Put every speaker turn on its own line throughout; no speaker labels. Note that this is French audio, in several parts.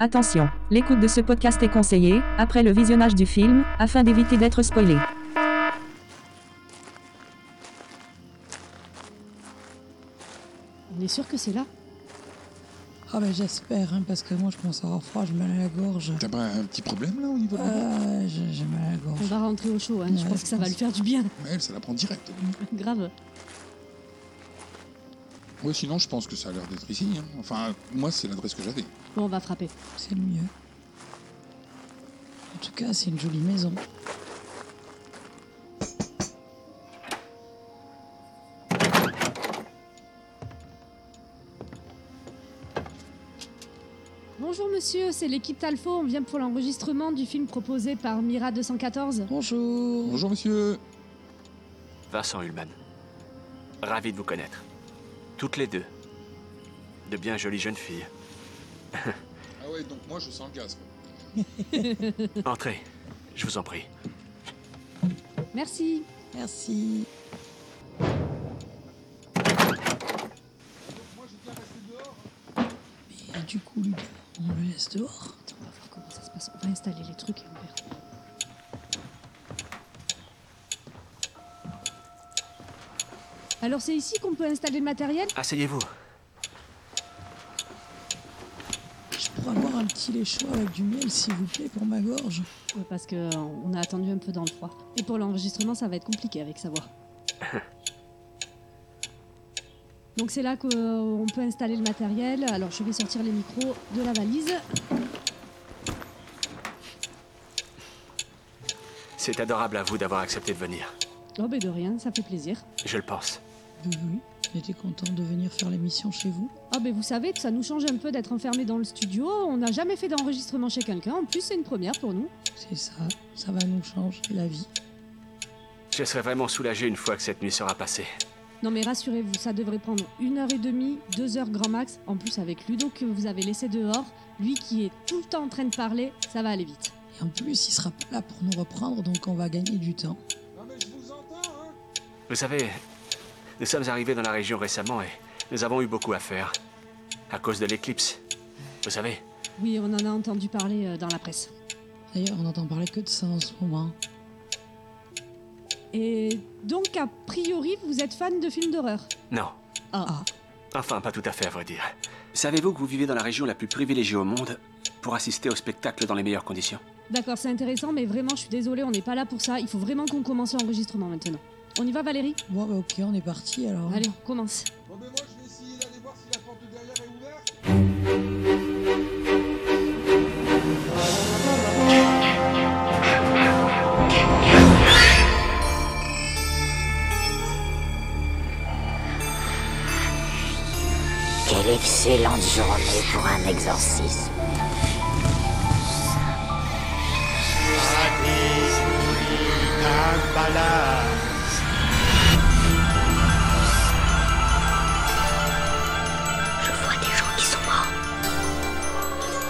Attention, l'écoute de ce podcast est conseillée, après le visionnage du film, afin d'éviter d'être spoilé.
On est sûr que c'est là
Ah bah j'espère, hein, parce que moi je commence à avoir froid, j'ai mal à la gorge.
T'as pas un petit problème là au niveau de la
Euh, j'ai j'ai mal à la
On
gorge.
va rentrer au chaud, hein. je
Ouais,
pense
je
que ça va
pense.
lui faire du bien.
Ouais, ça la prend direct.
Grave.
Ouais, sinon je pense que ça a l'air d'être ici. hein. Enfin, moi c'est l'adresse que j'avais.
Bon, on va frapper.
C'est le mieux. En tout cas, c'est une jolie maison.
Bonjour monsieur, c'est l'équipe Talfo, on vient pour l'enregistrement du film proposé par Mira 214.
Bonjour.
Bonjour monsieur.
Vincent Ullman. Ravi de vous connaître. Toutes les deux. De bien jolies jeunes filles.
Ah ouais, donc moi je sens le gaz.
Entrez, je vous en prie.
Merci.
Merci. Mais du coup, Lucas, on le laisse dehors.
Attends, on va voir comment ça se passe. On va installer les trucs et on verra. Alors c'est ici qu'on peut installer le matériel
Asseyez-vous.
Je pourrais avoir un petit léchoir avec du miel, s'il vous plaît, pour ma gorge.
Oui, parce que euh, on a attendu un peu dans le froid. Et pour l'enregistrement, ça va être compliqué avec sa voix. Donc c'est là qu'on peut installer le matériel. Alors je vais sortir les micros de la valise.
C'est adorable à vous d'avoir accepté de venir.
Oh ben de rien, ça fait plaisir.
Je le pense.
Oui, oui. J'étais content de venir faire l'émission chez vous.
Oh ben vous savez que ça nous change un peu d'être enfermés dans le studio. On n'a jamais fait d'enregistrement chez quelqu'un. En plus c'est une première pour nous.
C'est ça. Ça va nous changer la vie.
Je serai vraiment soulagé une fois que cette nuit sera passée.
Non mais rassurez-vous, ça devrait prendre une heure et demie, deux heures grand max. En plus avec Ludo que vous avez laissé dehors, lui qui est tout le temps en train de parler, ça va aller vite.
Et en plus, il sera pas là pour nous reprendre, donc on va gagner du temps.
Non mais je vous entends, hein.
Vous savez, nous sommes arrivés dans la région récemment et nous avons eu beaucoup à faire. À cause de l'éclipse. Vous savez,
Oui, on en a entendu parler euh, dans la presse.
D'ailleurs, on n'entend parler que de ça en ce moment.
Et donc, a priori, vous êtes fan de films d'horreur
non.
Ah.
Enfin, pas tout à fait, à vrai dire. Savez-vous que vous vivez dans la région la plus privilégiée au monde pour assister au spectacle dans les meilleures conditions
D'accord, c'est intéressant, mais vraiment, je suis désolée, on n'est pas là pour ça. Il faut vraiment qu'on commence l'enregistrement maintenant. On y va, Valérie
Bon, bah, ok, on est parti
Oh.
alors.
Allez, commence.
Bon ben moi je vais essayer d'aller voir si la porte de derrière est ouverte.
Quelle excellente journée pour un exorcisme. Je vois des gens qui sont morts.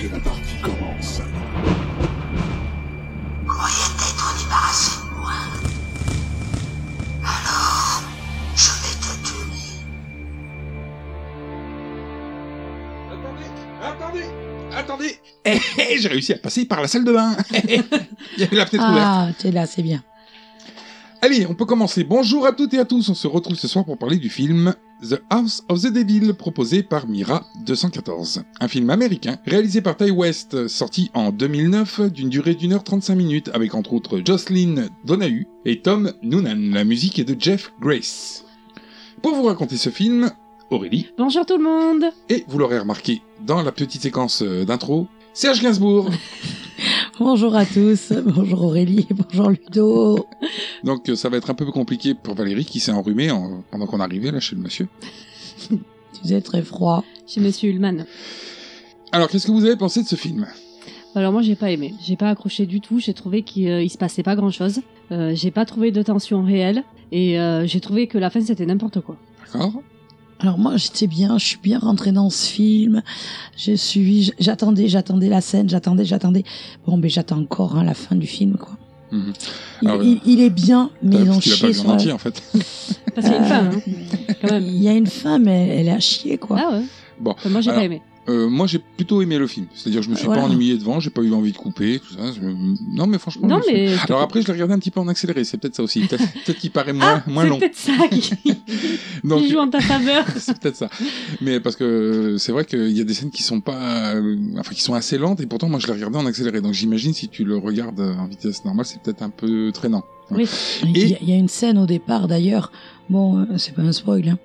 Et la partie commence.
Croyez t'être débarrassé de moi. Alors, je vais te tuer.
Attendez, attendez, attendez. Hé, hé, j'ai réussi à passer par la salle de bain. Hé, hé, Il y avait la fenêtre ouverte.
Ah, t'es là, c'est bien.
Allez, on peut commencer. Bonjour à toutes et à tous. On se retrouve ce soir pour parler du film The House of the Devil, proposé par Mira 214. Un film américain réalisé par Ty West, sorti en 2009 d'une durée d'une heure 35 minutes avec entre autres Jocelyn Donahue et Tom Noonan. La musique est de Jeff Grace. Pour vous raconter ce film, Aurélie,
Bonjour tout le monde
et vous l'aurez remarqué dans la petite séquence euh, d'intro, Serge Gainsbourg.
Bonjour à tous. bonjour Aurélie. Bonjour Ludo.
Donc euh, ça va être un peu compliqué pour Valérie qui s'est enrhumée en- pendant qu'on arrivait là chez le monsieur.
Tu faisais très froid.
Chez Monsieur Ullman.
Alors qu'est-ce que vous avez pensé de ce film
Alors moi, j'ai pas aimé. J'ai pas accroché du tout. J'ai trouvé qu'il euh, il se passait pas grand-chose. Euh, j'ai pas trouvé de tension réelle. Et euh, j'ai trouvé que la fin, c'était n'importe quoi.
D'accord
Alors moi j'étais bien, je suis bien rentrée dans ce film. J'ai suivi, j- j'attendais, j'attendais la scène, j'attendais, j'attendais. Bon, mais j'attends encore hein, la fin du film quoi.
Mhm.
Il,
Ah ouais.
il- il est bien, mais ils ont
Parce qu'il a pas
chié
vu
sur
en
la-
entier, en fait.
Parce qu'il y a une femme, hein, quand même.
Il y a une fin, mais elle est à chier quoi.
Ah ouais
Bon,
Enfin, Moi, j'ai
alors-
pas aimé.
Euh, moi, j'ai plutôt aimé le film. C'est-à-dire, je me suis
Voilà.
pas ennuyé devant, j'ai pas eu envie de couper, tout ça. Je- Non, mais franchement.
Non,
le film-
mais.
Alors après, je l'ai regardé un petit peu en accéléré. C'est peut-être ça aussi. Peut-être peut-être qu'il paraît moins, moins
Ah,
Ah,
c'est
long.
peut-être ça qui,
Donc,
qui joue en ta faveur.
c'est peut-être ça. Mais parce que euh, c'est vrai qu'il y a des scènes qui sont pas, euh, enfin qui sont assez lentes et pourtant moi je l'ai regardé en accéléré. Donc j'imagine si tu le regardes euh, en vitesse normale, c'est peut-être un peu traînant.
Il y, a- il y a une scène au départ d'ailleurs. Bon, euh, c'est pas un spoil. hein.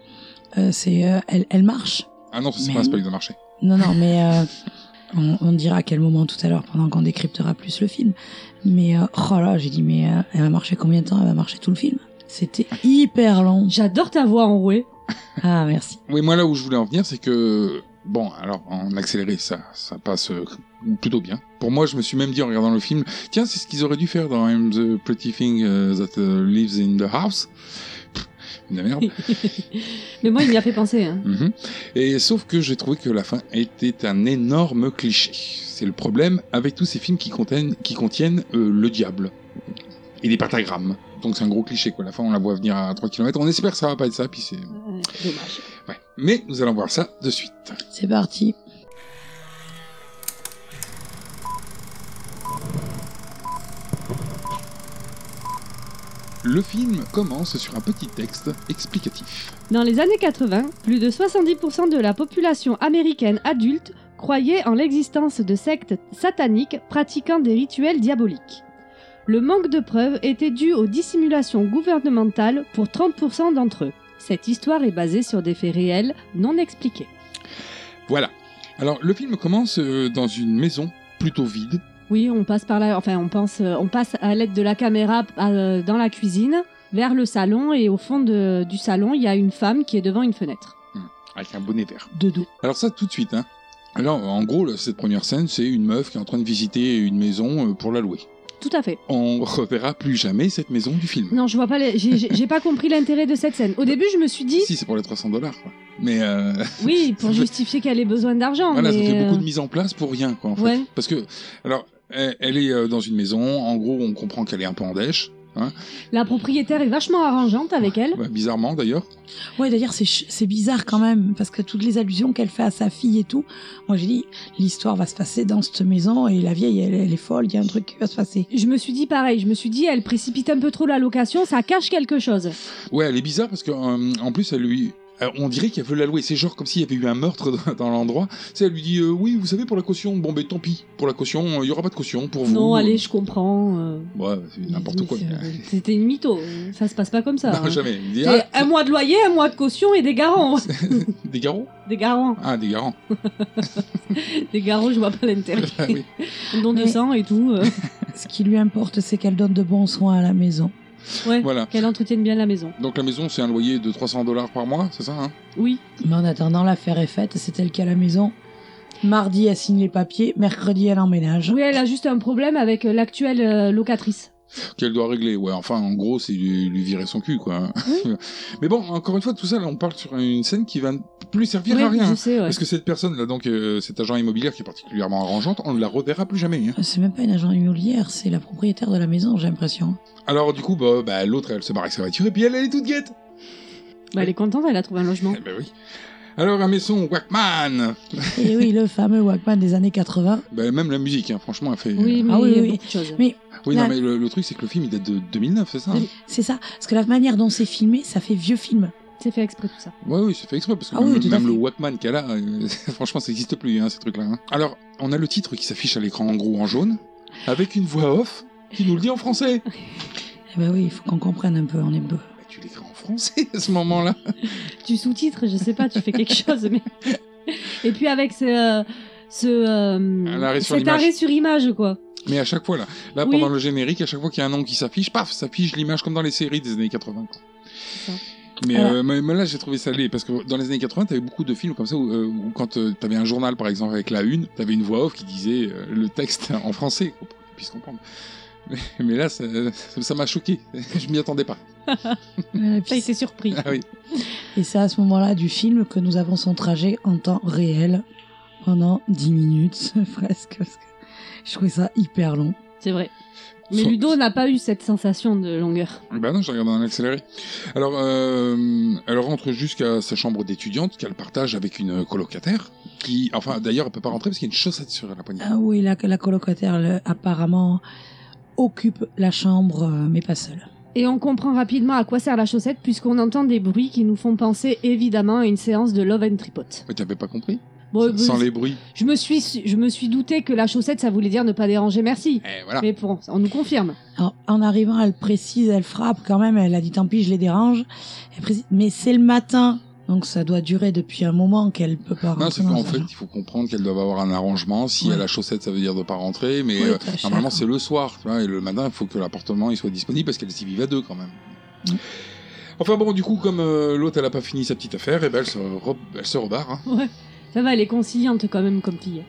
Euh, c'est euh, elle, elle marche.
Ah non, ça, c'est
Mais
pas un
non.
spoil de marché.
Non, non, mais euh, on, on dira à quel moment tout à l'heure pendant qu'on décryptera plus le film. Mais euh, oh là, j'ai dit mais euh, elle va marcher combien de temps Elle va marcher tout le film. C'était hyper long.
J'adore ta voix enrouée.
Ah merci.
Oui, moi là où je voulais en venir, c'est que bon, alors en accéléré, ça, ça passe euh, plutôt bien. Pour moi, je me suis même dit en regardant le film, tiens, c'est ce qu'ils auraient dû faire dans I'm the Pretty Thing euh, That euh, Lives in the House. Pff, Une merde.
Mais moi, il m'y a fait penser. Hein.
Mhm. Et sauf que j'ai trouvé que la fin était un énorme cliché. C'est le problème avec tous ces films qui contiennent, qui contiennent euh, le diable et des pentagrammes. Donc c'est un gros cliché quoi. La fin on la voit venir à 3 km. On espère que ça va pas être ça puis c'est
Ouais, c'est dommage.
ouais. Mais nous allons voir ça de suite.
C'est parti.
Le film commence sur un petit texte explicatif.
Dans les années 80, plus de 70% de la population américaine adulte croyait en l'existence de sectes sataniques pratiquant des rituels diaboliques. Le manque de preuves était dû aux dissimulations gouvernementales pour 30% d'entre eux. Cette histoire est basée sur des faits réels non expliqués.
Voilà. Alors le film commence euh, dans une maison plutôt vide.
Oui, on passe par là, enfin on, pense, euh, on passe à l'aide de la caméra euh, dans la cuisine vers le salon et au fond de- du salon, il y a une femme qui est devant une fenêtre.
Avec un bonnet vert.
De dos.
Alors ça tout de suite. Hein. Alors en gros là, cette première scène c'est une meuf qui est en train de visiter une maison euh, pour la louer.
Tout à fait.
on reverra plus jamais cette maison du film.
Non, je vois pas. les- j'ai- J'ai j'ai pas compris l'intérêt de cette scène. Au début, je me suis dit,
Si, c'est pour les 300 dollars, quoi. Mais euh,
oui, pour
Ça fait-
justifier qu'elle ait besoin d'argent.
voilà, ça
mais,
fait
euh,
beaucoup de mise en place pour rien, quoi, en fait.
Ouais.
Parce que, alors, elle, elle est euh, dans une maison, en gros, on comprend qu'elle est un peu en dèche,
euh, La propriétaire est vachement arrangeante avec elle.
bah, bizarrement d'ailleurs.
Ouais, d'ailleurs, c'est ch- c'est bizarre quand même, parce que toutes les allusions qu'elle fait à sa fille et tout, moi j'ai dit, l'histoire va se passer dans cette maison et la vieille, elle, elle est folle, il y a un truc qui va se passer.
Je me suis dit pareil. Je me suis dit, elle précipite un peu trop la location. Ça cache quelque chose.
Ouais, elle est bizarre parce que, euh, en plus, elle lui. euh, On dirait qu'elle veut la louer. C'est genre comme s'il y avait eu un meurtre dans- dans l'endroit. C'est elle lui dit euh, oui, vous savez pour la caution. Bon ben tant pis pour la caution. euh, Il y aura pas de caution pour vous.
Non, allez, je comprends. euh,
Ouais, c'est n'importe
mais
quoi.
c'est- euh, C'était une mytho. Ça se passe pas comme ça.
Non,
hein.
jamais. Il dit,
C'est
ah,
un mois de loyer, un mois de caution et des garants.
des garants.
Des garants.
Ah des garants.
Des garants, je vois pas l'intérêt.
Ah, oui.
Don de
Mais-
sang et tout. euh,
Ce qui lui importe, c'est qu'elle donne de bons soins à la maison.
Ouais.
Voilà.
Qu'elle entretienne bien la maison.
Donc la maison, c'est un loyer de 300 dollars par mois, c'est ça hein
Oui.
Mais en attendant, l'affaire est faite, c'est elle qui a la maison. Mardi, elle signe les papiers, mercredi, elle emménage.
Oui, elle a juste un problème avec euh, l'actuelle euh, locatrice.
Qu'elle doit régler. Ouais, enfin, en gros, c'est lui, lui virer son cul, quoi. hein. Mais bon, encore une fois, tout ça, là, on parle sur une scène qui va plus servir
Oui,
à rien.
je sais, ouais.
Parce que cette personne, là, donc, euh, cet agent immobilier qui est particulièrement arrangeante, on ne la reverra plus jamais. hein.
Ah, C'est même pas une agent immobilière, c'est la propriétaire de la maison, j'ai l'impression.
Alors, du coup, bah, bah, l'autre, elle se barre avec sa voiture, et puis elle, elle est toute guette.
Bah, elle est contente, elle a trouvé un
Mm.
logement.
Eh ben oui. Alors, la maison Wackman.
Et oui, le fameux Walkman des années 80.
Bah, même la musique, hein, franchement, elle fait.
Euh, Oui, mais
Ah oui,
il y a
oui,
beaucoup de choses.
Mais-
Oui, non,
La-
mais le, le truc, c'est que le film, il date de 2009, c'est
Ah.
ça hein
C'est ça, parce que la manière dont c'est filmé, ça fait vieux film.
C'est fait exprès tout ça.
Ouais, oui, c'est fait exprès, parce que
Ah
même,
oui, tout à
même
fait.
le Walkman qu'elle a, euh, franchement, ça n'existe plus, hein, ces trucs-là. hein. Alors, on a le titre qui s'affiche à l'écran en gros en jaune, avec une voix off qui nous le dit en français.
Eh ben oui, il faut qu'on comprenne un peu, on est peu.
Bah, tu l'écris en français à ce moment-là.
Tu sous-titres, je sais pas, tu fais quelque chose. Mais... Et puis avec ce. euh, ce euh,
Un arrêt sur
cet
l'image.
arrêt sur image, quoi.
Mais à chaque fois, là, là
Oui.
pendant le générique, à chaque fois qu'il y a un nom qui s'affiche, paf, s'affiche l'image comme dans les séries des années 80. quoi.
ça.
Mais,
Voilà.
euh, mais- mais là, j'ai trouvé ça laid, parce que dans les années 80, t'avais beaucoup de films comme ça où, euh, où quand euh, t'avais un journal, par exemple, avec la une, t'avais une voix off qui disait euh, le texte en français, pour qu'on puisse comprendre. Mais, mais là, ça ça- ça m'a choqué. Je m'y attendais pas.
Euh,
Ça,
puis
il s'est surpris.
Ah oui.
Et c'est à ce moment-là du film que nous avons son trajet en temps réel pendant 10 minutes presque. parce que je trouvais ça hyper long.
C'est vrai. Mais
Sur-
Ludo n'a pas eu cette sensation de longueur.
Bah non, je regarde en accéléré. Alors, euh, elle rentre jusqu'à sa chambre d'étudiante qu'elle partage avec une colocataire. Qui, enfin, d'ailleurs, elle peut pas rentrer parce qu'il y a une chaussette sur la poignée.
Ah oui, la, la colocataire elle, apparemment occupe la chambre, euh, mais pas seule.
Et on comprend rapidement à quoi sert la chaussette puisqu'on entend des bruits qui nous font penser évidemment à une séance de Love and Tripod.
Mais t'avais pas compris
Bon, euh,
bah,
Sans les bruits.
je, me suis, je me suis douté que la chaussette ça voulait dire ne pas déranger, merci.
Eh voilà.
Mais bon, on nous confirme.
Alors, en arrivant, elle précise, elle frappe quand même, elle a dit tant pis, je les dérange. Elle précise, mais c'est le matin, donc ça doit durer depuis un moment qu'elle peut pas
Non, c'est
rentrer dans
qu'en
sa
fait,
chambre.
il faut comprendre qu'elle doit avoir un arrangement.
hein
Si
Ouais.
elle a la chaussette, ça veut dire de pas rentrer. Mais
Oui,
euh,
t'as cher. hein.
normalement, c'est le soir. Tu vois, et le matin, il faut que l'appartement il soit disponible parce qu'elle s'y vive à deux quand même.
Mm.
Enfin bon, du coup, comme euh, l'autre, elle a pas fini sa petite affaire, et ben, elle se, re- elle se rebarre. hein.
Ouais. Ça va, elle est conciliante quand même comme fille.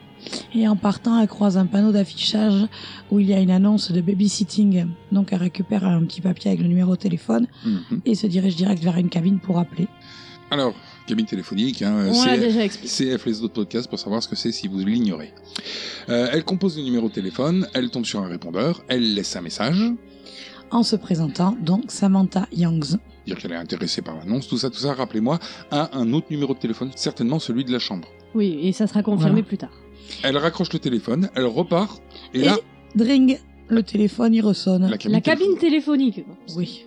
Et en partant, elle croise un panneau d'affichage où il y a une annonce de babysitting. Donc elle récupère un petit papier avec le numéro de téléphone
Mhm.
et se dirige direct vers une cabine pour appeler.
Alors, cabine téléphonique, hein,
on l'a
c'est-
déjà expliqué.
CF les autres podcasts pour savoir ce que c'est si vous l'ignorez. Euh, elle compose le numéro de téléphone, elle tombe sur un répondeur, elle laisse un message,
En se présentant, donc Samantha Youngs.
dire qu'elle est intéressée par l'annonce, tout ça, tout ça, rappelez-moi, à un autre numéro de téléphone, certainement celui de la chambre.
Oui, et ça sera confirmé
Voilà.
plus tard.
Elle raccroche le téléphone, elle repart, et, là,
dring, le téléphone il ressonne.
la cabine.
La cabine
téléphonique.
téléphonique.
Oui.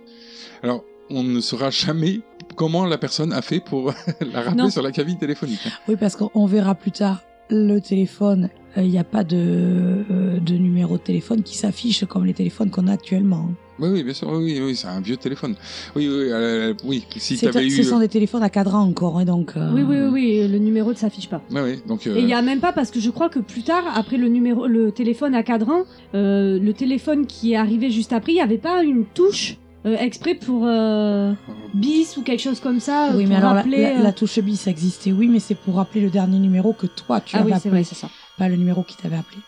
Alors, on ne saura jamais comment la personne a fait pour la rappeler
Non.
sur la cabine téléphonique. hein.
Oui, parce qu'on on verra plus tard le téléphone. euh, Il n'y a pas de, euh, de numéro de téléphone qui s'affiche comme les téléphones qu'on a actuellement.
Oui, oui, bien sûr, oui, oui, oui, c'est un vieux téléphone. Oui, oui, euh, oui, si
C'est-
t'avais eu... euh,
ce sont des téléphones à cadran encore, hein, donc. euh,
Oui, oui, oui, oui, le numéro ne s'affiche pas.
Ouais, ouais, donc... euh,
Et il n'y a même pas, parce que je crois que plus tard, après le, numéro, le téléphone à cadran, euh, le téléphone qui est arrivé juste après, il n'y avait pas une touche euh, exprès pour euh, bis ou quelque chose comme ça,
Oui,
pour
mais alors la-
rappeler,
la,
euh,
la touche bis ça existait, oui, mais c'est pour rappeler le dernier numéro que toi tu
Ah oui,
avais
c'est vrai,
appelé,
c'est ça.
pas le numéro qui t'avait appelé.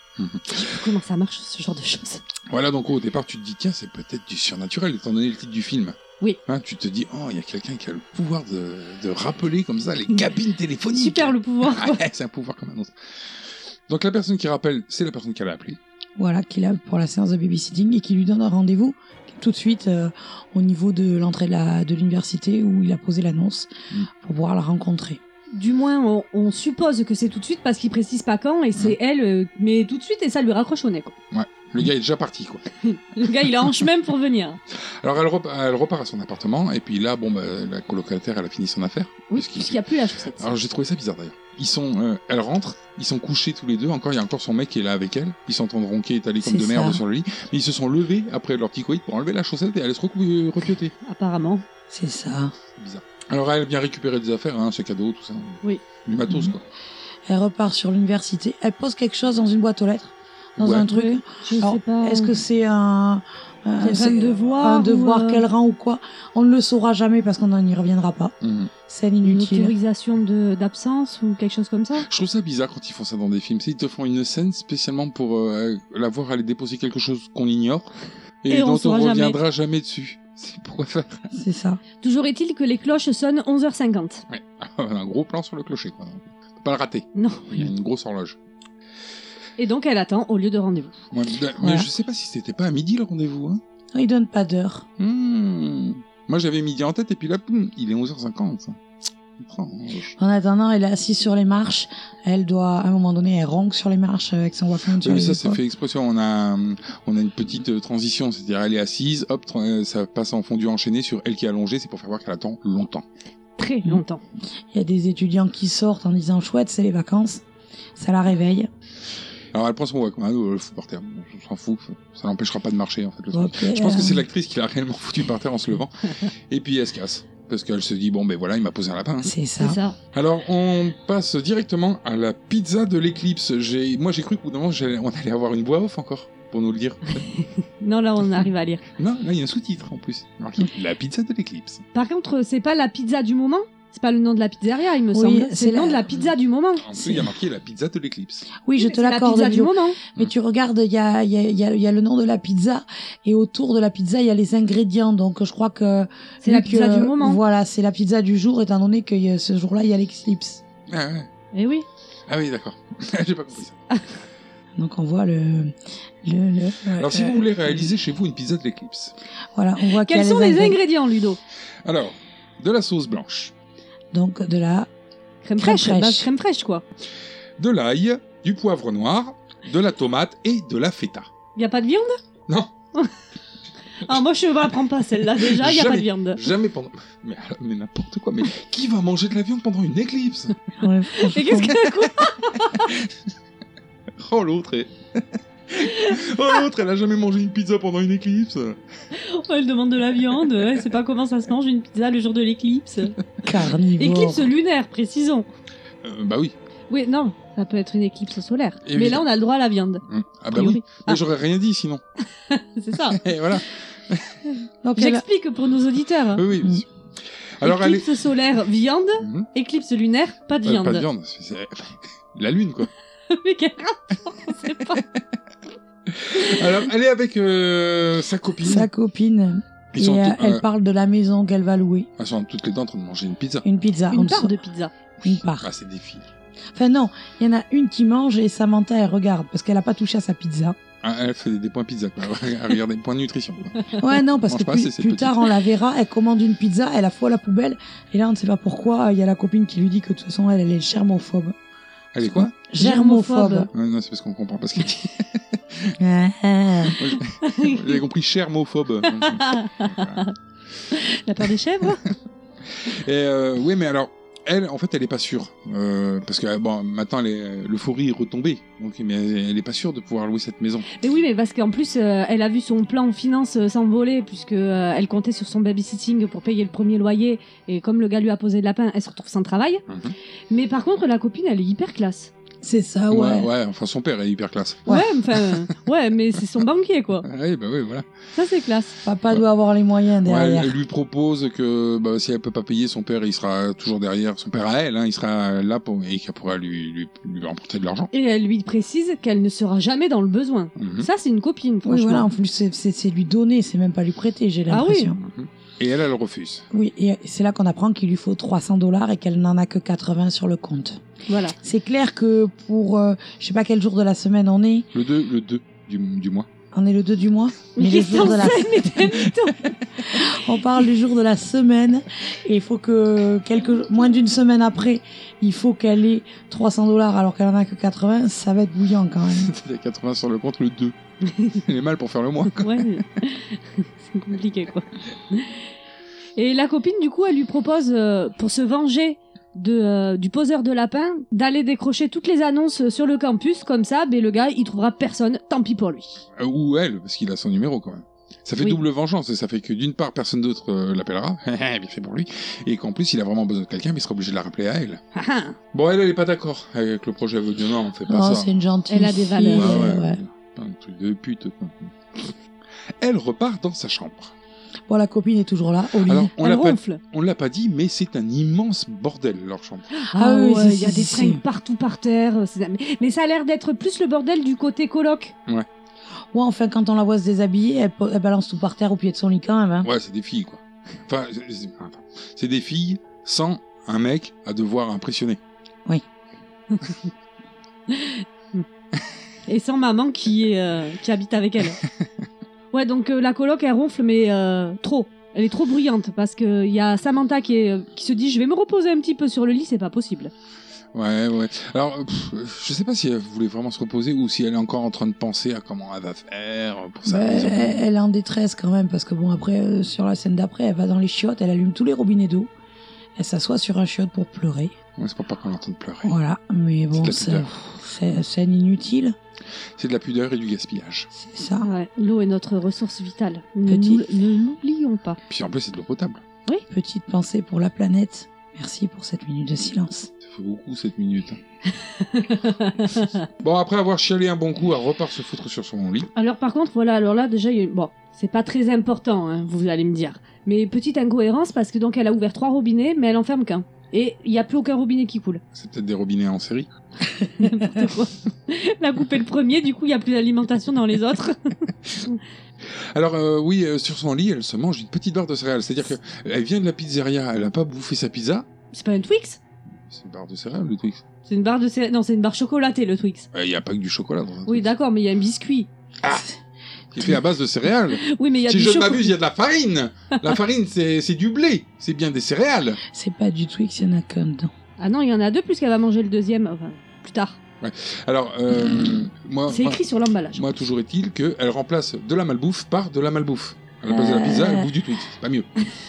Comment ça marche, ce genre de choses
Voilà, donc au départ, tu te dis, tiens, c'est peut-être du surnaturel, étant donné le titre du film.
Oui.
Hein, tu te dis, oh, il y a quelqu'un qui a le pouvoir de, de rappeler comme ça les cabines téléphoniques.
Super le pouvoir. quoi.
Ouais, C'est un pouvoir comme un autre. Donc la personne qui rappelle, c'est la personne qu'elle a appelée.
Voilà, qu'il a pour la séance de babysitting et qui lui donne un rendez-vous tout de suite euh, au niveau de l'entrée de la- de l'université où il a posé l'annonce
Mm.
pour pouvoir la rencontrer.
Du moins, on, on suppose que c'est tout de suite parce qu'il précise pas quand et
Mm.
c'est elle, euh, mais tout de suite et ça lui raccroche au nez. Quoi.
Le gars est déjà parti, quoi.
Le gars, il hanche même pour venir.
Alors elle, rep- elle repart à son appartement, et puis là, bon, bah, la colocataire, elle a fini son affaire.
Oui,
Parce qu'il-
puisqu'il n'y a plus la chaussette.
Alors j'ai trouvé ça bizarre d'ailleurs. Ils sont, euh, elle rentre, ils sont couchés tous les deux. Encore, il y a encore son mec qui est là avec elle. Ils sont en train de ronquer, étalés comme
C'est
de
ça.
merde sur le lit. Mais ils se sont levés après leur petit coït pour enlever la chaussette et aller se recou- repioter.
Apparemment.
C'est ça.
Bizarre. Alors elle a bien récupéré des affaires, hein, ses cadeaux, tout ça.
Oui.
Du matos,
Mhm.
quoi.
Elle repart sur l'université, elle pose quelque chose dans une boîte aux lettres, dans
Ouais.
un truc.
Oui, Je
Alors,
sais pas. euh,
Est-ce que c'est un, euh,
C'est un
c'est
devoir
un
ou,
devoir
euh,
qu'elle rend ou quoi On ne le saura jamais parce qu'on n'y reviendra pas.
Mhm.
Scène
une
inutile.
autorisation de- d'absence ou quelque chose comme ça
Je trouve ça bizarre quand ils font ça dans des films. C'est ils te font une scène spécialement pour euh, la voir aller déposer quelque chose qu'on ignore et,
Et on
dont on
saura jamais.
reviendra jamais dessus. C'est pourquoi faire
C'est ça.
Toujours est-il que les cloches sonnent 11h50.
Ouais. Un gros plan sur le clocher, quoi. Faut Pas le rater.
Non.
Il y a une grosse horloge.
Et donc elle attend au lieu de rendez-vous.
Ouais, mais
Voilà.
je sais pas si c'était pas à midi le rendez-vous. Hein.
Il donne pas d'heure.
Hmm. Moi j'avais midi en tête et puis là, poum, il est 11h50. Étrange.
En attendant, elle est assise sur les marches. Elle doit, à un moment donné, elle ronque sur les marches euh, avec son Walkman. sur les
Oui, mais ça, c'est
épaules.
fait expression. On a, euh, on a une petite euh, transition, c'est-à-dire elle est assise, hop, tra- euh, ça passe en fondu enchaîné sur elle qui est allongée, c'est pour faire voir qu'elle attend longtemps.
Très
Mmh.
longtemps.
Il y a des étudiants qui sortent en disant chouette, c'est les vacances. Ça la réveille.
Alors elle prend son Walkman, euh, le fout par terre, Bon, on s'en fout, ça l'empêchera pas de marcher en fait. le truc.
Ok,
Je pense
euh,
que c'est l'actrice qui l'a réellement foutu par terre en se levant, et puis elle se casse. Parce qu'elle se dit, bon ben voilà, il m'a posé un lapin. hein.
c'est ça.
C'est ça.
Alors, on passe directement à la pizza de l'éclipse. J'ai, moi, j'ai cru qu'au bout d'un moment, j'allais- on allait avoir une voix off encore pour nous le dire.
Non, là on arrive à lire.
non, là, il y a un sous-titre en plus. Marqué, la pizza de l'éclipse.
Par contre, c'est pas la pizza du moment, C'est pas le nom de la pizzeria, il me
Oui,
semble. C'est
c'est
le nom
la-
de la pizza du moment.
En dessous, il y a marqué la pizza de l'éclipse.
Oui, je
mais
te
c'est
l'accorde.
La pizza du
Guillaume.
moment.
Mais tu regardes, il y a, il y, a, il y, a, il y a le nom de la pizza et autour de la pizza, il y a les ingrédients. Donc je crois que
C'est la
Luc,
pizza
euh,
du moment.
Voilà, c'est la pizza du jour étant donné que euh, ce jour-là, il y a l'éclipse.
Ah, ouais.
Et Eh oui.
ah oui, d'accord. J'ai pas compris ça.
Donc on voit le, le, le-
Alors, si
euh,
vous voulez réaliser chez vous une pizza de l'éclipse,
voilà, on voit qu'il y
Quels
a
sont les
ingré-
ingrédients, Ludo
alors, de la sauce blanche,
Donc de la
Crème
Crème
fraîche, base
fraîche.
crème fraîche, quoi.
de l'ail, du poivre noir, de la tomate et de la feta.
Y a pas de viande
Non,
Ah, moi, je la prends pas, celle-là, déjà, y a pas
Jamais.
de viande.
jamais pendant. Mais, alors, mais n'importe quoi. Mais qui va manger de la viande pendant une éclipse
Ouais,
Et qu'est-ce que... quoi
Oh l'autre est... Oh l'autre, elle a jamais mangé une pizza pendant une éclipse.
Elle demande de la viande, elle sait pas comment ça se mange une pizza le jour de l'éclipse.
carnivore.
Éclipse euh, lunaire, précisons.
Euh, bah oui.
Oui, non, ça peut être une éclipse solaire.
Et
Mais
oui.
là, on a le droit à la viande.
Hum, Ah
a
bah oui.
priori.
Mais j'aurais rien dit sinon.
C'est ça.
Et voilà.
Donc, elle-
J'explique pour nos auditeurs.
Oui oui. bien
Mm.
sûr. Euh, Alors elle est.
éclipse solaire, viande.
Mhm.
Éclipse lunaire, pas de
Euh,
viande.
Pas de viande. c'est- c'est- La lune quoi.
Mais quel rapport C'est pas.
Alors elle est avec euh, sa copine.
sa copine.
Ils sont
et, euh,
tout-
elle
euh,
parle de la maison qu'elle va louer.
elles sont toutes les deux en train de manger une pizza.
Une pizza. on
Une
le
part
sait.
de pizza.
Une part.
Ah c'est des filles.
Enfin non, il y en a une qui mange et Samantha elle regarde parce qu'elle a pas touché à sa pizza.
Ah, elle fait des points pizza quoi. Elle regarde des points de nutrition. quoi.
Ouais non parce
Mange
que
pas,
plus,
c'est- c'est
plus
petit.
tard on la verra, elle commande une pizza, elle la fout à la poubelle et là on ne sait pas pourquoi il y a la copine qui lui dit que de toute façon elle, elle est germophobe.
Elle est quoi
Germophobe.
Ouais, Non c'est parce qu'on comprend pas ce qu'il dit.
Ah, ah.
J'ai compris chermophobe.
La part des chèvres
Et euh, oui, mais alors, elle, en fait, elle est pas sûre. Euh, parce que, bon, maintenant, elle est- euh, l'euphorie est retombée. Donc, mais elle est pas sûre de pouvoir louer cette maison.
Mais oui, mais parce qu'en plus, euh, elle a vu son plan en finance euh, s'envoler, puisque euh, elle comptait sur son babysitting pour payer le premier loyer. Et comme le gars lui a posé le lapin, elle se retrouve sans travail.
Mhm.
Mais par contre, la copine, elle est hyper classe.
C'est ça Ah ouais.
ouais. enfin, son père est hyper classe.
Ouais.
Ouais, enfin, euh, ouais, mais c'est son banquier, quoi.
Oui, bah oui, voilà.
Ça, c'est classe.
Papa doit avoir les moyens
Ouais,
derrière.
elle lui propose que bah, si elle peut pas payer, son père, il sera toujours derrière. Son père à elle, hein, il sera là pour, et qu'elle pourra lui, lui, lui emporter de l'argent.
Et elle lui précise qu'elle ne sera jamais dans le besoin.
Mhm.
Ça, c'est une copine,
Oui,
franchement.
voilà, en plus, c'est- c'est c'est lui donner, c'est même pas lui prêter, j'ai
Ah oui.
l'impression.
Mhm. Et elle, elle refuse.
oui. et euh, c'est là qu'on apprend qu'il lui faut 300 dollars et qu'elle n'en a que 80 sur le compte.
voilà.
C'est clair que pour, euh, je sais pas quel jour de la semaine on est,
Le 2, le 2 du, du mois.
on est le 2 du mois,
Mais
mais le
qu'est-ce que
jour de la,
c'est Mais t'es un mytho.
on parle du jour de la semaine et il faut que quelques, moins d'une semaine après, il faut qu'elle ait 300 dollars alors qu'elle en a que 80, ça va être bouillant quand même.
Il y a 80 sur le compte, le 2. Elle est mal pour faire le mois.
Ouais, mais- c'est compliqué, quoi. Et la copine, du coup, elle lui propose, euh, pour se venger de, euh, du poseur de lapin, d'aller décrocher toutes les annonces sur le campus, comme ça, mais le gars, il trouvera personne, tant pis pour lui.
Euh, Ou elle, parce qu'il a son numéro quand même. Ça fait
Oui.
double vengeance, et ça fait que d'une part, personne d'autre euh, l'appellera, bien fait pour lui, et qu'en plus, il a vraiment besoin de quelqu'un, mais il sera obligé de la rappeler à elle.
Ah, ah.
Bon, elle, elle est pas d'accord avec le projet, elle veut dire non, on fait pas
Oh,
Ah, ça.
c'est une gentille
Elle a des
fille,
valeurs.
Ouais,
euh,
ouais,
ouais.
Pas Un truc de pute, quoi. Elle repart dans sa chambre.
Bon, la copine est toujours là, au lit.
Alors, on
elle
l'a pas,
ronfle.
on l'a pas dit, mais c'est un immense bordel, leur chambre.
Ah oui,
ouais,
si,
il y a
si,
des
si.
fringues partout par terre. c'est- mais- Mais ça a l'air d'être plus le bordel du côté coloc.
Ouais, enfin, quand on la voit se déshabiller, elle, po- elle balance tout par terre au pied de son lit quand même. Hein.
Ouais, c'est des filles, quoi. Enfin, c'est- c'est attends. C'est des filles sans un mec à devoir impressionner.
Et sans maman qui, est, euh, qui habite avec elle. Ouais, donc euh, la coloc, elle ronfle, mais euh, trop. Elle est trop bruyante parce qu'il y a Samantha qui, est, euh, qui se dit Je vais me reposer un petit peu sur le lit, c'est pas possible.
Ouais, ouais. Alors, pff, je sais pas si elle voulait vraiment se reposer ou si elle est encore en train de penser à comment elle va faire pour sa
Bah,
maison.
elle, elle est en détresse quand même parce que bon après euh, sur la scène d'après elle va dans les chiottes, elle allume tous les robinets d'eau, elle s'assoit sur un chiotte pour pleurer.
Ouais, c'est pas pour qu'on l'entende pleurer.
Voilà, mais bon
de Oh. la hein.
ça-
pudeur.
c'est scène inutile,
C'est de la pudeur et du gaspillage.
c'est ça.
Ah Ouais, L'eau est notre ressource vitale. Ne
Petit.
nous- ne l'oublions pas.
Puis en plus, c'est de l'eau potable.
Petite pensée pour la planète. Merci pour cette minute de silence.
Ça fait beaucoup cette minute. hein. bon, après avoir chialé un bon coup, elle repart se foutre sur son lit.
Alors par contre, voilà, alors là déjà, il y a une- bon, c'est pas très important, hein, vous allez me dire. Mais petite incohérence parce que donc elle a ouvert trois robinets, mais elle enferme qu'un. Et il n'y a plus aucun robinet qui coule.
C'est peut-être des robinets en série.
N'importe quoi. La coupe est le premier, du coup, il n'y a plus d'alimentation dans les autres.
Alors euh, oui, euh, sur son lit, elle se mange une petite barre de céréales. C'est-à-dire que elle vient de la pizzeria, elle n'a pas bouffé sa pizza.
C'est pas une Twix
C'est une barre de céréales, le Twix.
C'est une barre de céré- Non, c'est une barre chocolatée, le Twix.
Il n'y a pas que du chocolat. Dans un
Oui,
Twix.
d'accord, mais il y a un biscuit.
Ah. Il fait à base de céréales.
Oui, mais il y a
si
du
je ne
chocolat.
m'abuse, il y a de la farine. La farine, c'est c'est du blé. C'est bien des céréales.
C'est pas du Twix, il y en a qu'un dedans.
Ah non, il y en a deux puisqu'elle va manger le deuxième enfin, plus tard.
Alors, euh, moi,
Hmm. C'est
moi,
écrit sur l'emballage.
moi, toujours est-il qu'elle remplace de la malbouffe par de la malbouffe. À la place de la pizza, elle bouffe du Twix. C'est Pas mieux.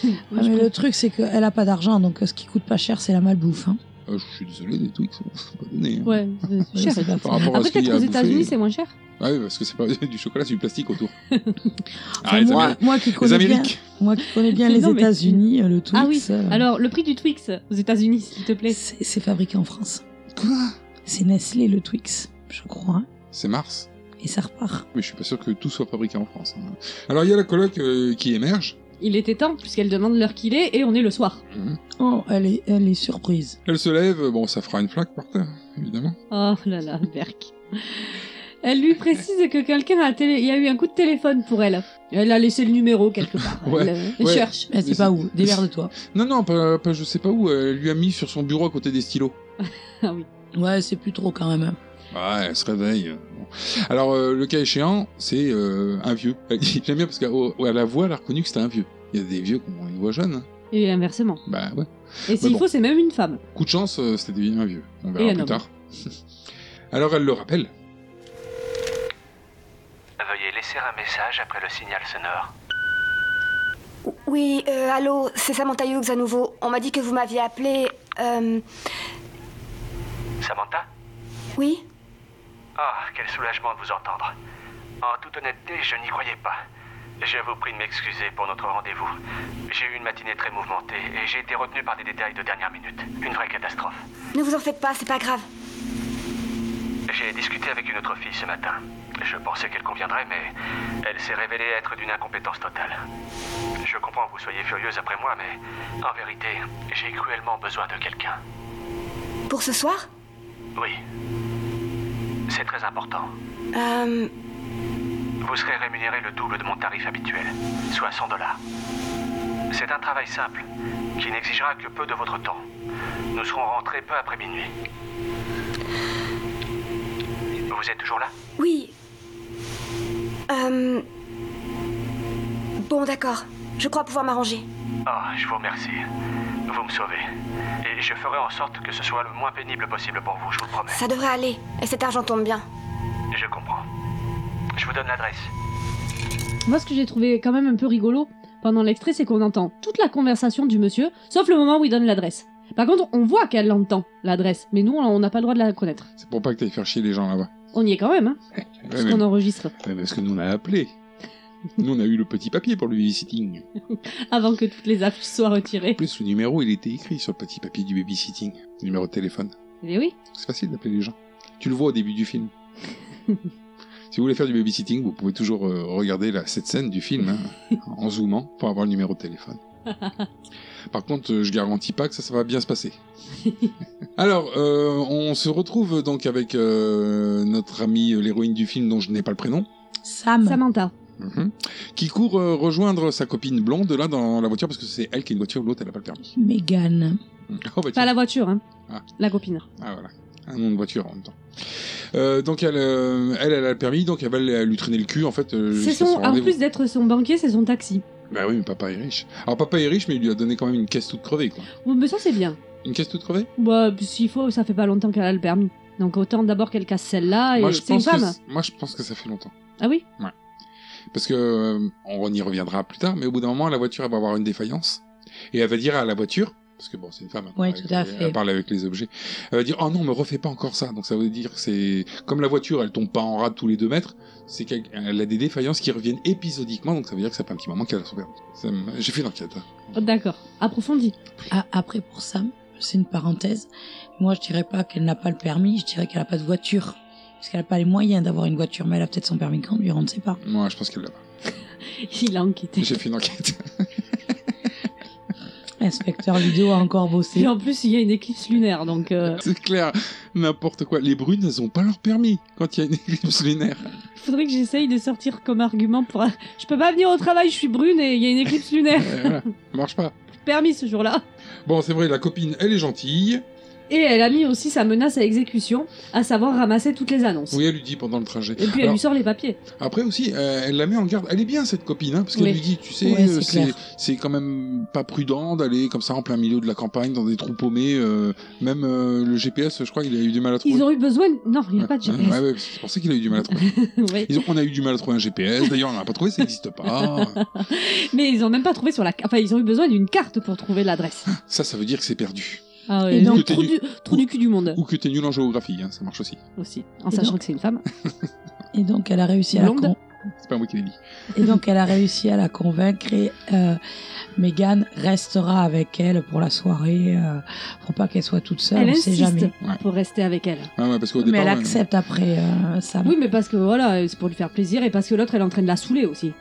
Ouais, mais le truc, c'est qu'elle a pas d'argent, donc euh, ce qui coûte pas cher, c'est la malbouffe. Hein.
Euh, je suis désolé, des Twix, c'est pas donné. hein.
Ouais, c'est cher.
c'est pas
Par rapport à
Après,
ce qu'il
peut-être
y a
aux
à bouffer.
États-Unis, c'est moins cher.
Ah oui, parce que c'est pas du chocolat, c'est du plastique autour.
Enfin,
Ah, les
moi,
Amériques.
moi qui
Les
connais bien,
Amériques.
moi qui connais bien
Mais
les
non, mais-
États-Unis, euh, le Twix,
Ah oui,
euh,
Alors, le prix du Twix aux États-Unis, s'il te plaît.
c'est c'est fabriqué en France.
Quoi
C'est Nestlé le Twix, je crois,
C'est Mars.
et ça repart.
Mais je suis pas sûr que tout soit fabriqué en France. hein. Alors il y a la coloc euh, qui émerge.
Il était temps puisqu'elle demande l'heure qu'il est et on est le soir.
Oh, elle est, elle est surprise.
Elle se lève, bon ça fera une flaque par terre, évidemment.
Oh là là, Berk. Elle lui précise que quelqu'un a, télé- il y a eu un coup de téléphone pour elle. Elle a laissé le numéro quelque part.
Ouais,
elle euh, elle
ouais.
cherche.
Elle sait
Mais
pas
c'est-
où, démerde-toi.
Non, non, pas, pas- je sais pas où, elle lui a mis sur son bureau à côté des stylos.
Ah oui.
Ouais, c'est plus trop quand même.
Ouais, elle se réveille. Bon. Alors euh, le cas échéant, c'est euh, un vieux. J'aime bien parce qu'à au- à la voix, elle a reconnu que c'était un vieux. Il y a des vieux qui ont une voix jeune. hein.
Et inversement.
Bah ouais.
Et s'il
Mais bon.
faut, c'est même une femme.
Coup de chance, euh, c'était devenu un vieux. On
Et
verra
un
plus
homme.
tard. Alors elle le rappelle.
Veuillez laisser un message après le signal sonore.
Oui, euh, allô, c'est Samantha Hughes à nouveau. On m'a dit que vous m'aviez appelé. Euh,
Samantha
oui
Ah, quel soulagement de vous entendre. En toute honnêteté, je n'y croyais pas. Je vous prie de m'excuser pour notre rendez-vous. J'ai eu une matinée très mouvementée et j'ai été retenu par des détails de dernière minute. Une vraie catastrophe.
Ne vous en faites pas, c'est pas grave.
J'ai discuté avec une autre fille ce matin. Je pensais qu'elle conviendrait, mais elle s'est révélée être d'une incompétence totale. Je comprends que vous soyez furieuse après moi, mais en vérité, j'ai cruellement besoin de quelqu'un.
Pour ce soir
Oui. C'est très important.
Euh,
Vous serez rémunéré le double de mon tarif habituel, soit 100 dollars. C'est un travail simple, qui n'exigera que peu de votre temps. Nous serons rentrés peu après minuit. Vous êtes toujours là
Oui. Euh, bon, d'accord. Je crois pouvoir m'arranger.
Ah, je vous remercie. Vous me sauvez. Et je ferai en sorte que ce soit le moins pénible possible pour vous, je vous le promets.
Ça devrait aller. Et cet argent tombe bien.
Je comprends. Je vous donne l'adresse.
Moi, ce que j'ai trouvé quand même un peu rigolo pendant l'extrait, c'est qu'on entend toute la conversation du monsieur, sauf le moment où il donne l'adresse. Par contre, on voit qu'elle l'entend, l'adresse, mais nous, on on n'a pas le droit de la connaître.
C'est pour pas que t'ailles faire chier les gens là-bas.
On y est quand même, hein,
Ouais, mais-
puisqu'on enregistre,
Ouais, parce que nous on a appelé. nous on a eu le petit papier pour le babysitting.
avant que toutes les affiches soient retirées.
En plus, le numéro, il était écrit sur le petit papier du babysitting. Numéro de téléphone.
Mais Eh oui,
C'est facile d'appeler les gens. Tu le vois au début du film. si vous voulez faire du babysitting, vous pouvez toujours euh, regarder la- cette scène du film hein, en zoomant pour avoir le numéro de téléphone. Par contre, euh, je garantis pas que ça, ça va bien se passer. Alors, euh, on se retrouve donc avec euh, notre amie, euh, l'héroïne du film dont je n'ai pas le prénom,
Sam,
Samantha.
mhm, qui court euh, rejoindre sa copine blonde là dans la voiture parce que c'est elle qui a une voiture, l'autre elle n'a pas le permis.
Megan.
Oh, bah, tiens.
Pas la voiture, hein.
Ah.
La copine.
Ah voilà, un nom de voiture en même temps. Euh, donc elle, euh, elle, elle a le permis, donc elle va lui traîner le cul en fait. euh,
C'est
jusqu'à
son, en
rendez-vous.
plus d'être son banquier, c'est son taxi.
Bah oui, mais papa est riche. Alors papa est riche, mais il lui a donné quand même une caisse toute crevée quoi.
Bon, mais ça c'est bien.
Une caisse toute crevée
Bah, s'il faut, ça fait pas longtemps qu'elle a le permis. Donc autant d'abord qu'elle casse celle-là et
moi, je
Ah, c'est une
pense que
femme.
c- moi je pense que ça fait longtemps.
Ah oui
Parce que euh, on y reviendra plus tard, mais au bout d'un moment la voiture elle va avoir une défaillance et elle va dire à la voiture. Parce que bon, c'est une femme. hein,
Ouais,
elle,
tout à
elle-
fait.
elle parle avec les objets. Elle va dire Oh non, me refais pas encore ça. Donc ça veut dire que c'est. Comme la voiture, elle tombe pas en rade tous les deux mètres, c'est qu'elle elle a des défaillances qui reviennent épisodiquement, donc ça veut dire que ça fait un petit moment qu'elle a son permis. Ça me- J'ai fait l'enquête. hein.
Oh, D'accord. Approfondie.
Ah, après, pour Sam, c'est une parenthèse. Moi, je dirais pas qu'elle n'a pas le permis, je dirais qu'elle a pas de voiture. Parce qu'elle n'a pas les moyens d'avoir une voiture, mais elle a peut-être son permis de conduire, on ne sait pas.
Moi, je pense qu'elle l'a pas.
Il a enquêté.
J'ai fait une enquête.
Elle Inspecteur Ludo a encore bossé.
Et en plus, il y a une éclipse lunaire, donc. euh,
C'est clair, n'importe quoi. Les brunes, elles ont pas leur permis quand il y a une éclipse lunaire.
Faudrait que j'essaye de sortir comme argument pour. Je peux pas venir au travail, je suis brune et il y a une éclipse lunaire.
Euh, voilà, ça marche pas.
Permis ce jour-là.
Bon, c'est vrai, la copine, elle est gentille.
Et elle a mis aussi sa menace à exécution, à savoir ramasser toutes les annonces.
Oui, elle lui dit pendant le trajet.
Et puis elle
Alors,
lui sort les papiers.
Après aussi, euh, elle la met en garde. Elle est bien cette copine, hein, parce qu'elle
Oui.
lui dit, tu sais,
Ouais,
euh,
c'est
c'est
clair.
c'est quand même pas prudent d'aller comme ça en plein milieu de la campagne, dans des trous paumés. euh, même euh, le GPS, je crois, il a eu du mal à trouver.
Ils ont eu besoin. de- Non, il n'y a pas de
Ouais,
GPS.
ouais, ouais, c'est pour ça qu'il a eu du mal à trouver.
Ouais.
Ils ont- on a eu du mal à trouver un GPS. D'ailleurs, on n'en a pas trouvé, ça n'existe pas.
Mais ils ont même pas trouvé sur la. Enfin, ils ont eu besoin d'une carte pour trouver l'adresse.
Ça, ça veut dire que c'est perdu.
Ah
Et
ouais,
donc-
donc, trou du, trou du cul du monde
Ou que t'es nul en géographie, hein, ça marche aussi.
aussi, en
Et
sachant
donc-
que c'est une femme.
Et donc elle a réussi à la
Blonde.
con-
C'est pas moi qui l'ai dit.
Et donc elle a réussi à la convaincre et euh, Megan restera avec elle pour la soirée, euh, pour pas qu'elle soit toute seule,
elle
on sait
insiste
jamais.
Ouais.
pour rester avec elle.
Ah ouais, parce qu'au
Mais
départ,
elle
ouais,
accepte après euh, ça.
Oui, mais parce que voilà, c'est pour lui faire plaisir et parce que l'autre elle est en train de la saouler aussi.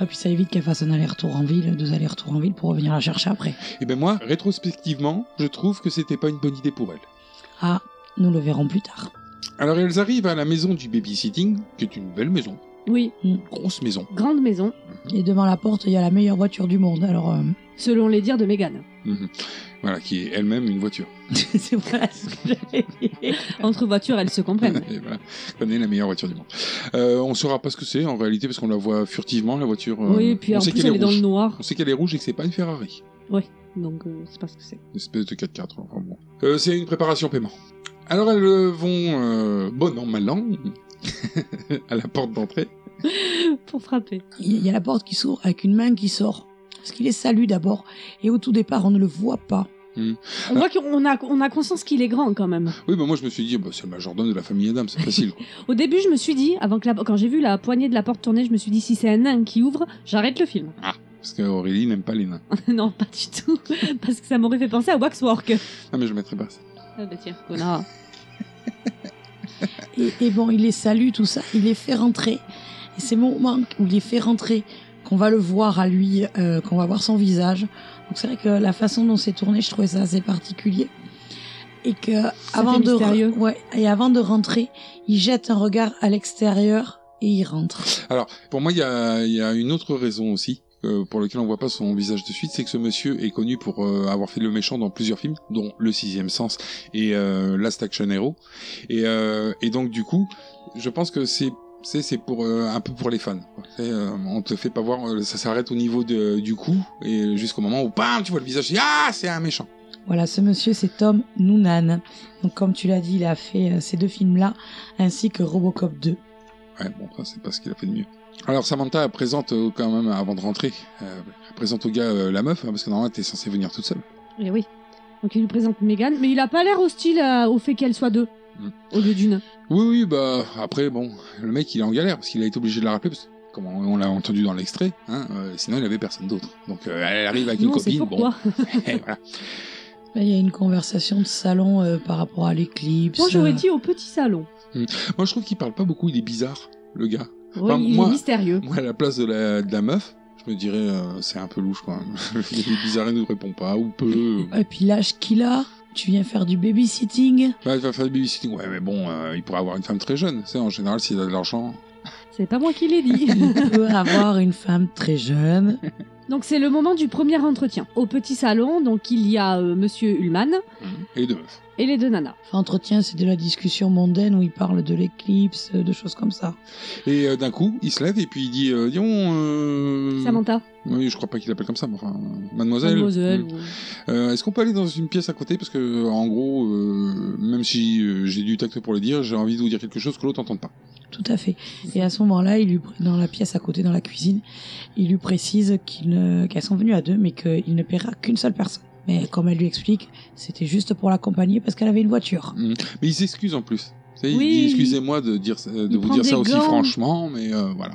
Et puis ça évite qu'elle fasse un aller-retour en ville, deux allers-retours en ville pour revenir la chercher après.
Et ben moi, rétrospectivement, je trouve que c'était pas une bonne idée pour elle.
Ah, nous le verrons plus tard.
Alors elles arrivent à la maison du babysitting, qui est une belle maison,
Oui,
Mm.
grosse maison.
grande maison,
Et devant la porte, il y a la meilleure voiture du monde. Alors euh,
selon les dires de Mégane.
Mhm. Voilà, qui est elle-même une voiture.
c'est voilà ce que j'avais dit.
Entre voitures, elles se comprennent.
Et voilà, on est la meilleure voiture du monde. Euh, on saura pas ce que c'est en réalité parce qu'on la voit furtivement la voiture. euh,
oui, et puis
on
en
sait
plus
qu'elle
elle est dans
rouge.
le noir,
On sait qu'elle est rouge et que c'est pas une Ferrari,
donc euh, c'est pas ce que c'est.
une espèce de 4x4. Enfin bon. Euh, c'est une préparation paiement. Alors elles euh, vont euh, bon an mal an à la porte d'entrée.
pour frapper.
Il y a la porte qui s'ouvre avec une main qui sort. Parce qu'il les salue d'abord. Et au tout départ, on ne le voit pas.
On voit qu'on a, on a conscience qu'il est grand quand même.
Oui, bah moi je me suis dit bah, c'est le majordome de la famille Adam, c'est facile. Quoi.
Au début, je me suis dit, avant que la, quand j'ai vu la poignée de la porte tourner, je me suis dit si c'est un nain qui ouvre, j'arrête le film.
parce qu'Aurélie n'aime pas les nains.
non, pas du tout, parce que ça m'aurait fait penser à Waxwork.
Ah mais je mettrai pas ça.
Ah bah tiens, connard.
Et, et bon, il les salue, tout ça. Il les fait rentrer. Et c'est au moment où il les fait rentrer qu'on va le voir à lui, euh, qu'on va voir son visage. Donc c'est vrai que la façon dont c'est tourné, je trouvais ça assez particulier. Et que avant
fait
de
mystérieux.
ouais, et avant de rentrer, il jette un regard à l'extérieur et il rentre.
Pour moi, il y a, il y a une autre raison aussi euh, pour laquelle on voit pas son visage de suite, c'est que ce monsieur est connu pour euh, avoir fait le méchant dans plusieurs films, dont Le Sixième Sens et euh, Last Action Hero. Et, euh, et donc du coup, je pense que c'est c'est c'est pour euh, un peu pour les fans. quoi. C'est, euh, on te fait pas voir, euh, ça s'arrête au niveau de- du cou et jusqu'au moment où bam, tu vois le visage, tu dis, ah c'est un méchant.
Voilà, ce monsieur, c'est Tom Noonan. Donc, comme tu l'as dit, il a fait euh, ces deux films-là, ainsi que Robocop 2.
Ouais, bon, ça, c'est pas ce qu'il a fait de mieux. Alors, Samantha elle présente euh, quand même, avant de rentrer, euh, elle présente au gars euh, la meuf, hein, parce que normalement, t'es censé venir toute seule.
Eh oui. Donc il lui présente Megan, mais il a pas l'air hostile à- au fait qu'elle soit deux,
Mm.
au lieu d'une.
Oui, oui, bah, après, bon, le mec, il est en galère, parce qu'il a été obligé de la rappeler, parce que, comme on, on l'a entendu dans l'extrait, hein, euh, sinon, il avait personne d'autre. Donc, euh, elle arrive avec une
Non, c'est
copine, bon,
pourquoi.
eh, voilà.
Là, il y a une conversation de salon euh, par rapport à l'éclipse.
Moi j'aurais
euh,
dit au petit salon.
Moi, je trouve qu'il parle pas beaucoup, il est bizarre, le gars.
Oui,
Enfin,
il
moi-
est mystérieux.
Moi, à la place de la, de la meuf, je me dirais, euh, c'est un peu louche, quand même. Le gars, il est bizarre, il nous répond pas, ou peu.
euh, Et puis l'âge qu'il a, tu viens faire du babysitting.
Bah, il va faire du babysitting. Ouais, mais bon, euh, il pourrait avoir une femme très jeune. Tu sais, en général, s'il a de l'argent.
C'est pas moi qui l'ai dit.
Il peut avoir une femme très jeune.
donc c'est le moment du premier entretien. Au petit salon, donc il y a euh, Monsieur Ullman
Et deux meufs.
et les deux nanas.
Enfin, entretien, c'est de la discussion mondaine où il parle de l'éclipse, euh, de choses comme ça.
Et euh, d'un coup, il se lève et puis il dit euh, Dis donc, euh...
Samantha,
Oui, je crois pas qu'il l'appelle comme ça, mais enfin, euh, mademoiselle.
Mademoiselle.
Mm.
ou-
Euh, Est-ce qu'on peut aller dans une pièce à côté Parce que, euh, en gros, euh, même si euh, j'ai du tact pour le dire, j'ai envie de vous dire quelque chose que l'autre n'entende pas.
Tout à fait. Et à ce moment-là, il lui pr- dans la pièce à côté, dans la cuisine, il lui précise qu'il ne- qu'elles sont venues à deux, mais qu'il ne paiera qu'une seule personne. Mais comme elle lui explique, c'était juste pour l'accompagner parce qu'elle avait une voiture.
Mais il s'excuse en plus. Tu
Oui,
sais, il dit
il-
Excusez-moi de, dire, euh, de
il
vous
prend
dire ça
des
aussi
gants.
franchement, mais euh, voilà.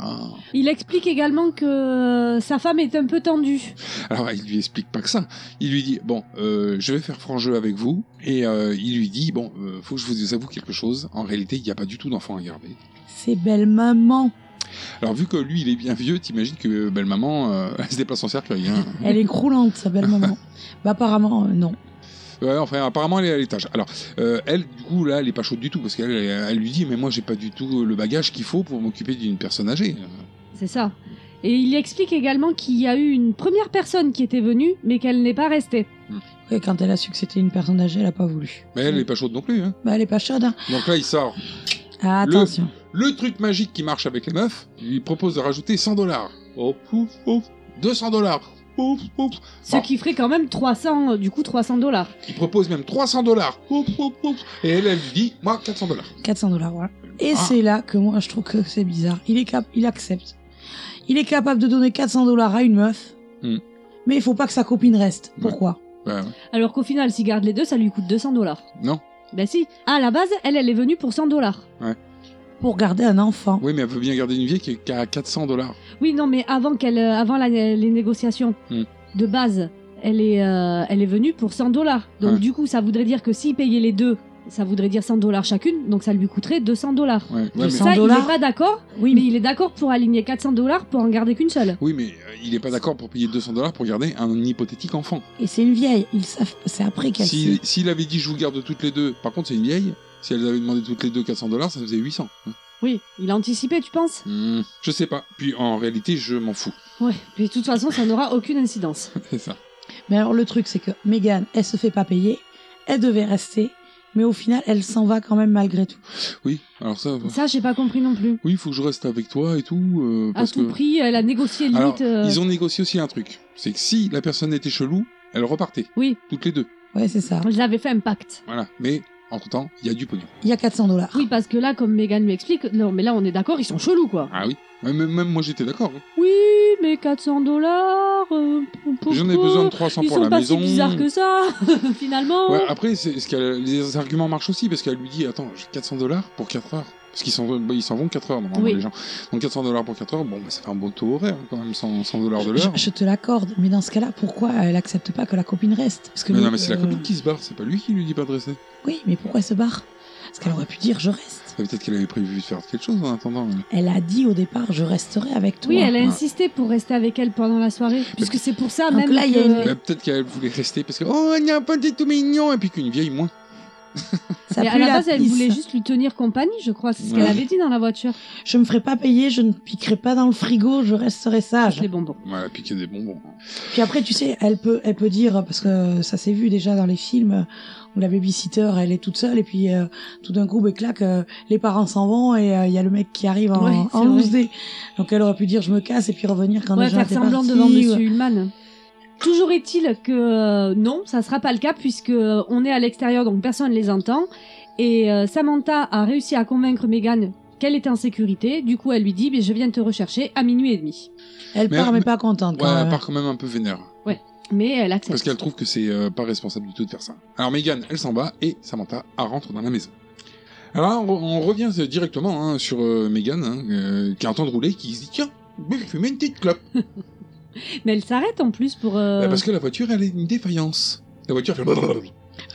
Il explique également que euh, sa femme est un peu tendue.
Alors il lui explique pas que ça. Il lui dit bon, euh, je vais faire franc jeu avec vous et euh, il lui dit bon, euh, faut que je vous avoue quelque chose. En réalité, il n'y a pas du tout d'enfant à garder.
C'est belle maman.
Alors, vu que lui, il est bien vieux, t'imagines que belle-maman, euh, elle se déplace en cercueil. Hein.
Elle est croulante, sa belle maman. bah apparemment, euh, non.
Ouais, enfin, apparemment, elle est à l'étage. Alors, euh, elle, du coup, là, elle est pas chaude du tout parce qu'elle elle elle lui dit Mais moi, j'ai pas du tout le bagage qu'il faut pour m'occuper d'une personne âgée.
C'est ça. Et il explique également qu'il y a eu une première personne qui était venue, mais qu'elle n'est pas restée.
Et quand elle a su que c'était une personne âgée, elle a pas voulu.
Mais elle est pas chaude non plus. Hein.
Bah elle est pas chaude, hein.
Donc là, il sort
Ah,
Le-
attention.
le truc magique qui marche avec les meufs. Il lui propose de rajouter 100 dollars. Oh, pouf, pouf. 200 dollars. Pouf, pouf.
Ce
Bon.
qui ferait quand même 300, euh, du coup 300 dollars.
Il propose même 300 dollars. Pouf, pouf, pouf. Et elle, elle lui dit Moi, 400 dollars.
400 dollars, voilà. Et
Ah.
c'est là que moi, je trouve que c'est bizarre. Il est cap, il accepte. Il est capable de donner 400 dollars à une meuf,
Hmm.
mais il faut pas que sa copine reste.
Ouais.
Pourquoi
Ouais, ouais.
Alors qu'au final, s'il garde les deux, ça lui coûte 200 dollars.
Non.
Ben si. À la base, elle, elle est venue pour 100 dollars.
Pour garder un enfant.
Oui, mais elle veut bien garder une vieille qui est qu'à 400 dollars.
Oui, non, mais avant qu'elle, euh, avant la- les négociations
Hmm.
de base, elle est, euh, elle est venue pour 100 dollars. Donc
Ouais.
du coup, ça voudrait dire que s'il payait les deux, ça voudrait dire 100 dollars chacune, donc ça lui coûterait 200 dollars.
Ouais, ouais, mais...
200.
Ça, il
dollars.
n'est pas d'accord,
Oui,
mais
mais
il est d'accord pour aligner 400 dollars pour en garder qu'une seule.
Oui, mais euh, il est pas d'accord pour payer 200 dollars pour garder un hypothétique enfant.
et c'est une vieille. Ils savent. C'est après qu'elle.
Si-
sait.
S'il avait dit je vous garde toutes les deux, par contre c'est une vieille, si elles avaient demandé toutes les deux 400 dollars, ça faisait 800.
Oui, il a anticipé, tu penses
Hmm, je sais pas. Puis en réalité, je m'en fous.
Ouais, puis de toute façon, ça n'aura aucune incidence.
C'est ça.
Mais alors le truc, c'est que Megan, elle se fait pas payer. Elle devait rester, mais au final, elle s'en va quand même malgré tout.
Oui, alors ça.
Ça, j'ai pas compris non plus.
Oui, il faut que je reste avec toi et tout. euh,
À
parce
tout
que...
prix, elle a négocié limite. euh,
Alors, ils ont négocié aussi un truc. C'est que si la personne était chelou, elle repartait.
Oui.
Toutes les deux.
Ouais, c'est ça.
euh, Ils avaient fait un pacte.
Voilà. Mais entre temps, il y a du pognon.
Il y a 400 dollars.
Oui, parce que là, comme Megan lui explique, non, mais là, on est d'accord, ils sont chelous, quoi.
Ah oui. Même, même moi, j'étais d'accord. hein.
Oui, mais 400 dollars. euh, pour-
J'en ai
pourquoi
besoin de 300
Ils
pour
sont
la
pas
maison.
si bizarres que ça, finalement.
Ouais, après, c'est, ce qu'elle- les arguments marchent aussi parce qu'elle lui dit Attends, j'ai 400 dollars pour 4 heures. Parce qu'ils s'en, bah, ils s'en vont 4 heures normalement,
Oui.
les gens. Donc 400 dollars pour 4 heures, bon, bah, ça fait un bon taux horaire hein, quand même, 100, 100 dollars de l'heure.
Je, je te l'accorde, mais dans ce cas-là, pourquoi elle accepte pas que la copine reste Parce que
Mais non,
le-
mais c'est la
euh,
copine qui se barre, c'est pas lui qui lui dit pas de rester.
Oui, mais pourquoi elle se barre Parce qu'elle aurait pu dire je reste.
Ah, peut-être qu'elle avait prévu de faire quelque chose en attendant. mais-
Elle a dit au départ je resterai avec toi.
Oui, elle a
Ouais.
insisté pour rester avec elle pendant la soirée, puisque c'est pour ça
Donc
même
là, il y a
que-
Bah, peut-être qu'elle voulait rester parce que Oh, il y a un pote tout mignon Et puis qu'une vieille moins.
Ça
Mais à
pue
la
la
base, elle
pisse.
voulait juste lui tenir compagnie, je crois. C'est ce
Ouais.
qu'elle avait dit dans la voiture.
Je me ferai pas payer, je ne piquerai pas dans le frigo, je resterai sage.
Les bonbons.
Voilà, piquer des bonbons. hein.
Puis après, tu sais, elle peut, elle peut dire parce que ça s'est vu déjà dans les films où la babysitter, elle est toute seule et puis euh, tout d'un coup, ben clac, euh, les parents s'en vont et euh, il y a le mec qui arrive en,
Ouais, c'est
en loose
vrai.
day. Donc elle aurait pu dire je me casse et puis revenir quand
Ouais,
déjà
faire
t'es
semblant
parti,
devant
ou-
Monsieur Ullman. Toujours est-il que euh, non, ça sera pas le cas puisque euh, on est à l'extérieur, donc personne les entend. Et euh, Samantha a réussi à convaincre Megan qu'elle était en sécurité. Du coup, elle lui dit "Mais je viens te rechercher à minuit et demi."
Elle
Mais-
part mais
mais-
pas contente.
Ouais,
quand même.
elle part quand même un peu vénère.
Mais elle accepte.
Parce qu'elle trouve que c'est euh, pas responsable du tout de faire ça. Alors Megan, elle s'en va et Samantha elle rentre dans la maison. Alors là, on, re- on revient euh, directement hein, sur euh, Megan, hein, euh, qui est en train de rouler, qui se dit tiens, je vais fumer une petite clope.
Mais elle s'arrête en plus pour. euh,
Bah, parce que la voiture, elle est une défaillance. La voiture fait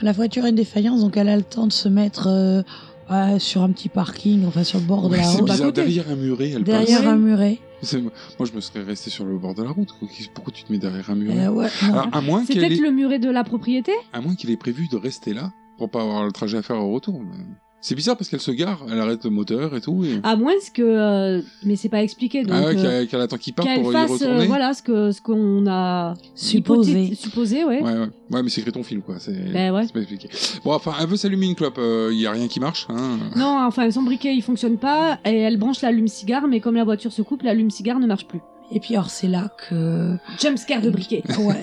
La voiture a une défaillance, donc elle a le temps de se mettre euh, ouais, sur un petit parking, enfin sur le bord de
Ouais,
la
c'est
route. Bah,
bizarre,
côté.
derrière un muret, elle
Derrière
Ouais.
un muret.
passe. C'est- Moi, je me serais resté sur le bord de la route. quoi. Qu'est- Pourquoi tu te mets derrière un muret
Euh, ouais, non.
Alors, à moins
C'est
qu'elle
peut-être
ait...
le muret de la propriété.
à moins qu'il ait prévu de rester là pour pas avoir le trajet à faire au retour. mais- C'est bizarre parce qu'elle se gare, elle arrête le moteur et tout. Et...
À moins que. euh, Mais c'est pas expliqué. Donc,
Ah ouais,
euh,
qu'elle- qu'elle attend qu'il parte
qu'elle
pour y
fasse euh,
retourner.
voilà ce que ce qu'on a
supposé.
hypothé- supposé, ouais.
Ouais, ouais. Ouais, mais c'est créton film, quoi. C'est
Ben ouais.
c'est pas expliqué. Bon, enfin, elle veut s'allumer une clope. euh, Il y a rien qui marche. Hein.
Non, enfin, son briquet, il fonctionne pas, et elle branche l'allume-cigare, mais comme la voiture se coupe, l'allume-cigare ne marche plus.
Et puis alors c'est là que
Jumpscare
Mm.
de briquet.
Bah,
ouais,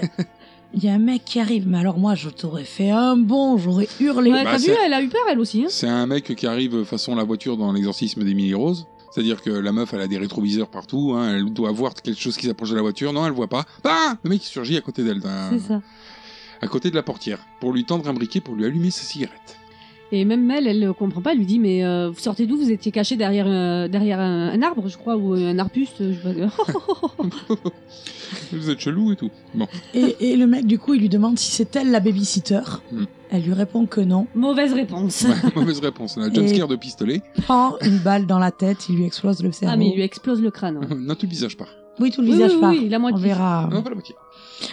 il y a un mec qui arrive. Mais alors moi je t'aurais fait un bond, j'aurais hurlé.
Ouais,
Bah,
t'as vu,
c'est-
elle a eu peur, elle aussi. hein.
C'est un mec qui arrive façon la voiture dans l'exorcisme d'Emily Rose. C'est-à-dire que la meuf, elle a des rétroviseurs partout. hein, Elle doit voir quelque chose qui s'approche de la voiture. Non, elle voit pas. Bah le mec qui surgit à côté d'elle, d'un-
C'est ça.
à côté de la portière, pour lui tendre un briquet pour lui allumer sa cigarette.
Et même elle, elle ne comprend pas, elle lui dit Mais euh, vous sortez d'où Vous étiez caché derrière, euh, derrière un, un arbre, je crois, ou un arbuste. Je... sais pas.
Vous êtes chelou et tout. Bon.
Et, et le mec, du coup, il lui demande si c'est elle la babysitter.
Hmm.
Elle lui répond que non.
Mauvaise réponse.
Ouais, mauvaise réponse. On a jumpscare de pistolet.
Prend une balle dans la tête, il lui explose le cerveau.
Ah, mais il lui explose le crâne. ouais.
non, tout le visage part.
Oui, tout le
Oui,
visage
oui,
part.
oui, Hein la
On
moitié.
verra.
Non, pas la moitié.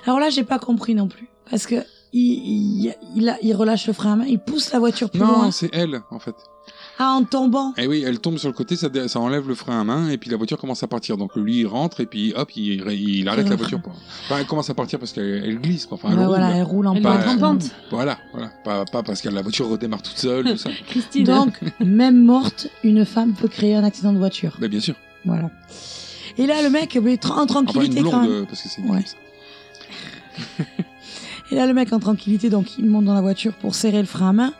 Alors là, j'ai pas compris non plus. Parce que il, il, il, a- il relâche le frein à main, il pousse la voiture plus loin.
Non, c'est elle, en fait.
Ah, en tombant.
Et oui, elle tombe sur le côté, ça, dé- ça enlève le frein à main, et puis la voiture commence à partir. Donc lui, il rentre, et puis hop, il, ré- il arrête la voiture. Pour... Enfin, elle commence à partir parce qu'elle elle glisse, quoi. Enfin, Ah, elle
Ouais,
roule.
Ah, voilà, elle roule en
Elle
Bah,
doit être en
euh,
pente.
pente.
Voilà, voilà. Pas, pas parce que la voiture redémarre toute seule, tout ça.
Christine.
Donc, même morte, une femme peut créer un accident de voiture.
Mais Bah, bien sûr.
Voilà. Et là, le mec, mais tra- en
Enfin, une
tranquillité quand
blonde,
même.
euh, parce que c'est une
Ouais.
ellipse.
Et là, le mec, en tranquillité, donc, il monte dans la voiture pour serrer le frein à main.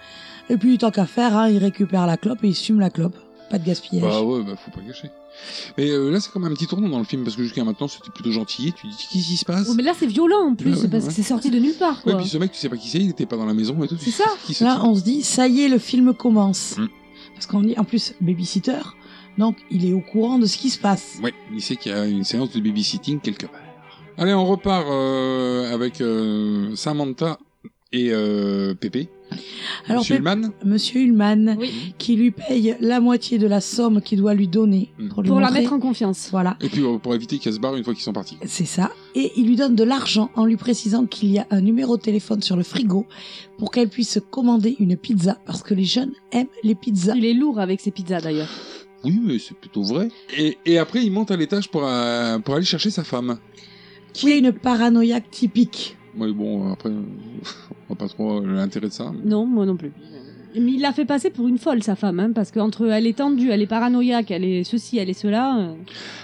Et puis, tant qu'à faire, hein, il récupère la clope et il fume la clope. Pas de gaspillage.
Bah ouais, bah faut pas gâcher. Mais euh, là, c'est quand même un petit tournant dans le film, parce que jusqu'à maintenant, c'était plutôt gentil. Tu dis, qu'est-ce qui se passe
Oh, mais là, c'est violent en plus,
Ouais, ouais,
parce
ouais.
que c'est sorti de nulle part,
Ouais,
quoi.
puis ce mec, tu sais pas qui c'est, il était pas dans la maison et tout. tu
C'est
sais
ça.
Qui se
Là,
tient.
on se dit, ça y est, le film commence.
Mm.
Parce qu'on dit, en plus, babysitter, donc il est au courant de ce qui se passe.
Ouais, il sait qu'il y a une séance de babysitting quelque part. Allez, on repart euh, avec euh, Samantha et euh, Pépé.
Alors,
Monsieur
Pep-
Ullman,
Monsieur Ullman,
Oui.
qui lui paye la moitié de la somme qu'il doit lui donner
Mm.
pour, lui
Pour la
montrer-
mettre en confiance.
Voilà,
et puis euh, pour éviter qu'elle se barre une fois qu'ils sont partis.
c'est ça. Et il lui donne de l'argent en lui précisant qu'il y a un numéro de téléphone sur le frigo pour qu'elle puisse commander une pizza, parce que les jeunes aiment les pizzas.
Il est lourd avec ses pizzas, d'ailleurs.
Oui, mais c'est plutôt vrai. Et, et après, il monte à l'étage pour, euh, pour aller chercher sa femme.
Qui est une paranoïaque typique.
Ouais, bon, après, euh, on voit pas trop euh, l'intérêt de ça. mais-
Non, moi non plus. Mais il l'a fait passer pour une folle, sa femme, hein, parce qu'entre elle est tendue, elle est paranoïaque, elle est ceci, elle est cela. euh,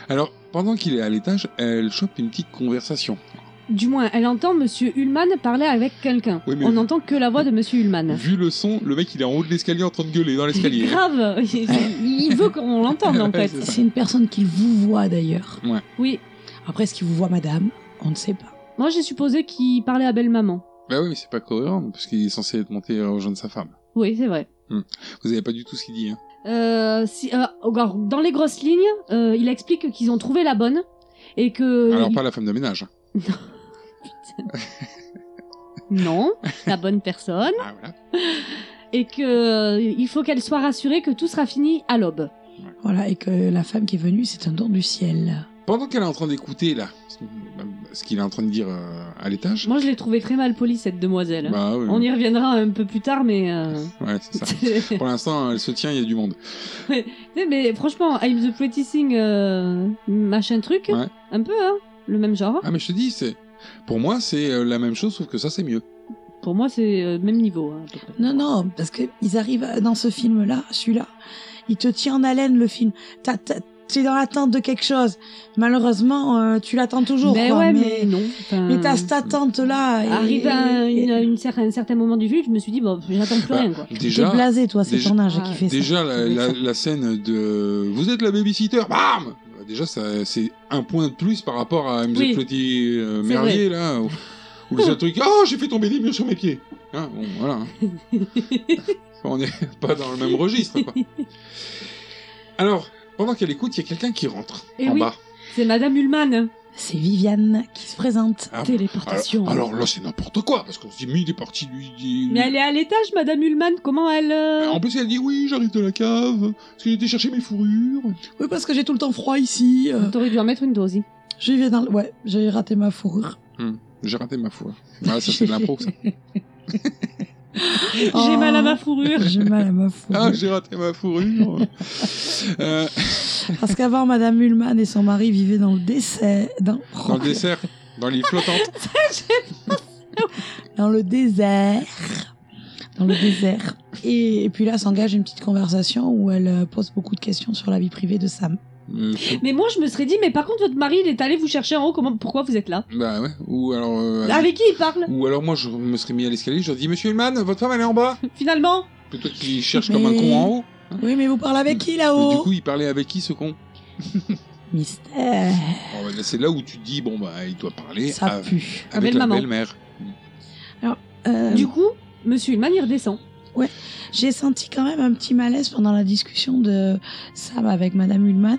Alors, pendant qu'il est à l'étage, elle chope une petite conversation.
Du moins, elle entend Monsieur Ullman parler avec quelqu'un.
Oui, mais-
On n'entend que la voix de Monsieur Ullman.
Vu le son, le mec, il est en haut de l'escalier en train de gueuler dans l'escalier.
Grave, il il veut qu'on l'entende en
Ouais,
fait.
c'est ça.
C'est une personne qu'il vous voit d'ailleurs.
Oui,
Après, ce qu'il vous voit, madame, on ne sait pas.
moi j'ai supposé qu'il parlait à belle maman.
bah oui, mais c'est pas cohérent, parce qu'il est censé être monté euh, rejoindre sa femme.
Oui, c'est vrai.
Vous avez pas du tout ce qu'il dit, hein.
Euh, si, euh, alors, dans les grosses lignes, euh, il explique qu'ils ont trouvé la bonne et que
Alors, pas la femme de ménage.
non, la bonne personne
Ah, voilà.
et que euh, il faut qu'elle soit rassurée que tout sera fini à l'aube.
Voilà, et que la femme qui est venue, c'est un don du ciel.
Pendant qu'elle est en train d'écouter là ce qu'il est en train de dire euh, à l'étage.
Moi, je l'ai trouvée très mal polie cette demoiselle.
Bah oui,
On y reviendra un peu plus tard, mais. euh,
ouais, c'est ça. Pour l'instant, elle se tient, il y a du monde.
Mais, mais franchement, I'm the Pretty Thing, euh, machin truc,
Ouais.
un peu, hein, le même genre.
Ah mais je te dis, c'est pour moi c'est euh, la même chose sauf que ça c'est mieux.
Pour moi, c'est euh, même niveau. hein, à peu près.
Non, non, parce que ils arrivent à- dans ce film-là, celui-là. Il te tient en haleine, le film. T'as- t'as- T'es dans l'attente de quelque chose. Malheureusement, euh, tu l'attends toujours.
mais
quoi,
ouais, mais,
mais,
non. enfin,
mais t'as cette attente-là. Ah, et-
Arrivé à
et-
une- une cer- un certain moment du film, je me suis dit, bon, j'attends plus
Bah,
rien, quoi.
T'es
Déjà,
blasé, toi, c'est
déjà-
ton âge
Ah,
qui fait
déjà
ça.
la, la- la scène de vous êtes la babysitter, bam. Déjà ça c'est un point de plus par rapport à M.
Oui.
Petit euh,
C'est
Merlier là où, où le seul truc oh j'ai fait tomber des murs sur mes pieds. Hein, bon, voilà. hein. On n'est pas dans le même registre quoi. Alors pendant qu'elle écoute, il y a quelqu'un qui rentre
Eh
en
oui.
bas.
C'est Madame Ullman.
C'est Viviane qui se présente.
Ah,
Téléportation.
Alors, alors là, c'est n'importe quoi, parce qu'on se dit, mais il est parti lui. lui-
Mais elle est à l'étage, Madame Ullman, comment elle. euh,
Ah,
En plus, elle dit, oui, j'arrive de la cave, parce que j'étais chercher mes fourrures.
Oui, parce que j'ai tout le temps froid ici. euh,
T'aurais dû en mettre une dose.
je vais dans le... Ouais, j'ai raté ma fourrure.
J'ai raté ma foi. Ah, ça, c'est de l'impro, ça.
J'ai mal à
Oh.
ma fourrure.
J'ai mal à ma fourrure.
Ah, j'ai raté ma fourrure. Euh,
Parce qu'avant, Madame Ullman et son mari vivaient dans le décès, dans,
dans le dessert, dans l'île flottante.
dans le désert, dans le désert. Et, et puis là, s'engage une petite conversation où elle euh, pose beaucoup de questions sur la vie privée de Sam.
Euh, faut-
Mais moi, je me serais dit, mais par contre, votre mari, il est allé vous chercher en haut, comment, pourquoi vous êtes là
bah ouais. Ou alors. euh,
Bah, Ah
Avec qui il parle,
Ou alors, moi, je me serais mis à l'escalier, je leur dis, monsieur Hillman, votre femme, elle est en bas.
finalement
Plutôt qu'il cherche
Mais- oh.
comme un con en haut.
Hein
Oui, mais vous parlez avec qui
Mais du
là-haut
coup, il parlait avec qui, ce con
Mystère.
Oh, bah, là, C'est là où tu te dis, bon, bah, il doit parler
Ça
avec,
pue.
avec la
Belle-maman.
belle-mère.
Euh,
Du coup, Monsieur Ullman, il redescend.
J'ai senti quand même un petit malaise pendant la discussion de Sam avec Madame Ullman.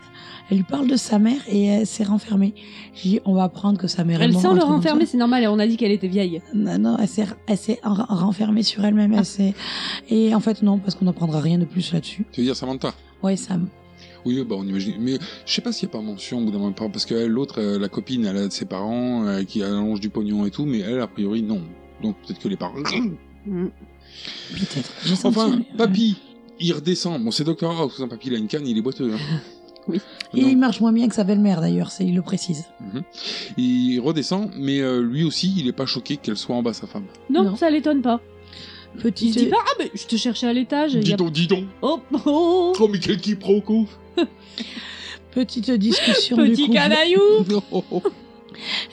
Elle lui parle de sa mère et elle s'est renfermée. J'ai dit, on va apprendre que sa mère est
Elle
morte.
sent le
un truc comme ça.
renfermer, c'est normal, et on a dit qu'elle était vieille.
Non, non, elle s'est, elle s'est en- renfermée sur elle-même.
Ah.
Elle s'est- Et en fait, non, parce qu'on n'apprendra rien de plus là-dessus.
Tu veux dire Samantha
Ouais, Sam.
Oui, bah on imagine. Mais je sais pas s'il n'y a pas mention au bout d'un moment, parce que elle, l'autre, euh, la copine, elle a de ses parents, euh, qui allonge du pognon et tout, mais elle, a priori, non. Donc peut-être que les parents.
Peut-être. J'ai senti-
enfin, papy, il redescend. Bon, c'est Dr House, hein, papy, il a une canne, il est boiteux. hein.
Oui.
Et
Donc,
il marche moins bien que sa belle-mère d'ailleurs, c'est, il le précise.
il redescend, mais euh, lui aussi, il est pas choqué qu'elle soit en bas, sa femme.
Non,
Non.
ça l'étonne pas.
Petit.
Il se dit pas, ah, mais je te cherchais à l'étage. il y
Dis
a-
donc, dis donc
Oh, oh, oh.
Oh, mais quel quiproquo
Petite discussion du
petit
couple.
canaillou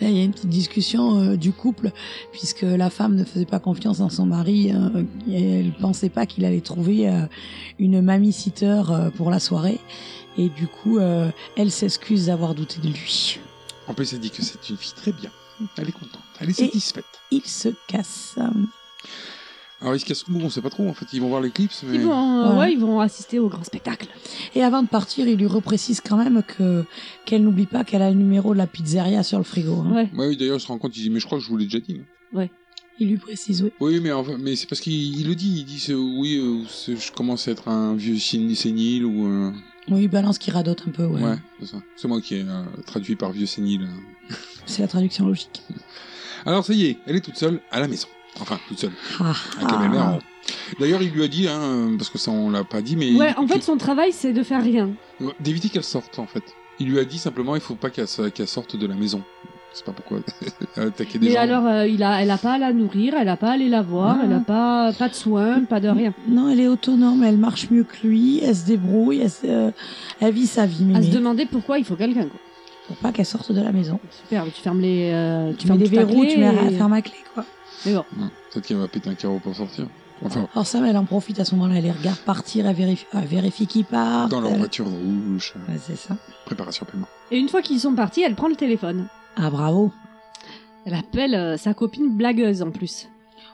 Là, il y a une petite discussion euh, du couple, puisque la femme ne faisait pas confiance en son mari. euh, et elle pensait pas qu'il allait trouver euh, une mamie-sitter euh, pour la soirée. Et du coup, euh, elle s'excuse d'avoir douté de lui.
En plus, elle dit que c'est une fille très bien. Elle est contente, elle est satisfaite.
Il se casse.
Alors, ils se cassent où On sait pas trop, en fait. Ils vont voir l'éclipse, mais.
Ils vont, euh,
Ouais.
ouais, ils vont assister au grand spectacle.
Et avant de partir, il lui reprécise quand même que qu'elle n'oublie pas qu'elle a le numéro de la pizzeria sur le frigo. hein.
Ouais.
Ouais, Bah oui, d'ailleurs, il se rend compte, il dit, mais je crois que je vous l'ai déjà dit. non
Il lui précise, oui.
Oui, mais, enfin, mais c'est parce qu'il il le dit, il dit, c'est- oui, euh, c'est- je commence à être un vieux sén- sénile ou... euh,
Oui, il balance qui radote un peu,
ouais,
ouais.
c'est ça. C'est moi qui ai euh, traduit par vieux sénile.
C'est la traduction logique.
Alors ça y est, elle est toute seule à la maison. Enfin, toute seule,
Ah,
avec la
ah.
belle-mère. en haut. D'ailleurs, il lui a dit, hein, parce que ça, on l'a pas dit, mais...
Ouais, en fait, son travail, c'est de faire rien.
Ouais, D'éviter qu'elle sorte, en fait. Il lui a dit simplement, il faut pas qu'elle so- qu'elle sorte de la maison. C'est pas pourquoi attaquer des
Mais
gens.
alors, euh, il a, elle a pas à la nourrir, elle a pas à aller la voir,
Ah.
elle a pas, pas de soins, pas de rien.
Non, elle est autonome, elle marche mieux que lui, elle se débrouille, elle, se- euh, elle vit sa vie, mais
À se demander pourquoi il faut quelqu'un. quoi.
pour pas qu'elle sorte de la maison.
Super, mais tu fermes les, euh, tu
Tu
fermes
mets des
tout à
verrous,
clé
tu mets à
et-
faire ma clé, quoi.
Mais bon,
Ouais, Hum, Peut-être qu'elle va péter un carreau pour sortir. Enfin,
Alors Sam, elle en profite à ce moment-là, elle les regarde partir, elle vérifie, elle vérifie qu'ils partent.
dans leur
elle-
voiture rouge, euh,
Ouais, c'est ça.
préparation paiement.
Et une fois qu'ils sont partis, elle prend le téléphone.
Ah, bravo.
Elle appelle euh, sa copine blagueuse en plus.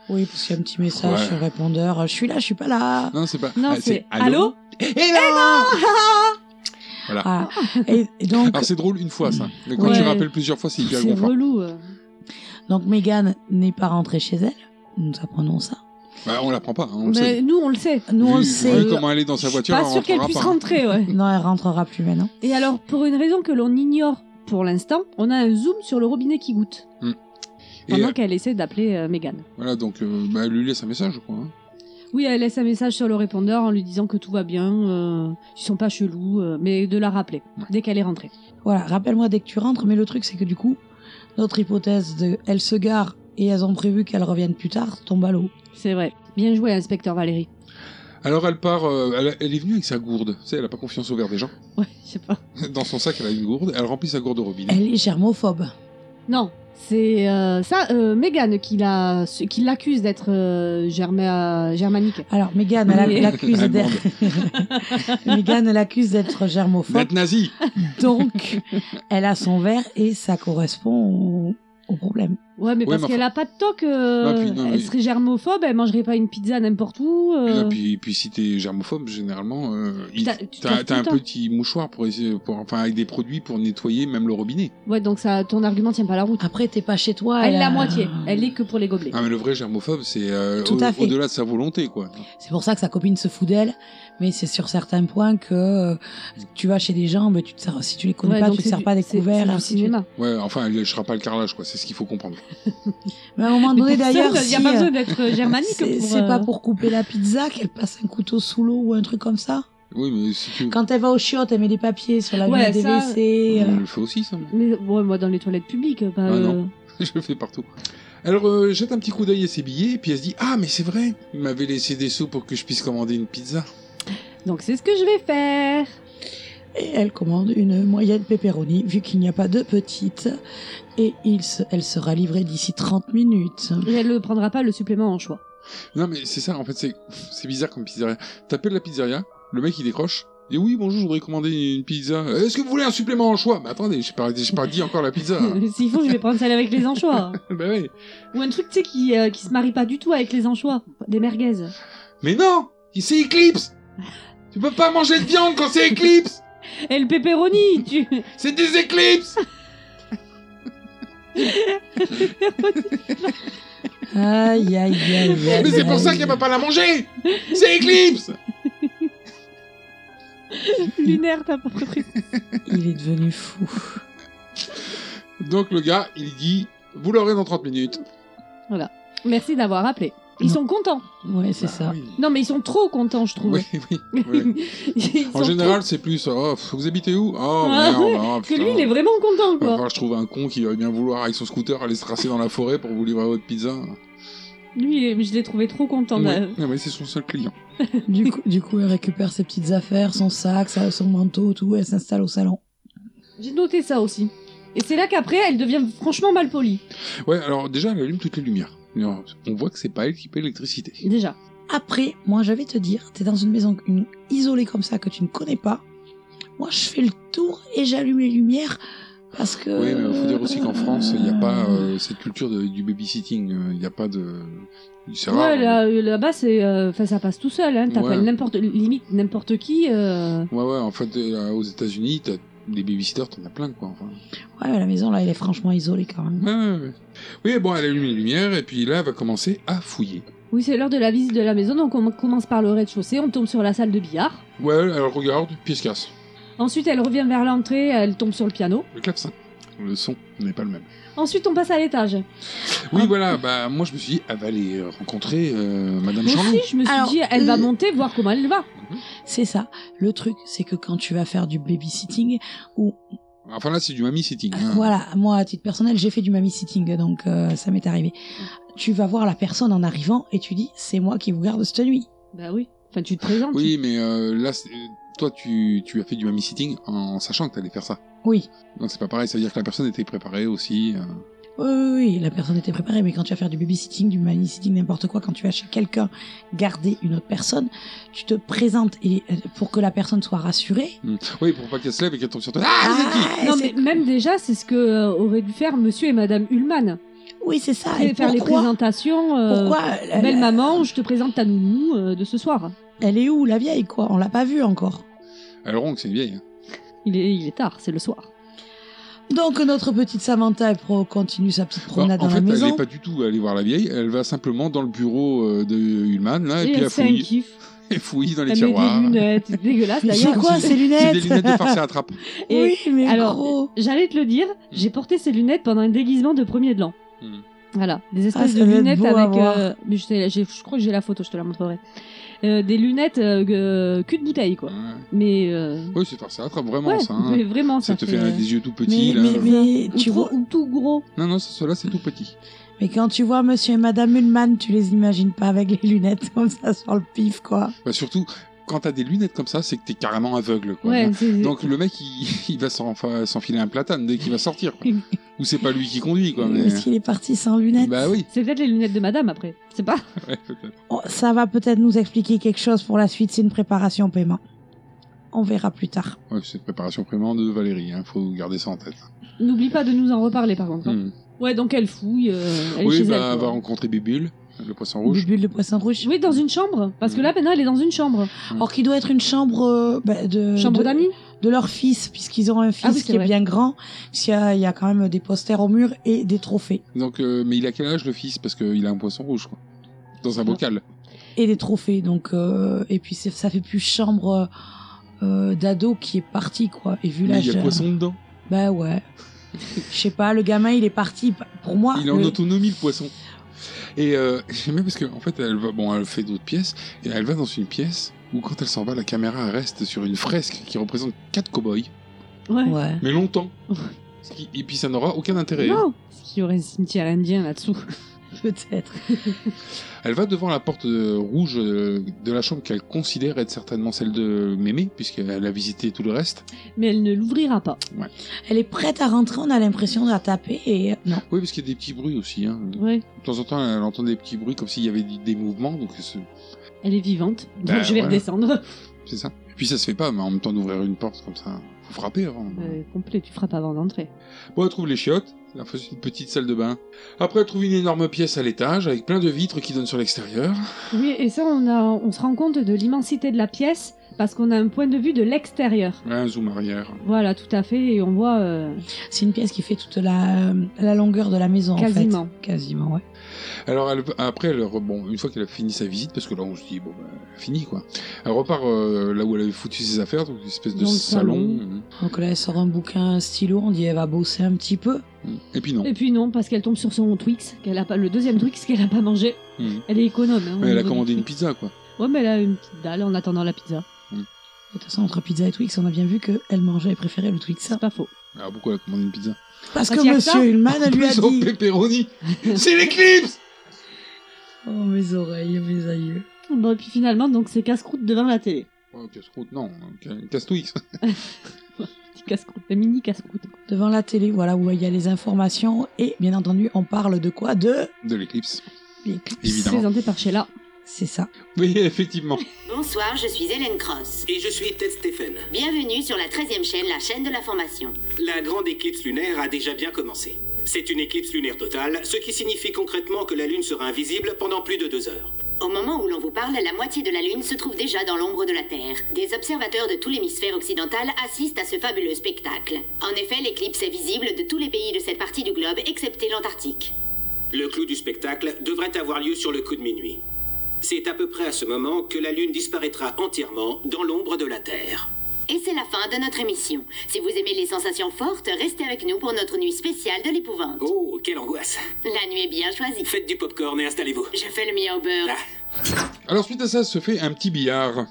Oui, parce qu'il y a un petit message
Ouais.
sur répondeur. euh, Je suis là, je suis pas là.
Non, c'est Eh, pas...
Non,
ah,
c'est Allô
Ah. Et, et donc,
Alors Ah, c'est drôle une fois ça, mais quand
Eh Ouais.
tu rappelles plusieurs fois c'est hyper
C'est
gonflant.
relou. euh.
donc Megan n'est pas rentrée chez elle. Nous apprenons ça.
Bah, on la prend pas, hein, on le
Mais
sait.
nous, on le sait.
Nous,
Vu-
on le
vu
sait.
comment elle est dans sa voiture,
pas
elle
sûr qu'elle
rentrera
puisse
pas. hein.
rentrer, ouais.
Non, elle rentrera plus maintenant.
Et alors, pour une raison que l'on ignore pour l'instant, on a un zoom sur le robinet qui goûte.
Et
Pendant
euh,
qu'elle essaie d'appeler euh, Megan.
voilà, donc euh, bah, elle lui laisse un message quoi. hein.
Oui, elle laisse un message sur le répondeur en lui disant que tout va bien, euh, ils sont pas chelous, euh, mais de la rappeler
Ouais.
dès qu'elle est rentrée.
Voilà, rappelle-moi dès que tu rentres, mais le truc c'est que du coup, notre hypothèse de elles se garent et elles ont prévu qu'elles reviennent plus tard tombe à l'eau.
C'est vrai. Bien joué, inspecteur Valérie.
Alors elle part, euh, elle, elle est venue avec sa gourde, tu sais, elle a pas confiance au verre des gens.
Ouais, je sais pas.
Dans son sac elle a une gourde, elle remplit sa gourde au robinet.
Elle est germophobe.
Non, c'est euh, ça, euh, Megan qui la- qui l'accuse d'être euh, germa- germanique.
Alors, Mégane, elle
Oui.
a- l'accuse
Elle
d'être. Mégane, elle accuse d'être germophobe.
D'être nazi
Donc, elle a son verre et ça correspond au, au problème.
Ouais, mais
Oui,
parce
mais
qu'elle a pas de toc, euh,
Ah, puis non,
elle
mais-
serait germophobe, elle mangerait pas une pizza n'importe où. euh,
Et puis, puis si t'es germophobe, généralement, euh, il-
T'as- tu
t'as
t'as
t'as un
tout le temps.
petit mouchoir pour essayer, pour, enfin avec des produits pour nettoyer même le robinet.
Ouais, donc ça, ton argument tient pas la route.
Après, t'es pas chez toi.
elle
a-
la moitié, elle est que pour les gobelets.
Ah mais le vrai germophobe c'est euh,
Tout
au-
à fait.
au-delà de sa volonté quoi.
C'est pour ça que sa copine se fout d'elle, mais c'est sur certains points que euh, tu vas chez des gens, mais tu te sers- si tu les connais
Ouais,
pas,
donc
tu te
c'est
sers
du-
pas des
c'est-
couverts. hein,
c'est du
ainsi de suite.
cinéma.
Ouais, enfin elle lâchera pas le carrelage quoi, c'est ce qu'il faut comprendre.
Mais à un moment
Mais
donné,
pour ça,
d'ailleurs,
Il n'y a
si,
pas
euh,
besoin d'être germanique
C'est
pour.
c'est pas
euh,
pour couper la pizza qu'elle passe un couteau sous l'eau ou un truc comme ça.
Oui mais si tu...
Quand elle va au chiottes, elle met des papiers sur la
Ouais,
gueule des
ça-
WC.
On
euh.
le fait aussi ça. moi.
Mais ouais, moi, dans les toilettes publiques, bah,
Ah, non.
euh,
Je le fais partout. Alors, euh, jette un petit coup d'œil à ses billets, puis elle se dit Ah, mais c'est vrai, il m'avait laissé des sous pour que je puisse commander une pizza.
donc c'est ce que je vais faire.
Et elle commande une moyenne pepperoni, vu qu'il n'y a pas de petite. Et il se- elle sera livrée d'ici 30 minutes.
Et elle ne prendra pas le supplément en choix.
Non, mais c'est ça, en fait, c'est c'est bizarre comme pizzeria. T'appelles la pizzeria, le mec il décroche. Et oui, bonjour, je voudrais commander une pizza. Euh, Est-ce que vous voulez un supplément en choix Mais attendez, j'ai pas, j'ai pas dit encore la pizza. hein.
S'il faut, je vais prendre celle avec les anchois.
bah ouais.
Ou un truc, tu sais, qui, euh, qui se marie pas du tout avec les anchois. Des merguez.
Mais non C'est Eclipse Tu peux pas manger de viande quand c'est Eclipse
Et le pepperoni tu...
C'est des éclipses
Aïe, aïe, aïe, aïe.
Mais c'est pour ça
aïe.
qu'elle peut pas la manger C'est Eclipse
Lunaire, t'as pas compris.
Il est devenu fou.
Donc le gars, il dit Vous l'aurez dans 30 minutes.
Merci d'avoir appelé. Ils
Non.
sont contents.
Ouais, c'est
Bah,
ça.
oui.
Non, mais ils sont trop contents, je trouve.
Oui, oui, oui.
Ils
En
sont
général, c'est plus oh, pff, Vous habitez où Oh
Ah,
merde
ouais,
oh,
trop- Que
putain.
lui, il est hein. vraiment content, quoi.
Enfin, je trouve un con qui va bien vouloir avec son scooter aller se tracer dans la forêt pour vous livrer votre pizza.
Lui, il est- je l'ai trouvé trop content.
Ouais.
euh,
Ah ouais, c'est son seul client.
Du coup, du coup, elle récupère ses petites affaires, son sac, sa- son manteau, tout. Elle s'installe au salon.
J'ai noté ça aussi. Et c'est là qu'après, elle devient franchement malpolie.
Ouais, alors déjà, elle allume toutes les lumières. Alors, On voit que c'est pas elle qui paye l'électricité.
Déjà.
Après, moi, j'avais te dire, t'es dans une maison une- isolée comme ça que tu ne connais pas. Moi, je fais le tour et j'allume les lumières parce que.
Euh,
Oui, mais il faut dire aussi qu'en France, il n'y a pas euh, cette culture de- du babysitting. euh, Il n'y a pas de. C'est rare.
Ouais,
euh.
là- là-bas, c'est, euh, enfin, ça passe tout seul. Hein. T'appelles
Ouais.
n'importe, limite n'importe qui. euh,
Ouais, ouais, en fait, euh, aux États-Unis, t'as des babysitters, t'en as plein, quoi. Enfin.
Ouais, mais la maison là, elle est franchement isolée quand même.
Ouais, ouais, ouais. Oui, bon, elle allume les lumières et puis là, elle va commencer à fouiller.
Oui, c'est l'heure de la visite de la maison, donc on commence par le rez-de-chaussée, on tombe sur la salle de billard.
Ouais, elle regarde, puis elle se casse.
Ensuite, elle revient vers l'entrée, elle tombe sur le piano.
Le clavecin. Le son n'est pas le même.
Ensuite, on passe à l'étage.
Oui,
Ah.
voilà, bah moi je me suis dit, elle va aller euh, rencontrer euh, Madame
Moi
Chanlou.
aussi, je me suis
Alors,
dit, elle va
euh,
monter, voir comment elle va.
C'est ça. Le truc, c'est que quand tu vas faire du babysitting, ou
Enfin là, c'est du mamie sitting. hein.
voilà, moi à titre personnel, j'ai fait du mamie sitting, donc euh, ça m'est arrivé. Tu vas voir la personne en arrivant et tu dis, c'est moi qui vous garde cette nuit.
Bah oui. Enfin, tu te présentes.
Oui, mais euh, là, c'est- toi, tu, tu as fait du mamie sitting en sachant que t'allais faire ça.
Oui.
Donc c'est pas pareil, ça veut dire que la personne était préparée aussi. euh.
Oui, oui, oui, la personne était préparée, mais quand tu vas faire du babysitting, du mamie-sitting, n'importe quoi, quand tu vas chez quelqu'un garder une autre personne, tu te présentes et euh, pour que la personne soit rassurée.
Oui, pour pas qu'elle se lève et qu'elle tombe sur toi. Ah, vous êtes qui
Ah,
Non,
c'est-
mais même déjà, c'est ce que euh, auraient dû faire monsieur et madame Ullman.
Oui, c'est ça. Et
Faire les
pourquoi,
présentations. euh,
pourquoi elle,
Belle maman, je te présente ta nounou euh, de ce soir.
elle est où, la vieille, quoi On l'a pas vue encore.
Elle ronque, c'est une vieille. hein.
Il est, il est tard, c'est le soir.
Donc notre petite Samantha elle pro- continue sa petite
Bah,
promenade
en
dans
fait,
la
elle
maison.
n'est pas du tout allée voir la vieille, elle va simplement dans le bureau euh, de Ullman, là, et, puis
elle
elle
se fait un
fouille,
kiff.
elle fouille dans les
Elle met des
tiroirs.
lunettes, c'est dégueulasse
C'est
d'ailleurs.
Ah, quoi ces
C'est
lunettes,
des lunettes de farce à attrape.
Et
Oui, mais
alors,
gros.
J'allais te le dire, j'ai porté ces lunettes pendant un déguisement de premier de l'an.
Mhm.
Voilà, des espèces
Ah, ça
de
doit être
lunettes
beau à
avec.
voir.
euh, mais je, sais- j'ai- je crois que j'ai la photo, je te la montrerai. Euh, des lunettes euh, euh, cul de bouteille, quoi.
Ouais.
Mais. euh,
Oui, c'est farce à attrape, vraiment,
ouais,
ça. hein.
mais vraiment,
Ça
ça,
te
fait,
fait
euh,
des yeux tout petits,
Mais,
là.
mais, mais,
ou
tu
trop-
vois,
ou tout gros.
Non, non, ça- ceux-là, c'est tout petit.
mais quand tu vois Monsieur et Madame Ullman, tu les imagines pas avec les lunettes comme ça sur le pif, quoi.
Bah, surtout, quand t'as des lunettes comme ça, c'est que t'es carrément aveugle. Quoi.
Ouais, c'est-
Donc le mec, il, il va s'en- enfin, s'enfiler un platane dès qu'il va sortir. quoi. Ou c'est pas lui qui conduit, quoi. mais-
Parce qu'il est parti sans lunettes.
Bah oui,
c'est peut-être les lunettes de madame après. C'est pas.
ouais, peut-être.
Oh, ça va peut-être nous expliquer quelque chose pour la suite. C'est une préparation au paiement. On verra plus tard.
Ouais, c'est préparation primaire de Valérie, hein. faut garder ça en tête.
N'oublie pas de nous en reparler par contre. hein.
Hmm.
Ouais, donc elle fouille. euh, elle est
Oui,
chez
bah,
elle,
va
quoi.
rencontrer Bibule, le poisson
Des
rouge.
bulles de poisson rouge.
Oui, dans une chambre. Parce
Hmm.
que là, maintenant, elle est dans une chambre.
Or qui doit être une chambre euh, bah, de
Chambre
de-
d'amis.
de leur fils, puisqu'ils ont un fils
Ah oui, c'est
qui est
vrai.
bien grand, puisqu'il y, a- il y a quand même des posters au mur et des trophées.
Donc, euh, mais il a quel âge le fils Parce qu'il a un poisson rouge, quoi.
Hein?
Dans un bocal.
Et des trophées, donc... euh, et puis c'est- ça fait plus chambre euh, d'ado qui est parti, quoi. Et vu
Mais il y
l'âge...
a
euh,
poisson dedans.
Bah ouais. Je sais pas, le gamin, il est parti. Pour moi...
Il est en
le-
autonomie, le poisson. Et euh, j'aime bien parce qu'en en fait, elle va, bon, elle fait d'autres pièces, et elle va dans une pièce où quand elle s'en va, la caméra elle reste sur une fresque qui représente quatre cow-boys,
Ouais.
Ouais.
mais longtemps. Ce qui- Et puis ça n'aura aucun intérêt.
Non. Parce qu'il y aurait un cimetière indien là-dessous.
Peut-être.
Elle va devant la porte euh, rouge euh, de la chambre qu'elle considère être certainement celle de Mémé, puisqu'elle a visité tout le reste.
Mais elle ne l'ouvrira pas.
Elle est prête à rentrer, on a l'impression de la taper et... euh, Non.
Oui, parce qu'il y a des petits bruits aussi. hein.
Ouais.
De temps en temps, elle entend des petits bruits comme s'il y avait des- des mouvements, donc c'est
Elle est vivante. Donc
Bah,
je vais
voilà.
redescendre.
c'est ça. Et puis ça se fait pas, mais en même temps d'ouvrir une porte comme ça. Faut frapper avant.
Euh, complet, tu frappes avant d'entrer.
Bon, elle trouve les chiottes, elle en fait une petite salle de bain. Après, elle trouve une énorme pièce à l'étage, avec plein de vitres qui donnent sur l'extérieur.
Oui, et ça, on, a, on se rend compte de l'immensité de la pièce parce qu'on a un point de vue de l'extérieur.
Ouais, un zoom arrière.
Voilà, tout à fait, et on voit euh,
C'est une pièce qui fait toute la, euh, la longueur de la maison, en
quasiment.
fait. Quasiment, ouais.
Alors, elle- après, elle, re- bon, une fois qu'elle a fini sa visite, parce que là, on se dit, bon, bah, fini, quoi. Elle repart euh, là où elle avait foutu ses affaires, donc une espèce de
Dans le
salon. Mmh,
salon. Donc là, elle sort un bouquin, un stylo, on dit elle va bosser un petit peu.
Mhm. Et puis non.
Et puis non, parce qu'elle tombe sur son Twix, qu'elle a pas, le deuxième Twix qu'elle a pas mangé.
Mhm.
Elle est économe. hein, au
Mais elle a
niveau
commandé
du
une
Twix.
pizza, quoi.
Ouais, mais elle a une petite dalle en attendant la pizza.
De toute façon, entre pizza et Twix, on a bien vu qu'elle mangeait et préférait le Twix.
C'est pas faux.
Alors, pourquoi elle a commandé une pizza
Parce
Parce que
qu'il y a que Bah, ça.
Monsieur Hulman elle lui a
Plus au
dit...
pepperoni C'est l'éclipse
Oh, mes oreilles, mes aïeux.
Bon, et puis finalement, donc c'est casse-croûte devant la télé.
Oh, casse-croûte, non, ca- casse-twix.
Petit casse-croûte, un mini casse-croûte. quoi.
Devant la télé, voilà, où il y a les informations. Et bien entendu, on parle de quoi De
De l'éclipse,
l'éclipse.
évidemment.
Présenté par Sheila.
C'est ça.
Oui, effectivement.
Bonsoir, je suis Hélène Cross.
Et je suis Ted Stephen.
Bienvenue sur la 13e chaîne, la chaîne de la formation.
La grande éclipse lunaire a déjà bien commencé. C'est une éclipse lunaire totale, ce qui signifie concrètement que la Lune sera invisible pendant plus de deux heures.
Au moment où l'on vous parle, la moitié de la Lune se trouve déjà dans l'ombre de la Terre. Des observateurs de tout l'hémisphère occidental assistent à ce fabuleux spectacle. En effet, l'éclipse est visible de tous les pays de cette partie du globe, excepté l'Antarctique.
Le clou du spectacle devrait avoir lieu sur le coup de minuit. C'est à peu près à ce moment que la Lune disparaîtra entièrement dans l'ombre de la Terre.
Et c'est la fin de notre émission. Si vous aimez les sensations fortes, restez avec nous pour notre nuit spéciale de l'épouvante.
Oh, quelle angoisse.
La nuit est bien choisie.
Faites du popcorn et installez-vous.
Je fais le mien au beurre.
Ah.
Alors, suite à ça, se fait un petit billard.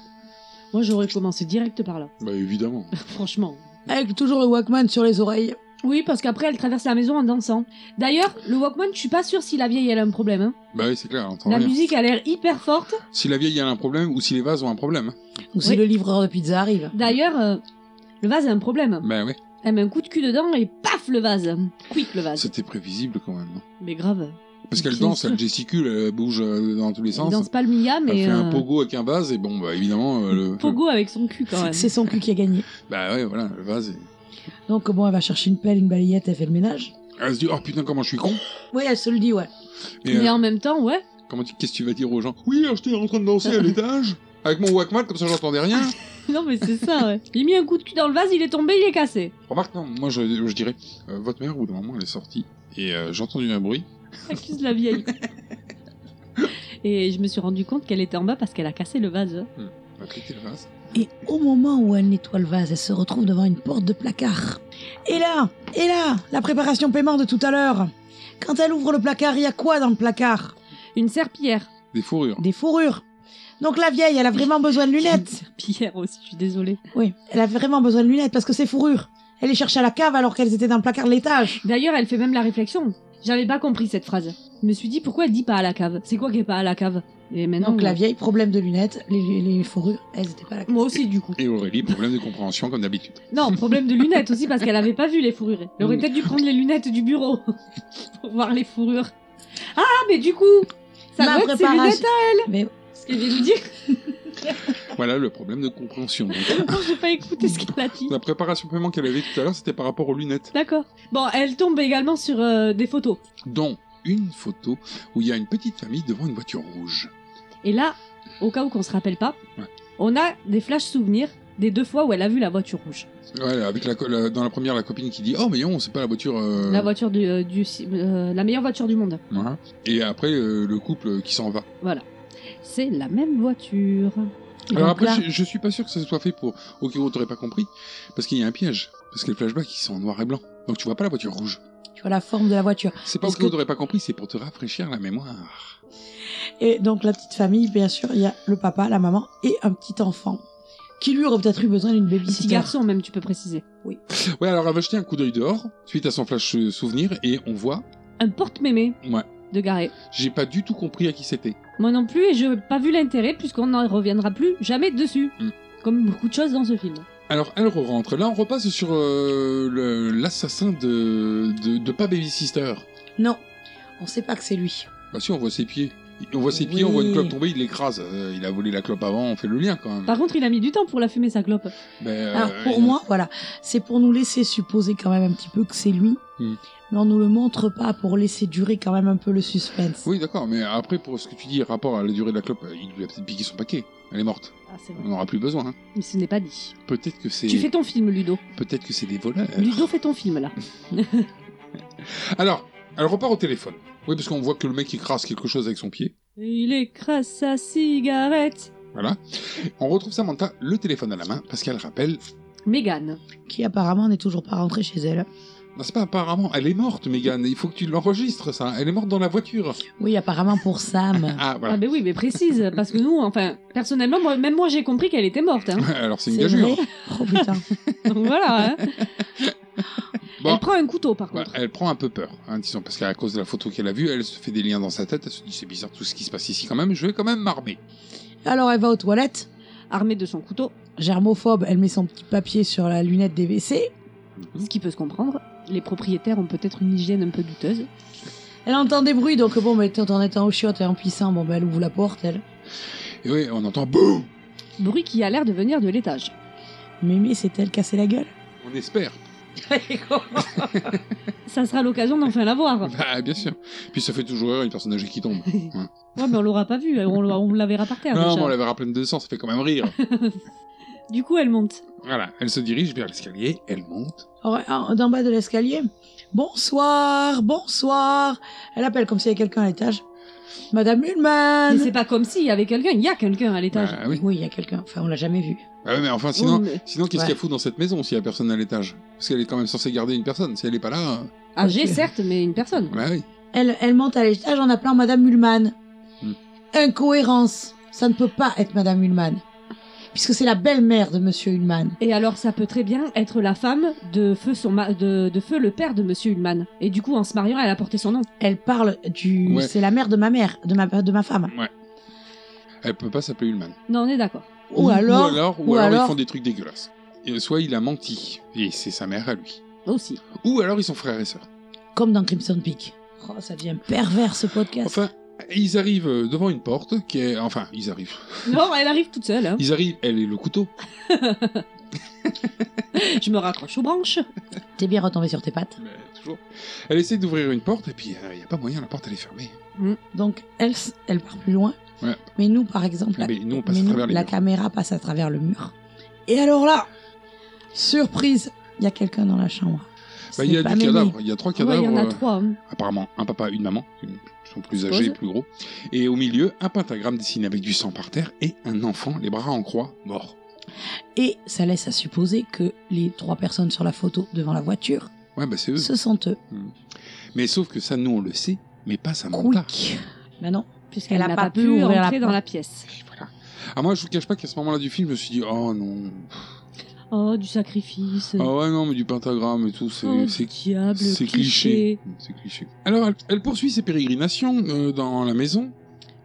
Moi, j'aurais commencé direct par là.
Bah, évidemment.
Franchement.
Avec toujours le Walkman sur les oreilles.
Oui, parce qu'après, elle traverse la maison en dansant. D'ailleurs, le Walkman, je suis pas sûre si la vieille, elle a un problème. hein.
Bah oui, c'est clair, elle entend
La
rien.
musique a l'air hyper forte.
Si la vieille a un problème ou si les vases ont un problème.
Ou si
Oui.
le livreur de pizza arrive.
D'ailleurs, euh, le vase a un problème.
Bah oui,
Elle met un coup de cul dedans et paf, le vase. Quick, le vase.
c'était prévisible quand même. non
Mais grave.
Parce qu'elle
Bien
danse,
sûr.
elle gesticule, elle bouge euh, dans tous les
Elle
sens.
danse pas le Mia,
Elle
mais.
fait un
euh,
pogo avec un vase et bon, bah évidemment, euh, le...
Pogo avec son cul quand même.
C'est son cul qui a gagné.
Bah ouais, voilà, le vase. est-
Donc bon, elle va chercher une pelle, une balayette, elle fait le ménage.
Elle se dit, oh putain, comment je suis con
Oui, elle se le dit, ouais.
Et
Mais
euh,
en même temps, ouais.
comment tu- qu'est-ce que tu vas dire aux gens Oui, alors, j'étais en train de danser à l'étage, avec mon Walkman, comme ça j'entendais rien.
Non, mais c'est ça, ouais. Il a mis un coup de cul dans le vase, il est tombé, il est cassé.
Remarque, non, moi je, je dirais, euh, votre mère, au bout d'un moment, elle est sortie, et euh, j'ai entendu un bruit.
Accuse la vieille. Et je me suis rendu compte qu'elle était en bas parce qu'elle a cassé le vase.
Elle a pété le vase.
Et au moment où elle nettoie le vase, elle se retrouve devant une porte de placard. Et là, et là, la préparation paiement de tout à l'heure. Quand elle ouvre le placard, il y a quoi dans le placard
Une serpillière.
Des fourrures.
Des fourrures. Donc la vieille, elle a vraiment besoin de
Une
lunettes.
serpillière aussi, je suis désolée.
Oui, elle a vraiment besoin de lunettes parce que c'est fourrures. Elle les cherche à la cave alors qu'elles étaient dans le placard de l'étage.
D'ailleurs, elle fait même la réflexion. J'avais pas compris cette phrase. Je me suis dit pourquoi elle dit pas à la cave. C'est quoi qui est pas à la cave Et maintenant,
Donc la
euh,
vieille, problème de lunettes, les, les fourrures, elles étaient pas à la cave.
Moi aussi, du coup.
Et Aurélie, problème de compréhension, comme d'habitude.
Non, problème de lunettes aussi parce qu'elle avait pas vu les fourrures. Elle aurait peut-être dû prendre les lunettes du bureau pour voir les fourrures. Ah, mais du coup, ça
Ma
doit être ses
préparation-
lunettes, hein,
Mais
ce qu'elle vient de dire.
Voilà le problème de compréhension. Donc,
Non, j'ai pas écouté ce qu'elle a dit.
la préparation paiement qu'elle avait tout à l'heure, c'était par rapport aux lunettes.
D'accord. Bon, elle tombe également sur euh, des photos.
dont une photo où il y a une petite famille devant une voiture rouge.
Et là, au cas où qu'on se rappelle pas,
Ouais.
on a des flashs souvenirs des deux fois où elle a vu la voiture rouge.
Ouais, avec la, co- la- dans la première, la copine qui dit Oh, mais non, c'est pas la voiture. euh,
La voiture du, euh, du ci- euh, la meilleure voiture du monde.
voilà. Et après, euh, le couple qui s'en va.
C'est la même voiture.
Et
Alors
donc
après,
là-
je, je suis pas sûr que ça soit fait pour. Au cas où t'aurais pas compris, parce qu'il y a un piège. Parce que le flashback, ils sont en noir et blanc. Donc tu vois pas la voiture rouge.
tu vois la forme de la voiture.
C'est pas au
Parce
cas où
que-
t'aurais pas compris, c'est pour te rafraîchir la mémoire.
Et donc la petite famille, bien sûr, il y a le papa, la maman et un petit enfant qui lui aurait peut-être eu besoin d'une
Un petit
babysitter.
garçon même, tu peux préciser.
Ouais, alors elle va jeter un coup d'œil dehors, suite à son flash euh, souvenir, et on voit.
Un porte-mémé
Ouais.
de Garé.
J'ai pas du tout compris à qui c'était.
Moi non plus, et je n'ai pas vu l'intérêt puisqu'on n'en reviendra plus jamais dessus.
Mm.
Comme beaucoup de choses dans ce film.
Alors elle rentre. Là on repasse sur euh, le- l'assassin de, de de pas Baby Sister.
Non, on sait pas que c'est lui.
Bah si on voit ses pieds. On voit ses pieds,
Oui.
on
Ah.
voit une clope tomber, il l'écrase. Euh, il a volé la clope avant, on fait le lien quand même.
Par contre, il a mis du temps pour la fumer sa clope.
Mais, euh,
Alors pour
il-
moi, voilà, c'est pour nous laisser supposer quand même un petit peu que c'est lui,
Hmm.
mais on nous le montre pas pour laisser durer quand même un peu le suspense.
Oui, d'accord, mais après, pour ce que tu dis, rapport à la durée de la clope, euh, il lui a peut-être piqué son paquet. Elle est morte.
Ah, c'est
On
vrai.
n'en aura plus besoin. hein.
Mais ce n'est pas dit.
Peut-être que c'est.
Tu fais ton film, Ludo.
Peut-être que c'est des voleurs.
Ludo fait ton film, là.
Alors, elle repart au téléphone. Oui, parce qu'on voit que le mec écrase quelque chose avec son pied.
Il écrase sa cigarette.
Voilà. On retrouve Samantha, le téléphone à la main, parce qu'elle rappelle.
Mégane.
Qui apparemment n'est toujours pas rentrée chez elle.
Non, c'est pas apparemment, elle est morte, Megan. Il faut que tu l'enregistres, ça. Elle est morte dans la voiture.
Oui, apparemment pour Sam.
Ah,
Ah,
voilà.
ben oui, mais précise, parce que nous, enfin, personnellement, moi, même moi, j'ai compris qu'elle était morte. Hein.
Alors, c'est une
C'est
gageure.
vrai Oh putain.
Donc voilà. hein.
Bon.
Elle prend un couteau, par
Ouais,
contre.
elle prend un peu peur, hein, disons, parce qu'à cause de la photo qu'elle a vue, elle se fait des liens dans sa tête. Elle se dit, c'est bizarre tout ce qui se passe ici quand même, je vais quand même m'armer.
Alors elle va aux toilettes.
Armée de son couteau,
Germophobe, elle met son petit papier sur la lunette des WC.
Mhm.
ce qui peut se comprendre. Les propriétaires ont peut-être une hygiène un peu douteuse.
Elle entend des bruits, donc bon, mais en étant au chiottes et en puissant, bon, ben, elle ouvre la porte, elle.
Et oui, on entend boum
Bruit qui a l'air de venir de l'étage.
Mémé, s'est-elle cassée la gueule
On espère.
Ça sera l'occasion d'enfin la voir.
Bah, bien sûr. Puis ça fait toujours rire une personne âgée qui tombe.
Ouais, mais on l'aura pas vue, on, l'a- on la verra par terre.
non,
Ah, déjà.
mais on la verra pleine de sang, ça fait quand même rire.
Du coup, elle monte.
voilà, elle se dirige vers l'escalier, elle monte.
Ouais, en- D'en bas de l'escalier. Bonsoir, bonsoir. Elle appelle comme s'il y avait quelqu'un à l'étage. Madame Ullman.
Mais c'est pas comme s'il y avait quelqu'un, il y a quelqu'un à l'étage.
Bah oui.
Oui, il y a quelqu'un. Enfin, on l'a jamais vu.
Bah oui, mais enfin, sinon,
Oui, mais-
sinon qu'est-ce qu'il y a
Ouais.
fou dans cette maison s'il y a personne à l'étage Parce qu'elle est quand même censée garder une personne. Si elle est pas là, euh,
Âgé,
Ok.
certes, mais une personne.
bah oui.
Elle, elle monte à l'étage en appelant Madame Ullman.
Hmm.
Incohérence. Ça ne peut pas être Madame Ullman. Puisque c'est la belle-mère de Monsieur Ullman.
Et alors, ça peut très bien être la femme de feu, son ma- de, de feu le père de Monsieur Ullman. Et du coup, en se mariant, elle a porté son nom.
Elle parle du.
Ouais.
C'est la mère de ma mère, de ma, de ma femme.
Elle peut pas s'appeler Ullman.
Non, on est d'accord.
Ou
ou
alors.
alors, ou
ou
alors
alors-
ils font des trucs dégueulasses. Et soit il a menti, et c'est sa mère à lui.
Aussi.
Ou alors ils sont frères et sœurs.
Comme dans Crimson Peak. Oh, ça devient pervers ce podcast.
Enfin, ils arrivent euh, devant une porte qui est. Enfin, ils arrivent.
Non, elle arrive toute seule. hein.
Ils arrivent, elle est le couteau.
Je me raccroche aux branches.
T'es bien retombé sur tes pattes.
Mais toujours. Elle essaie d'ouvrir une porte et puis euh, il n'y a pas moyen, la porte elle est fermée.
Donc, elle, s- elle part plus loin.
Ouais.
Mais nous, par exemple, la-
Mais nous on passe
mais
à
nous,
travers les
la
murs.
caméra passe à travers le mur. Et alors là, surprise, il y a quelqu'un dans la chambre.
Bah, il y
C'est
a
pas
du
Mémé.
cadavre, il y a trois
Ah Ouais, Il
cadavres.
y en a
euh,
trois. hein.
apparemment, un papa, une maman, qui sont plus
Suppose.
âgés et plus gros. Et au milieu, un pentagramme dessiné avec du sang par terre et un enfant, les bras en croix, mort.
Et ça laisse à supposer que les trois personnes sur la photo devant la voiture,
Ouais, bah c'est eux.
ce sont eux.
Mais sauf que ça, nous on le sait, mais pas Samantha.
Quick. Mais non,
Puisqu'elle
Elle
n'a pas, pu
ouvrir la
entrer dans
porte.
la pièce.
Voilà. Ah, moi je vous cache pas qu'à ce moment-là du film, je me suis dit, oh non.
Oh, du sacrifice.
Ah ouais, non, mais du pentagramme et tout, c'est
Oh,
c'est-
diable,
C'est cliché. C'est cliché. Alors, elle, elle poursuit ses pérégrinations euh, dans la maison.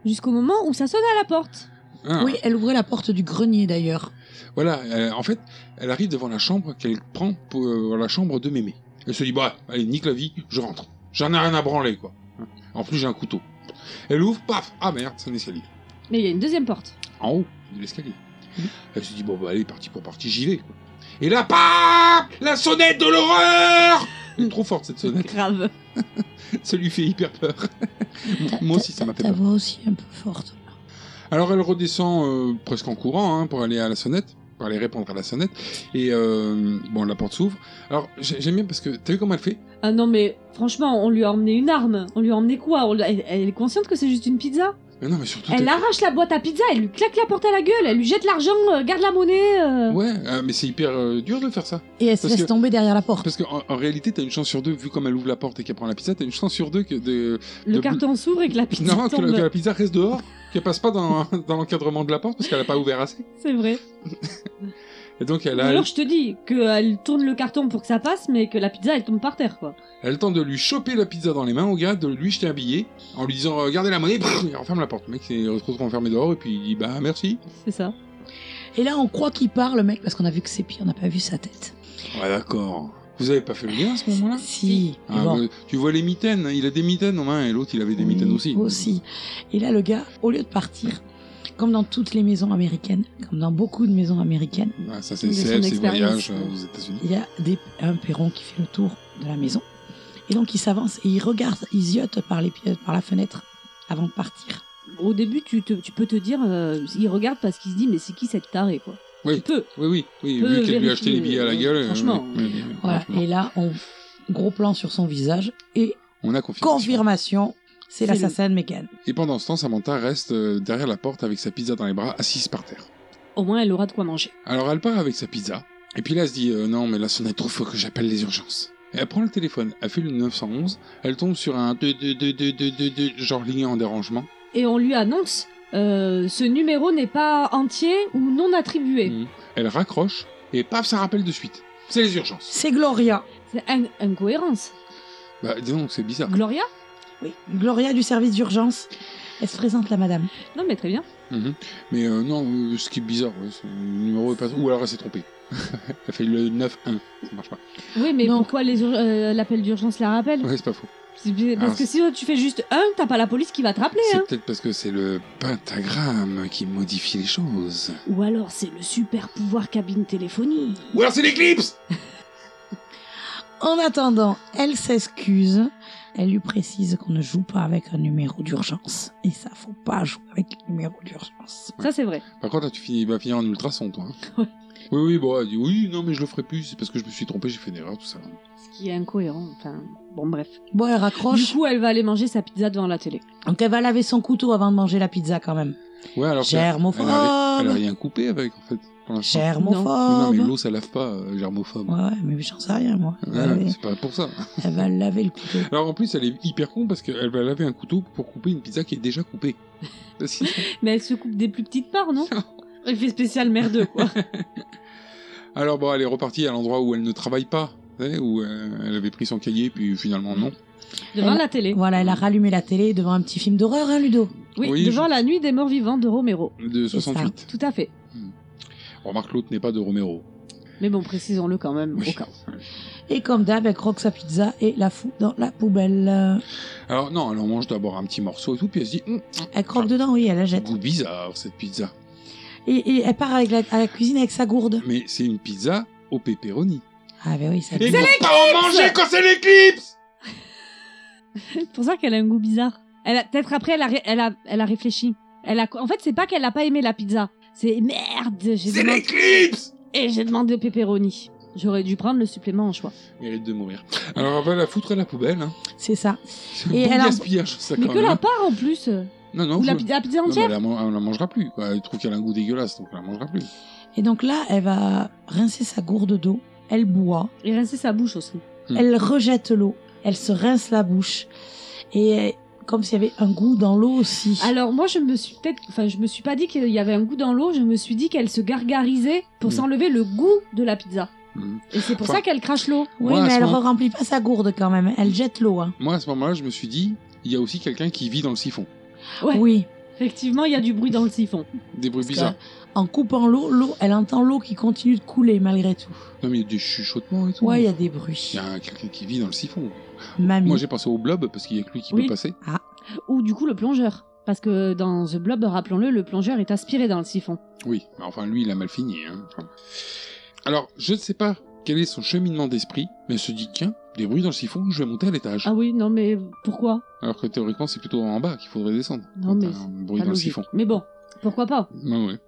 Jusqu'au moment où ça sonne à la porte.
Ah,
oui, elle ouvrait la porte du grenier d'ailleurs.
Voilà, elle- en fait, elle arrive devant la chambre qu'elle prend pour euh, la chambre de mémé. Elle se dit, bah, allez, nique la vie, je rentre. J'en ai rien à branler, quoi. En plus, j'ai un couteau. Elle ouvre, paf Ah merde, c'est un escalier.
Mais il y a une deuxième porte.
En haut de l'escalier.
Mhm.
Elle se dit, bon, bah, allez, parti pour partie, j'y vais, quoi. Et là, paf La sonnette de l'horreur Elle est trop forte, cette sonnette.
Grave.
ça lui fait hyper peur. Moi aussi, ça m'a fait
Ta
peur.
voix aussi un peu forte.
Alors elle redescend euh, presque en courant hein, pour aller à la sonnette, pour aller répondre à la sonnette. Et euh, bon, la porte s'ouvre. Alors j'ai- j'aime bien parce que t'as vu comment elle fait
Ah non, mais franchement, on lui a emmené une arme. On lui a emmené quoi On l'a- elle, elle est consciente que c'est juste une pizza
mais Non, mais surtout.
Elle
t'as-
arrache la boîte à pizza, elle lui claque la porte à la gueule, elle lui jette l'argent, euh, garde la monnaie. euh.
Ouais, euh, mais c'est hyper euh, dur de faire ça.
Et elle se
Parce
laisse
que-
tomber derrière la porte.
Parce qu'en en, en réalité, t'as une chance sur deux, vu comme elle ouvre la porte et qu'elle prend la pizza, t'as une chance sur deux que, de...
Le
de-
carton s'ouvre et que la pizza
non, que,
tombe.
la, que la pizza reste dehors, qu'elle passe pas dans, dans l'encadrement de la porte parce qu'elle a pas ouvert assez.
C'est vrai.
Et donc elle
Ou
a,
alors je te dis qu'elle tourne le carton pour que ça passe, mais que la pizza elle tombe par terre quoi.
elle a le temps de lui choper la pizza dans les mains au gars, de lui jeter un billet en lui disant regardez la monnaie, brrr, il referme la porte. Le mec il se retrouve enfermé dehors et puis il dit bah merci.
C'est ça.
Et là, on croit qu'il parle, le mec, parce qu'on a vu que ses pieds, on n'a pas vu sa tête.
Ouais d'accord. Vous avez pas fait le lien à ce moment-là
Si.
Ah,
Bon.
ouais, Tu vois les mitaines, hein, il a des mitaines en main et l'autre il avait des mitaines aussi.
Aussi. Et là, le gars, au lieu de partir, comme dans toutes les maisons américaines, comme dans beaucoup de maisons américaines,
Ah, ça
De
c'est
son
CF, c'est
expérience.
voyage euh, aux États-Unis.
il y a des, un perron qui fait le tour de la maison. Et donc, il s'avance et il regarde, il ziote par, les, pi- par la fenêtre avant de partir.
Au début, tu, te- tu peux te dire, euh, il regarde parce qu'il se dit, mais c'est qui cette tarée, quoi.
Oui.
Tu peux.
Oui, oui, oui,
Peu
vu qu'elle lui a acheté
vérifié,
les billets à la
euh,
gueule. euh,
franchement.
oui, oui, oui,
Voilà.
franchement.
Et là, on gros plan sur son visage et
On a confiance.
confirmation, c'est
C'est le-
l'assassin de Megan.
Et pendant ce temps, Samantha reste euh, derrière la porte avec sa pizza dans les bras, assise par terre.
Au moins, elle aura de quoi manger.
Alors elle part avec sa pizza, et puis là elle se dit euh, non mais là sonnette trop faut que j'appelle les urgences. Et elle prend le téléphone, elle fait le 911, elle tombe sur un de de de de de de de genre lié en dérangement.
Et on lui annonce, euh, ce numéro n'est pas entier ou non attribué.
Mhm. Elle raccroche et paf ça rappelle de suite. C'est les urgences.
C'est Gloria.
C'est in- incohérence.
Bah dis donc c'est bizarre.
Gloria
Oui, Gloria du service d'urgence. Elle se présente, la madame.
Non, mais très bien.
Mhm. Mais euh, non euh, ce qui est bizarre ouais, c'est- le numéro est pas ou alors elle s'est trompée. elle fait le 91 ça marche pas.
Oui, mais
Non.
pourquoi les ur- euh, l'appel d'urgence la rappelle
Ouais c'est pas faux.
C'est bi- Parce
Ah,
que si tu fais juste un, t'as pas la police qui va te rappeler.
C'est
Hein.
peut-être parce que c'est le pentagramme qui modifie les choses.
Ou alors c'est le super pouvoir cabine téléphonie.
Ou alors c'est l'éclipse.
En attendant, elle s'excuse. Elle lui précise qu'on ne joue pas avec un numéro d'urgence. Et ça, faut pas jouer avec un numéro d'urgence.
Ça c'est vrai.
Par contre, là, tu finis, va finir en ultrason, toi. hein. oui, oui, bon, elle dit oui, non, mais je le ferai plus, c'est parce que je me suis trompé, j'ai fait une erreur, tout ça.
Ce qui est incohérent. Enfin, bon bref.
Bon, elle
Du
raccroche.
coup, elle va aller manger sa pizza devant la télé.
Donc elle va laver son couteau avant de manger la pizza quand même.
Ouais, alors. qu'elle- Elle, a, ri- elle a
Germophobe
rien coupé avec, en fait.
Ah,
pour l'instant. Mais non,
Germophobe
mais l'eau, ça lave pas, euh, germophobe.
Ouais, Ah ouais, mais j'en sais rien moi. Elle
Ouais,
va laver-
c'est pas pour ça.
Elle va laver le couteau.
Alors en plus, elle est hyper con parce qu'elle va laver un couteau pour couper une pizza qui est déjà coupée. Parce que-
Mais elle se coupe des plus petites parts, non Elle fait spécial merdeux, quoi.
Alors bon, elle est repartie à l'endroit où elle ne travaille pas, vous savez, où euh, elle avait pris son cahier, puis finalement non.
Devant
Elle-
la télé.
Voilà, elle a rallumé la télé devant un petit film d'horreur, hein, Ludo
Oui,
Oui,
devant
je-
la nuit des morts vivants de Romero.
De
C'est ça.
68.
Tout à fait.
Remarque, l'autre n'est pas de Romero.
Mais bon, précisons-le quand même
Oui.
au cas. où.
Et comme d'hab, elle croque sa pizza et la fout dans la poubelle. Euh,
Alors non, elle en mange d'abord un petit morceau et tout, puis elle se dit, Hum,
Elle croque dedans, oui, elle la jette.
goût bizarre cette pizza.
Et, et elle part avec la, à la cuisine avec sa gourde.
Mais c'est une pizza au pepperoni.
Ah ben oui, ça
Mais faut pas en manger quand c'est l'éclipse
C'est pour ça qu'elle a un goût bizarre. Elle a- Peut-être après, elle a, ré- elle, a... elle a réfléchi. Elle a... En fait, c'est pas qu'elle n'a pas aimé la pizza. C'est merde, j'ai
C'est
demandé...
l'éclipse
Et j'ai demandé pepperoni. J'aurais dû prendre le supplément en choix.
Mérite de mourir. Alors elle va la foutre à la poubelle. Hein.
C'est ça.
C'est un
Et
bon
elle a-
gaspillage ça
Mais
quand
que
même.
la
hein.
part en plus. euh,
Non, non,
Ou
je-
la, pi- la pizza
Non, mais
entière.
elle, la man- elle la mangera plus. quoi. Elle trouve qu'elle a un goût dégueulasse, donc elle la mangera plus.
Et donc là, elle va rincer sa gourde d'eau, elle boit,
Et rincer sa bouche aussi.
Mm.
elle rejette l'eau, elle se rince la bouche. Et euh, comme s'il y avait un goût dans l'eau aussi.
Alors moi, je me suis peut-être. Enfin, je me suis pas dit qu'il y avait un goût dans l'eau. Je me suis dit qu'elle se gargarisait pour
Mm.
s'enlever le goût de la pizza.
Mm.
Et c'est pour
Enfin-
ça qu'elle crache l'eau.
oui,
moi, à
mais
ce
elle
moment-
ne remplit pas sa gourde quand même, elle jette l'eau. hein.
Moi, à ce moment-là, je me suis dit, il y a aussi quelqu'un qui vit dans le siphon.
Ouais.
Oui.
Effectivement, il y a du bruit dans le siphon.
Des bruits
Parce que
bizarres.
En coupant l'eau, l'eau, elle entend l'eau qui continue de couler malgré tout.
Non, mais il y a des chuchotements et tout.
Ouais, il y a des
Il
bruits.
y a quelqu'un qui vit dans le siphon.
Mamie.
Moi, j'ai pensé au blob parce qu'il y a que lui qui
Oui.
peut passer.
Ou du coup, le plongeur. Parce que dans The Blob, rappelons-le, le plongeur est aspiré dans le siphon.
Oui, mais enfin lui, il a mal fini. hein. Enfin. Alors, je ne sais pas quel est son cheminement d'esprit, mais elle se dit, tiens, des bruits dans le siphon, je vais monter à l'étage.
Ah oui, non mais pourquoi
Alors que théoriquement, c'est plutôt en bas qu'il faudrait descendre.
Non,
quand
mais
t'as
c'est
un
Pas
bruit dans le
logique.
siphon.
Mais bon, pourquoi pas
Ouais, ouais.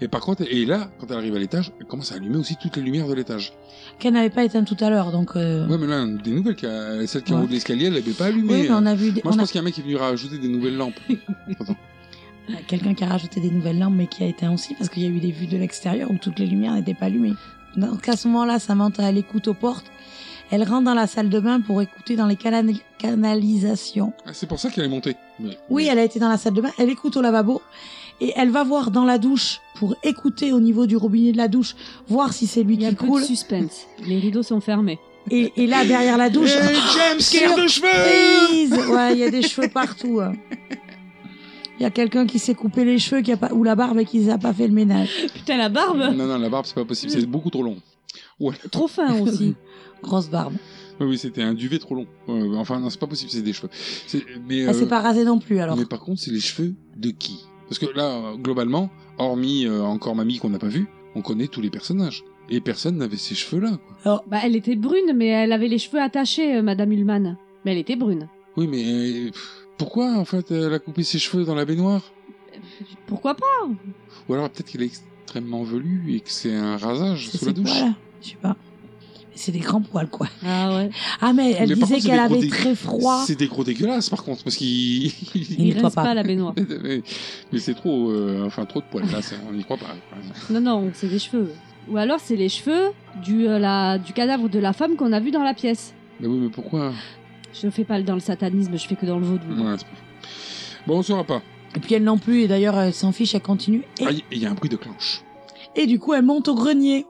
Et par contre, et là, quand elle arrive à l'étage, elle commence à allumer aussi toutes les lumières de l'étage.
Qu'elle n'avait pas éteint tout à l'heure, donc. euh,
Ouais, mais là, des nouvelles, qui a- celle qui est en
Ouais.
haut de l'escalier, elle l'avait pas
Oui,
allumée. hein.
mais on a vu. des-
euh, Moi, je
on a-
pense qu'il y a un mec qui est venu rajouter des nouvelles lampes. Attends.
Bah, Quelqu'un qui a rajouté des nouvelles lampes, mais qui a éteint aussi, parce qu'il y a eu des vues de l'extérieur où toutes les lumières n'étaient pas allumées. Donc à ce moment-là, Samantha, elle écoute aux portes. Elle rentre dans la salle de bain pour écouter dans les canali- canalisations.
Ah, c'est pour ça qu'elle est montée. Mais-
Oui, elle a été dans la salle de bain, elle écoute au lavabo, et elle va voir dans la douche pour écouter au niveau du robinet de la douche, voir si c'est lui
Il y a
qui
peu de
coule.
suspense. Les rideaux sont fermés.
Et, et là, derrière la
Euh,
douche,
Eh, James, serre de cheveux
surprise Ouais, il y a des cheveux partout. hein. Il y a quelqu'un qui s'est coupé les cheveux qui a pas, ou la barbe et qui n'a pas fait le ménage.
Putain, la barbe
Non, non, la barbe, c'est pas possible, c'est beaucoup trop long. Ouais.
Trop fin aussi.
Grosse barbe.
Oui, oui, c'était un duvet trop long. Euh, enfin, non, c'est pas possible, c'est des cheveux. C'est- Mais,
Elle s'est
euh,
Ah, pas rasée non plus alors.
Mais par contre, c'est les cheveux de qui Parce que là, euh, globalement, hormis euh, encore Mamie qu'on n'a pas vue, on connaît tous les personnages. Et personne n'avait ces cheveux-là. quoi.
Bah, elle était brune, mais elle avait les cheveux attachés, euh, Madame Ullman. Mais elle était brune.
Oui, mais euh, pff, pourquoi, en fait, elle a coupé ses cheveux dans la baignoire
Pourquoi pas
Ou alors peut-être qu'elle est extrêmement velue et que c'est un rasage
C'est
sous la
ses
douche.
poils, Je sais pas. Mais C'est des grands poils quoi.
Ah ouais.
Ah mais elle disait
Mais par contre, c'est
qu'elle
des gros
avait
dé-
très froid.
C'est des gros dégueulasses, par contre, parce qu'il...
Il
Il
nettoie
reste
pas.
pas à la baignoire.
mais mais c'est trop... euh, enfin, trop de poils, là, ça, on n'y croit pas.
Non, non, c'est des cheveux. Ou alors c'est les cheveux du, euh, la, du cadavre de la femme qu'on a vue dans la pièce.
Mais oui, mais pourquoi
Je fais pas le- dans le satanisme, je fais que dans le vaudou.
Ouais, c'est pas- Bon, on saura pas.
Et puis elle non plus. Et d'ailleurs elle s'en fiche, elle continue. Et,
Ah, Il y a un bruit de clenche.
et du coup elle monte au grenier.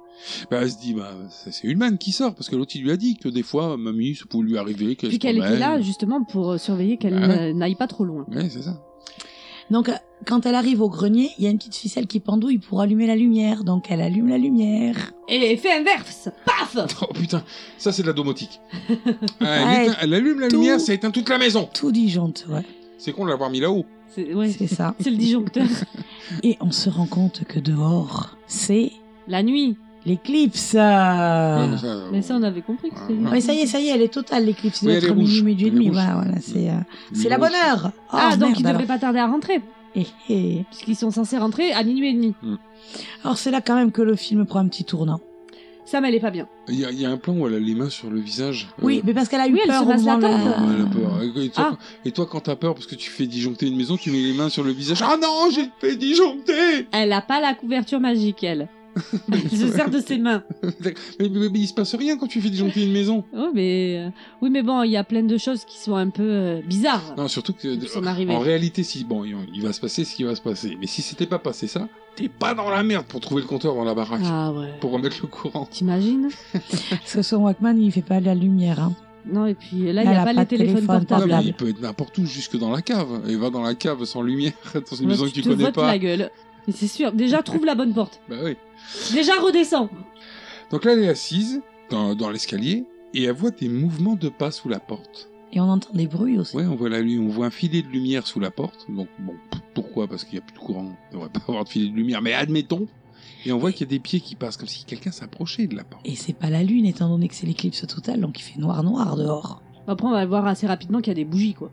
Bah, elle se dit, bah, c'est c'est Ullman qui sort, parce que l'autre, il lui a dit que des fois, mamie, ça pouvait lui arriver, qu'elle
Puis
se
qu'elle était
promène.
là justement pour euh, surveiller qu'elle
Bah ouais.
euh, n'aille pas trop loin.
Ouais, c'est ça.
Donc euh, quand elle arrive au grenier, il y a une petite ficelle qui pendouille pour allumer la lumière. Donc elle allume la lumière.
Et effet inverse Paf
Oh putain, ça, c'est de la domotique. Ah, elle,
Ouais,
éteint- elle allume la
tout-
lumière, ça éteint toute la maison.
Tout disjoncte, ouais.
C'est con de l'avoir mis là-haut.
C'est ouais,
C'est ça.
c'est le disjoncteur.
Et on se rend compte que dehors, c'est
la nuit.
l'éclipse. Ah.
Ouais, mais ça, euh,
Mais ça, on avait compris que c'était
Ouais.
une-
Mais ça y est, ça y est, elle est totale l'éclipse.
Oui, elle
Notre
est rouge.
minuit, minuit et
Elle est
demi.
rouge.
Voilà, voilà, c'est euh,
le
c'est la
rouge.
bonne heure. Oh,
Ah, donc
merde,
ils devraient
alors.
pas tarder à rentrer,
Eh, eh.
puisqu'ils sont censés rentrer à minuit et demi.
Alors c'est là quand même que le film prend un petit tournant.
Sam, elle est pas bien.
Il y, a- il y a un plan où elle a les mains sur le visage. Euh,
Oui, mais parce qu'elle a eu
Oui, elle
peur
se
au
masse la
moment
ouais,
tempe.
là.
elle a peur. Et toi,
Ah.
quand- et toi, quand t'as peur parce que tu fais disjoncter une maison, tu mets les mains sur le visage. Ah non, j'ai fait disjoncter
Elle a pas la couverture magique, elle. elle se sert de ses mains.
mais, mais- mais il se passe rien quand tu fais disjoncter une maison.
Oh, mais... euh, Oui, mais bon, il y a plein de choses qui sont un peu euh, bizarres.
Non, surtout que
Qui sont arrivées.
Euh, en réalité, si bon, il il va se passer ce qui va se passer. Mais si c'était pas passé ça, t'es pas dans la merde pour trouver le compteur dans la baraque,
Ah ouais.
pour remettre le courant.
T'imagines
Parce que son Walkman, il fait pas la lumière. hein.
Non, et puis là,
Là,
il
elle
n'y
a
a pas
pas
les
de téléphone
téléphones portables.
Non, mais
portable.
il peut être n'importe où, jusque dans la cave. Et va dans la cave sans lumière, dans une
Là,
maison que tu
te
connais
votes
pas.
la gueule. Mais c'est sûr. Déjà, trouve la bonne porte.
Bah oui.
Déjà, redescends.
Donc là, elle est assise dans, dans l'escalier et elle voit des mouvements de pas sous la porte.
Et on entend des bruits aussi.
Ouais, on voit, la, lu- on voit un filet de lumière sous la porte. Donc, bon, p- pourquoi Parce qu'il n'y a plus de courant. Il ne devrait pas avoir de filet de lumière, mais admettons. Et on voit qu'il y a des pieds qui passent, comme si quelqu'un s'approchait de la porte.
Et c'est pas la lune, étant donné que c'est l'éclipse totale, donc il fait noir noir dehors.
Après, on va voir assez rapidement qu'il y a des bougies, quoi.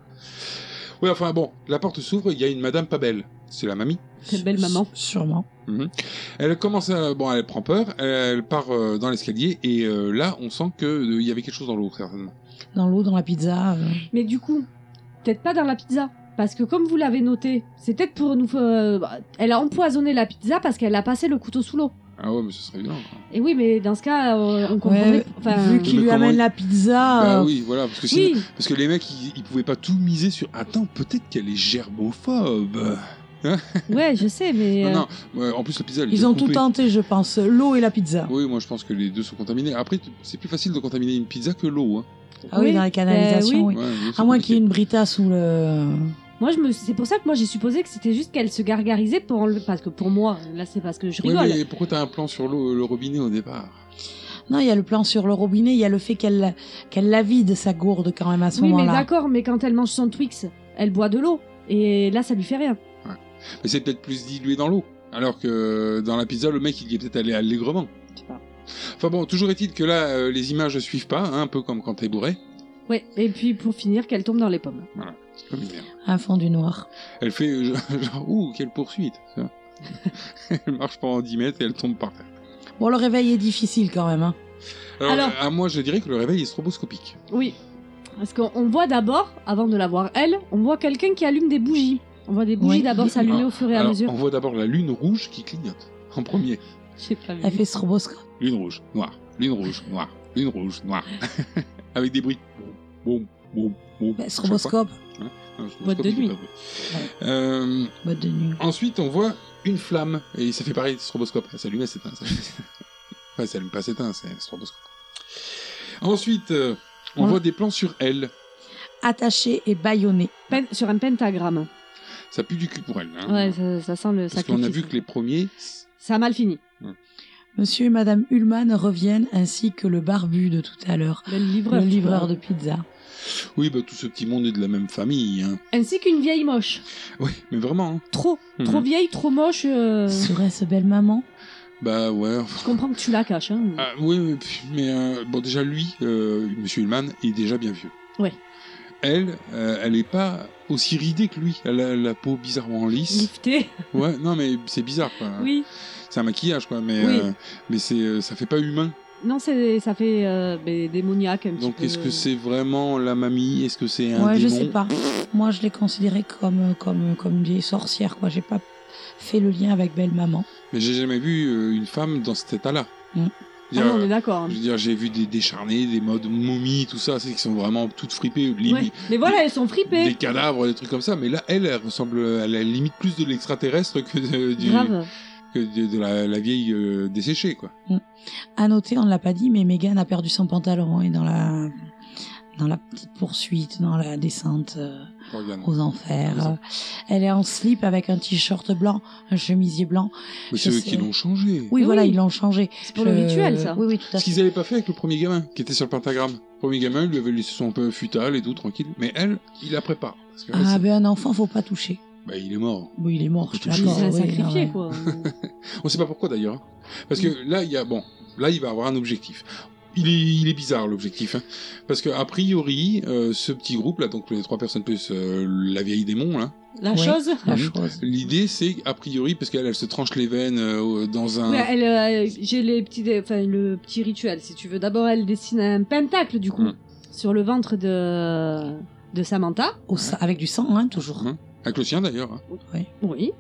Ouais, enfin bon, la porte s'ouvre, il y a une madame pas belle. C'est la mamie.
Quelle belle maman.
S- Sûrement.
Elle commence à... Bon, elle prend peur, elle part euh, dans l'escalier, et euh, là, on sent qu'il il y avait quelque chose dans l'eau, certainement.
Dans l'eau, dans la pizza. euh.
Mais du coup, peut-être pas dans la pizza. Parce que comme vous l'avez noté, c'est peut-être pour nous... euh, bah, elle a empoisonné la pizza parce qu'elle a passé le couteau sous l'eau.
Ah ouais, mais ce serait évident. quoi.
Et oui, mais dans ce cas, euh, on comprendrait...
Ouais,
enfin,
Vu qu'il
Mais
lui
euh, comment
amène
il-
la pizza.
Bah
euh,
oui, voilà, parce que sinon,
oui,
Parce que les mecs, ils, ils pouvaient pas tout miser sur. Attends, peut-être qu'elle est gerbophobe.
ouais, je sais, mais...
Non,
euh,
non. ouais, en plus, la pizza, elle
Ils
était
ont
coupée.
tout tenté, je pense. L'eau et la pizza.
Oui, moi, je pense que les deux sont contaminés. Après, tu- c'est plus facile de contaminer une pizza que l'eau. Hein.
Ah oui,
Oui,
dans les canalisations,
euh,
oui.
Ouais, l'eau, c'est
À moins
compliqué.
qu'il y ait une Brita sous le.
Moi, je me, c'est pour ça que moi j'ai supposé que c'était juste qu'elle se gargarisait pour enlever, parce que pour moi, là c'est parce que je
Ouais,
rigole.
mais pourquoi t'as un plan sur l'eau, le robinet au départ
Non, il y a le plan sur le robinet, il y a le fait qu'elle qu'elle la vide sa gourde quand même à ce
oui, mais
moment-là.
d'accord, mais quand elle mange son Twix, elle boit de l'eau et là ça lui fait rien.
Mais c'est peut-être plus dilué dans l'eau. Alors que dans la pizza, le mec, il y est peut-être allé allègrement.
Je sais pas.
Enfin bon, toujours est-il que là, euh, les images ne suivent pas, hein, un peu comme quand t'es bourré.
Ouais. Et puis pour finir, qu'elle tombe dans les pommes.
Comme une merde.
Un fond du noir.
Elle fait euh, genre, ouh, quelle poursuite. tu vois. elle marche pendant 10 mètres et elle tombe par terre.
Bon, le réveil est difficile quand même. Hein.
Alors, euh,
Alors-
à moi, je dirais que le réveil est stroboscopique.
Oui. Parce qu'on on voit d'abord, avant de la voir elle, on voit quelqu'un qui allume des bougies. On voit des bougies
Oui.
d'abord s'allumer
Ah,
au fur et à
Alors,
mesure.
on voit d'abord la lune rouge qui clignote en premier.
J'ai pas vu.
Elle fait ce roboscope.
Lune rouge, noire, lune rouge, noire, lune rouge, noire. Avec des bruits. Boum, boum, boum.
Bah, ce
Chaque fois.
roboscope,
Un stroboscope,
Boîte de
il fait
nuit.
pas de bruit. Euh,
boîte de nuit.
ensuite, on voit une flamme. Et ça fait pareil, stroboscope. Elle s'allume, elle s'éteint. ça. enfin, elle s'allume pas, elle s'éteint, c'est un stroboscope. Ensuite, euh, on
Ouais.
voit des plans sur elle.
Attachée et bâillonnée.
Pen- sur un pentagramme.
Ça pue du cul pour elle. hein.
Ouais, ça, ça sent le
Parce
sacré.
qu'on a
fils.
vu que les premiers,
Ça a mal fini.
Monsieur et Madame Ullman reviennent ainsi que le barbu de tout à l'heure,
Le livreur.
le livreur de
je
pizza.
Oui, bah tout ce petit monde est de la même famille. Hein.
crois. Ainsi qu'une vieille moche.
Oui, mais vraiment. hein.
Trop. Trop
Mhm.
vieille, trop moche. euh,
Serait-ce belle maman
Bah ouais.
Je comprends que tu la caches. Hein.
Ah, oui, mais, puis- mais, euh, bon, déjà lui, euh, Monsieur Ullman, est déjà bien vieux.
Ouais.
Elle, euh, elle est pas aussi ridée que lui. Elle a la peau bizarrement lisse.
Lifté.
ouais, non mais c'est bizarre. Quoi.
Oui.
C'est un maquillage quoi, mais
Oui.
euh, mais c'est euh, ça fait pas humain.
Non, c'est- ça fait euh, ben, démoniaque un petit
Donc
peu.
est-ce que c'est vraiment la mamie Est-ce que c'est un
Ouais, je
démon
sais pas. Moi, je l'ai considérée comme, comme, comme une vieille sorcière, quoi. J'ai pas fait le lien avec belle maman.
Mais j'ai jamais vu euh, une femme dans cet état-là.
Mm.
Je veux
Ah
dire,
non, on est d'accord. hein.
Je veux dire, j'ai vu des décharnés, des modes momies, tout ça, c'est qui sont vraiment toutes fripées,
Ouais.
limite,
Mais voilà, elles sont fripées.
des cadavres, des trucs comme ça. Mais là, elle, elle ressemble à la limite plus de l'extraterrestre que de, du-
Grave.
que de, de la, la vieille euh, desséchée, quoi.
À noter, on ne l'a pas dit, mais Megan a perdu son pantalon et dans la, dans la petite poursuite, dans la descente euh,
Morgane.
aux enfers.
Aux
euh, elle est en slip avec un t-shirt blanc, un chemisier blanc.
Mais
je
c'est eux
sais.
qui l'ont changé.
Oui,
Oui.
voilà, ils l'ont changé.
C'est pour le rituel, ça.
Oui, oui, tout à fait.
Ce qu'ils avaient pas fait avec le premier gamin, qui était sur le pentagramme. Le premier gamin, il lui avait laissé son peu futal et tout, tranquille. Mais elle, il la prépare. Parce que là,
Ah,
c'est-
ben un enfant, faut pas toucher.
bah, il est mort.
Bon, il est mort,
Faut
je
pas
suis
toucher.
d'accord,
C'est un
oui, non,
sacrifié,
mais-
quoi.
On sait pas pourquoi d'ailleurs. hein. Parce que là, il y a bon, là, il va avoir un objectif. Il est, il est bizarre l'objectif, hein. parce que a priori, euh, ce petit groupe là, donc les trois personnes plus euh, la vieille démon là,
La
Ouais.
chose.
La
Mhm.
chose.
l'idée c'est a priori parce qu'elle elle se tranche les veines euh, dans un,
Ouais, elle, euh, j'ai les petits, dé- enfin, le petit rituel, si tu veux. D'abord, elle dessine un pentacle, du coup,
Mm.
sur le ventre de, de Samantha.
Au sa- avec du sang, hein, toujours.
Mhm. avec le sien d'ailleurs. hein.
Oui.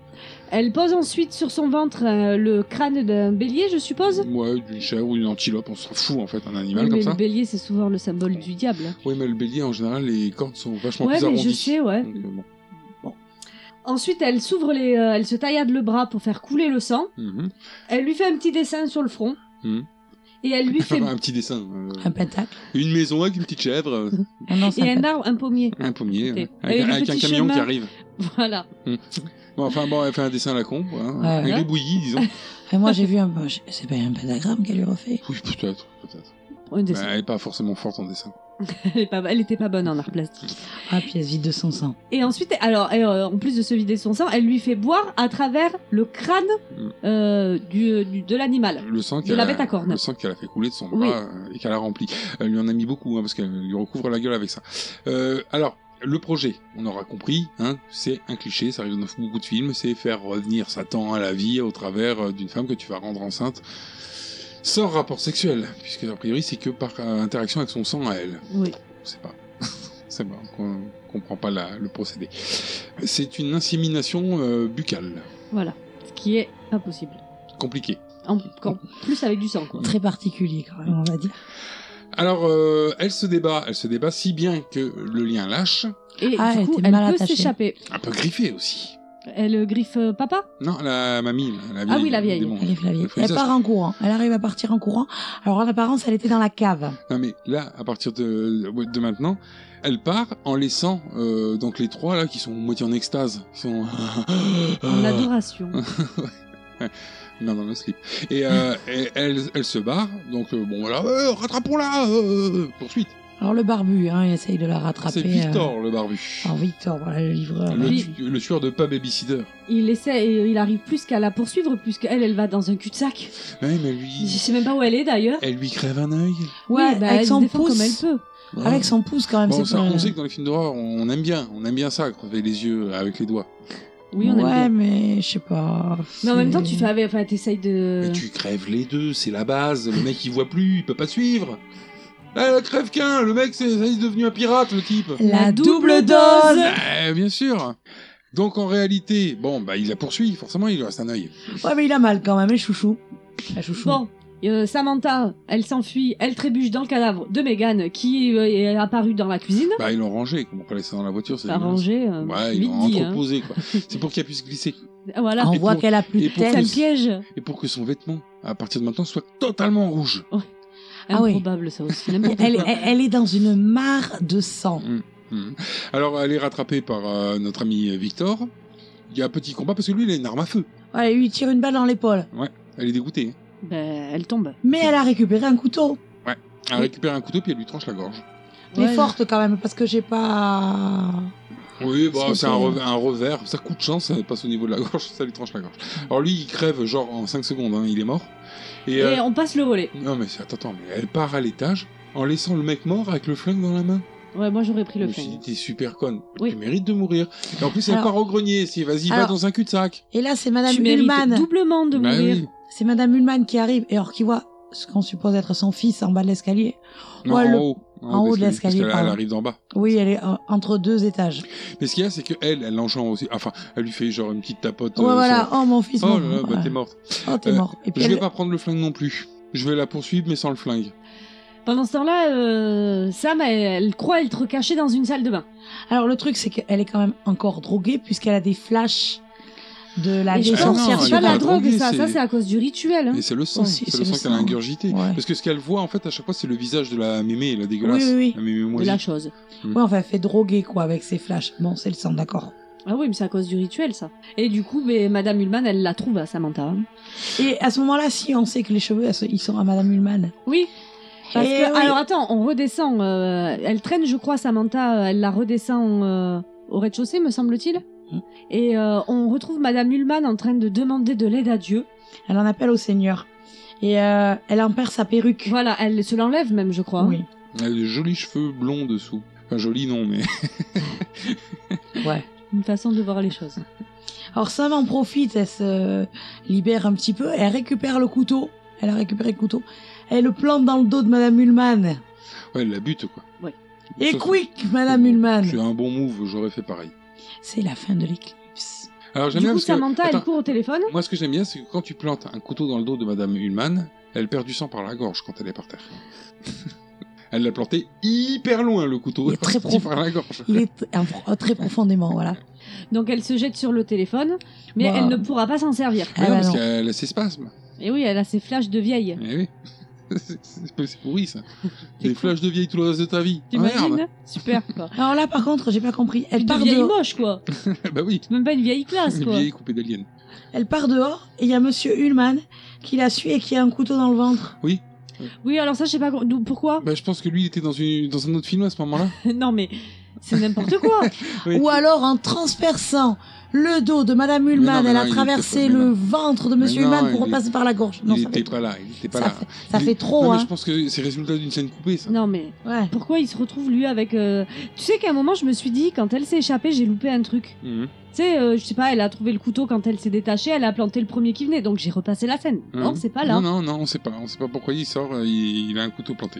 Elle pose ensuite sur son ventre euh, le crâne d'un bélier, je suppose.
Ouais, d'une chèvre ou d'une antilope, on s'en fout en fait, un animal
Oui,
comme
mais
ça.
le bélier, c'est souvent le symbole du diable.
Oui, mais le bélier en général, les cornes sont vachement
Ouais,
plus
mais
arrondies.
je sais, ouais.
Donc, euh, bon.
Ensuite, elle s'ouvre les, euh, elle se taillade le bras pour faire couler le sang.
Mhm.
Elle lui fait un petit dessin sur le front.
Mhm.
Et elle lui fait
un petit dessin. euh,
Ah
Un
bah.
pentacle.
Une maison avec une petite chèvre, euh,
Ah non, c'est
et
un
un arbre, un pommier.
un pommier,
Ok.
euh,
Mhm. Et
avec,
le
avec un
petit
camion qui
chemin.
arrive.
Voilà.
Bon, enfin bon, elle fait un dessin à la con, quoi, hein.
Ah
Ouais.
un gribouillis, disons.
Et moi, j'ai vu un. C'est pas un pentagramme qu'elle lui refait.
oui, peut-être, peut-être.
Un
Mais
dessin.
elle est pas forcément forte en dessin.
Elle est pas- elle était pas bonne en art plastique.
Ah, pièce vide de son sang.
Et ensuite, alors, et, euh, en plus de se vider son sang, elle lui fait boire à travers le crâne
Mm.
euh, du, du- de l'animal.
Le sang
De
qu'elle
la
a,
bête à cornes.
le sang qu'elle a fait couler de son
Oui.
bras euh, et qu'elle a rempli. Elle lui en a mis beaucoup, hein, parce qu'elle lui recouvre la gueule avec ça. Euh, alors, le projet, on aura compris, hein, c'est un cliché, ça arrive dans beaucoup de films, c'est faire revenir Satan à la vie au travers euh, d'une femme que tu vas rendre enceinte sans rapport sexuel, puisque a priori c'est que par euh, interaction avec son sang à elle.
Oui.
On sait pas. c'est bon, on comprend pas la- le procédé. C'est une insémination euh, buccale,
Voilà. Ce qui est pas possible.
compliquée.
En, en plus avec du sang, quoi.
Très particulier, quand même, on va dire.
Alors, euh, elle se débat, elle se débat si bien que le lien lâche,
Et
Ah, elle
du coup,
était
elle
mal
peut
attachée.
s'échapper.
un peu griffée aussi.
Elle euh, griffe euh, papa
Non, la mamie, là, la vieille.
Ah oui, la vieille.
démon.
Elle est Flavie.
Le frisage.
Elle part en courant. Elle arrive à partir en courant. Alors, en apparence, elle était dans la cave.
Non, mais là, à partir de, ouais, de maintenant, elle part en laissant euh, donc les trois là qui sont moitié en extase, qui sont Euh,
En adoration.
non dans le slip. Et, euh, et elle, elle se barre, donc euh, bon voilà, euh, rattrapons-la, euh, poursuite.
Alors, le barbu, hein, il essaye de la rattraper.
C'est Victor le barbu,
euh, Alors, Victor, voilà le livreur.
le,
ah, Oui.
tu- le tueur de pas babysitter.
Il essaie, et il arrive plus qu'à la poursuivre, puisqu'elle, elle va dans un cul-de-sac.
Ouais, mais
Je
lui,
sais même pas où elle est d'ailleurs.
elle lui crève un œil.
Ouais,
Ouais,
bah,
avec
elle
son
se défend
pouce.
comme elle peut.
Avec son pouce, quand même.
Hein Bon,
Ah, c'est
ça,
pas-
on sait que dans les films d'horreur, on aime bien, on aime bien ça, crever les yeux avec les doigts.
Oui, on aime bien.
ouais, mais je sais pas.
Mais en même temps, tu
c'est-
fais avec, enfin, t'essayes de.
Mais tu crèves les deux, c'est la base. Le mec, il voit plus, il peut pas suivre. Là, elle crève qu'un. Le mec, c'est ça, il est devenu un pirate, le type.
La double dose
Eh, bien sûr. Donc, en réalité, bon, bah, il la poursuit. Forcément, il lui reste un œil.
Ouais, mais il a mal quand même, et chouchou. La chouchou.
Bon, euh, Samantha, elle s'enfuit, elle trébuche dans le cadavre de Megan qui euh, est apparue dans la cuisine.
Bah, ils l'ont rangé. Comme on peut laisser dans la voiture, c'est
Pas rangée, euh,
Ouais, ils
vite
l'ont
dit. hein.
entreposé, quoi. C'est pour qu'elle puisse glisser.
Ah, Voilà,
on
Et
voit
pour-
qu'elle a plus de
et pour
tête.
c'est un
que-
piège.
Et pour que son vêtement, à partir de maintenant, soit totalement rouge.
Ah oui.
Improbable ça aussi. n'importe
Elle,
quoi.
elle- elle est dans une mare de sang.
Mhm. Alors, elle est rattrapée par euh, notre ami Victor. Il y a un petit combat parce que lui, il a une arme à feu.
Ouais, il lui tire une balle dans l'épaule.
Elle est dégoûtée. hein.
Ben, elle tombe.
Mais elle a récupéré un couteau.
Ouais. Elle récupère un couteau puis elle lui tranche la gorge.
Elle est
Ouais.
forte quand même, parce que j'ai pas.
Oui, bah,
Parce
c'est
que
un,
c'est-
revers- un revers. Ça coup de chance, ça passe au niveau de la gorge, ça lui tranche la gorge. Alors lui, il crève genre en 5 secondes, hein, il est mort. Et,
Et
euh,
on passe le volet.
Non, mais c'est- attends, attends, mais elle part à l'étage en laissant le mec mort avec le flingue dans la main.
Ouais, moi j'aurais pris
Je
le
me suis dit,
flingue.
t'es super conne. Tu mérites de mourir. Et en plus, elle
Alors-
part au grenier. Si, vas-y, va
Alors-
dans un cul-de-sac.
Et là, c'est Madame
Tu mérites
Ullman.
doublement de
Bah mourir. oui.
C'est Madame Ullman qui arrive, et alors qui voit ce qu'on suppose être son fils en bas de l'escalier.
Non,
Ouais,
en
le-
haut.
En haut de
Parce
l'escalier.
qu'elle elle
pardon.
arrive d'en bas.
Oui, elle est euh, entre deux étages.
Mais ce qu'il y a, c'est qu'elle, elle l'enjambe aussi. Enfin, elle lui fait genre une petite tapote.
Ouais,
euh,
voilà.
sur-
Oh, mon fils.
Oh
mon-
là là, bah
voilà.
t'es morte.
Oh, t'es mort. Et puis
Euh, je
elle-
vais pas prendre le flingue non plus. Je vais la poursuivre, mais sans le flingue.
Pendant ce temps-là, euh, Sam, elle, elle croit être cachée dans une salle de bain.
Alors, le truc, c'est qu'elle est quand même encore droguée, puisqu'elle a des flashs de la
Mais je
Ah
pense
non,
que
elle
c'est pas
est
de la
pas
drogue,
droguée,
ça. Ça,
c'est-
c'est à cause du rituel. hein.
Mais c'est le sang.
Aussi,
C'est
c'est
le
le
sang qu'elle a
sang.
ingurgité.
Ouais.
Parce que ce qu'elle voit, en fait, à chaque fois, c'est le visage de la mémé, la dégueulasse.
Oui, oui, oui.
La mémé moisie.
chose.
Mm.
Ouais, enfin, elle fait droguer, quoi, avec ses flashs. Bon, c'est le sang, d'accord.
Ah oui, mais c'est à cause du rituel, ça. Et du coup, ben, Madame Ullman, elle la trouve à Samantha. hein.
Et à ce moment-là, si on sait que les cheveux, elles se- ils sont à Madame Ullman.
Oui. Parce
Et
que,
Eh oui.
alors attends, on redescend. euh, elle traîne, je crois, Samantha, euh, elle la redescend euh, au rez-de-chaussée, me semble-t-il.
Hein
Et euh, on retrouve Madame Ullman en train de demander de l'aide à Dieu.
Elle en appelle au Seigneur. Et euh, elle en perd sa perruque.
Voilà, elle se l'enlève même, je crois. hein,
Oui.
Elle a de jolis cheveux blonds dessous. Enfin, joli non, mais.
Ouais.
Une façon de voir les choses.
Alors Sam en profite, elle se libère un petit peu, elle récupère le couteau, elle a récupéré le couteau, elle le plante dans le dos de Madame Ullman.
Ouais, elle la bute, quoi.
Ouais.
Et
Ça, c'est-
quick, Madame Ullman
C'est un bon move, j'aurais fait pareil.
C'est la fin de l'éclipse.
Alors, j'aime
Du
bien
coup,
parce que.
Samantha,
Attends,
elle court au téléphone.
Moi, ce que j'aime bien, c'est que quand tu plantes un couteau dans le dos de Madame Ullman, elle perd du sang par la gorge quand elle est par terre. elle l'a planté hyper loin, le couteau.
Il est très
parti
profond.
par la gorge.
Il est un pro- très profondément, voilà.
Donc elle se jette sur le téléphone, mais
Bah.
elle ne pourra pas s'en servir.
Ah
Mais non,
bah
parce
non.
qu'elle a ses spasmes.
Et oui, elle a ses flashs de vieille.
Eh oui. C'est- c'est c'est pourri, ça. Des flashs de vieille tout le reste de ta vie. Ah,
T'imagines
merde.
Super, quoi.
Alors là, par contre, j'ai pas compris. Elle
Une
part,
vieille
dehors,
moche, quoi.
bah oui.
Même pas une vieille
Ah,
classe,
Une
quoi.
vieille coupée d'alien.
elle part dehors et il y a Monsieur Ullman qui la suit et qui a un couteau dans le ventre.
Oui, alors ça, je sais pas com- d'où- pourquoi.
Bah, je pense que lui, il était dans, une... dans un autre film à ce moment-là.
non, mais c'est n'importe quoi.
Oui.
Ou alors en transperçant le dos de Madame
non,
Ullman,
mais
elle
non,
a
il
traversé
était pas- mais
le
non.
ventre de Monsieur
Mais non,
Ullman pour
il
repasser
est-
par la gorge. Non,
il
ça fait
était
trop.
pas là. Il était pas
Ça
là.
fait- ça
Il-
fait trop,
Non, mais
hein.
je pense que c'est résultat d'une scène coupée, ça.
Non, mais
Ouais.
pourquoi il se retrouve, lui, avec. euh, Tu sais qu'à un moment, je me suis dit, quand elle s'est échappée, j'ai loupé un truc.
Mhm.
Tu sais, euh, je sais pas, elle a trouvé le couteau quand elle s'est détachée, elle a planté le premier qui venait, donc j'ai repassé la scène.
Mhm.
Or, c'est pas là.
Non, non, non, on sait pas. On sait pas pourquoi il sort. euh, Il, il a un couteau planté.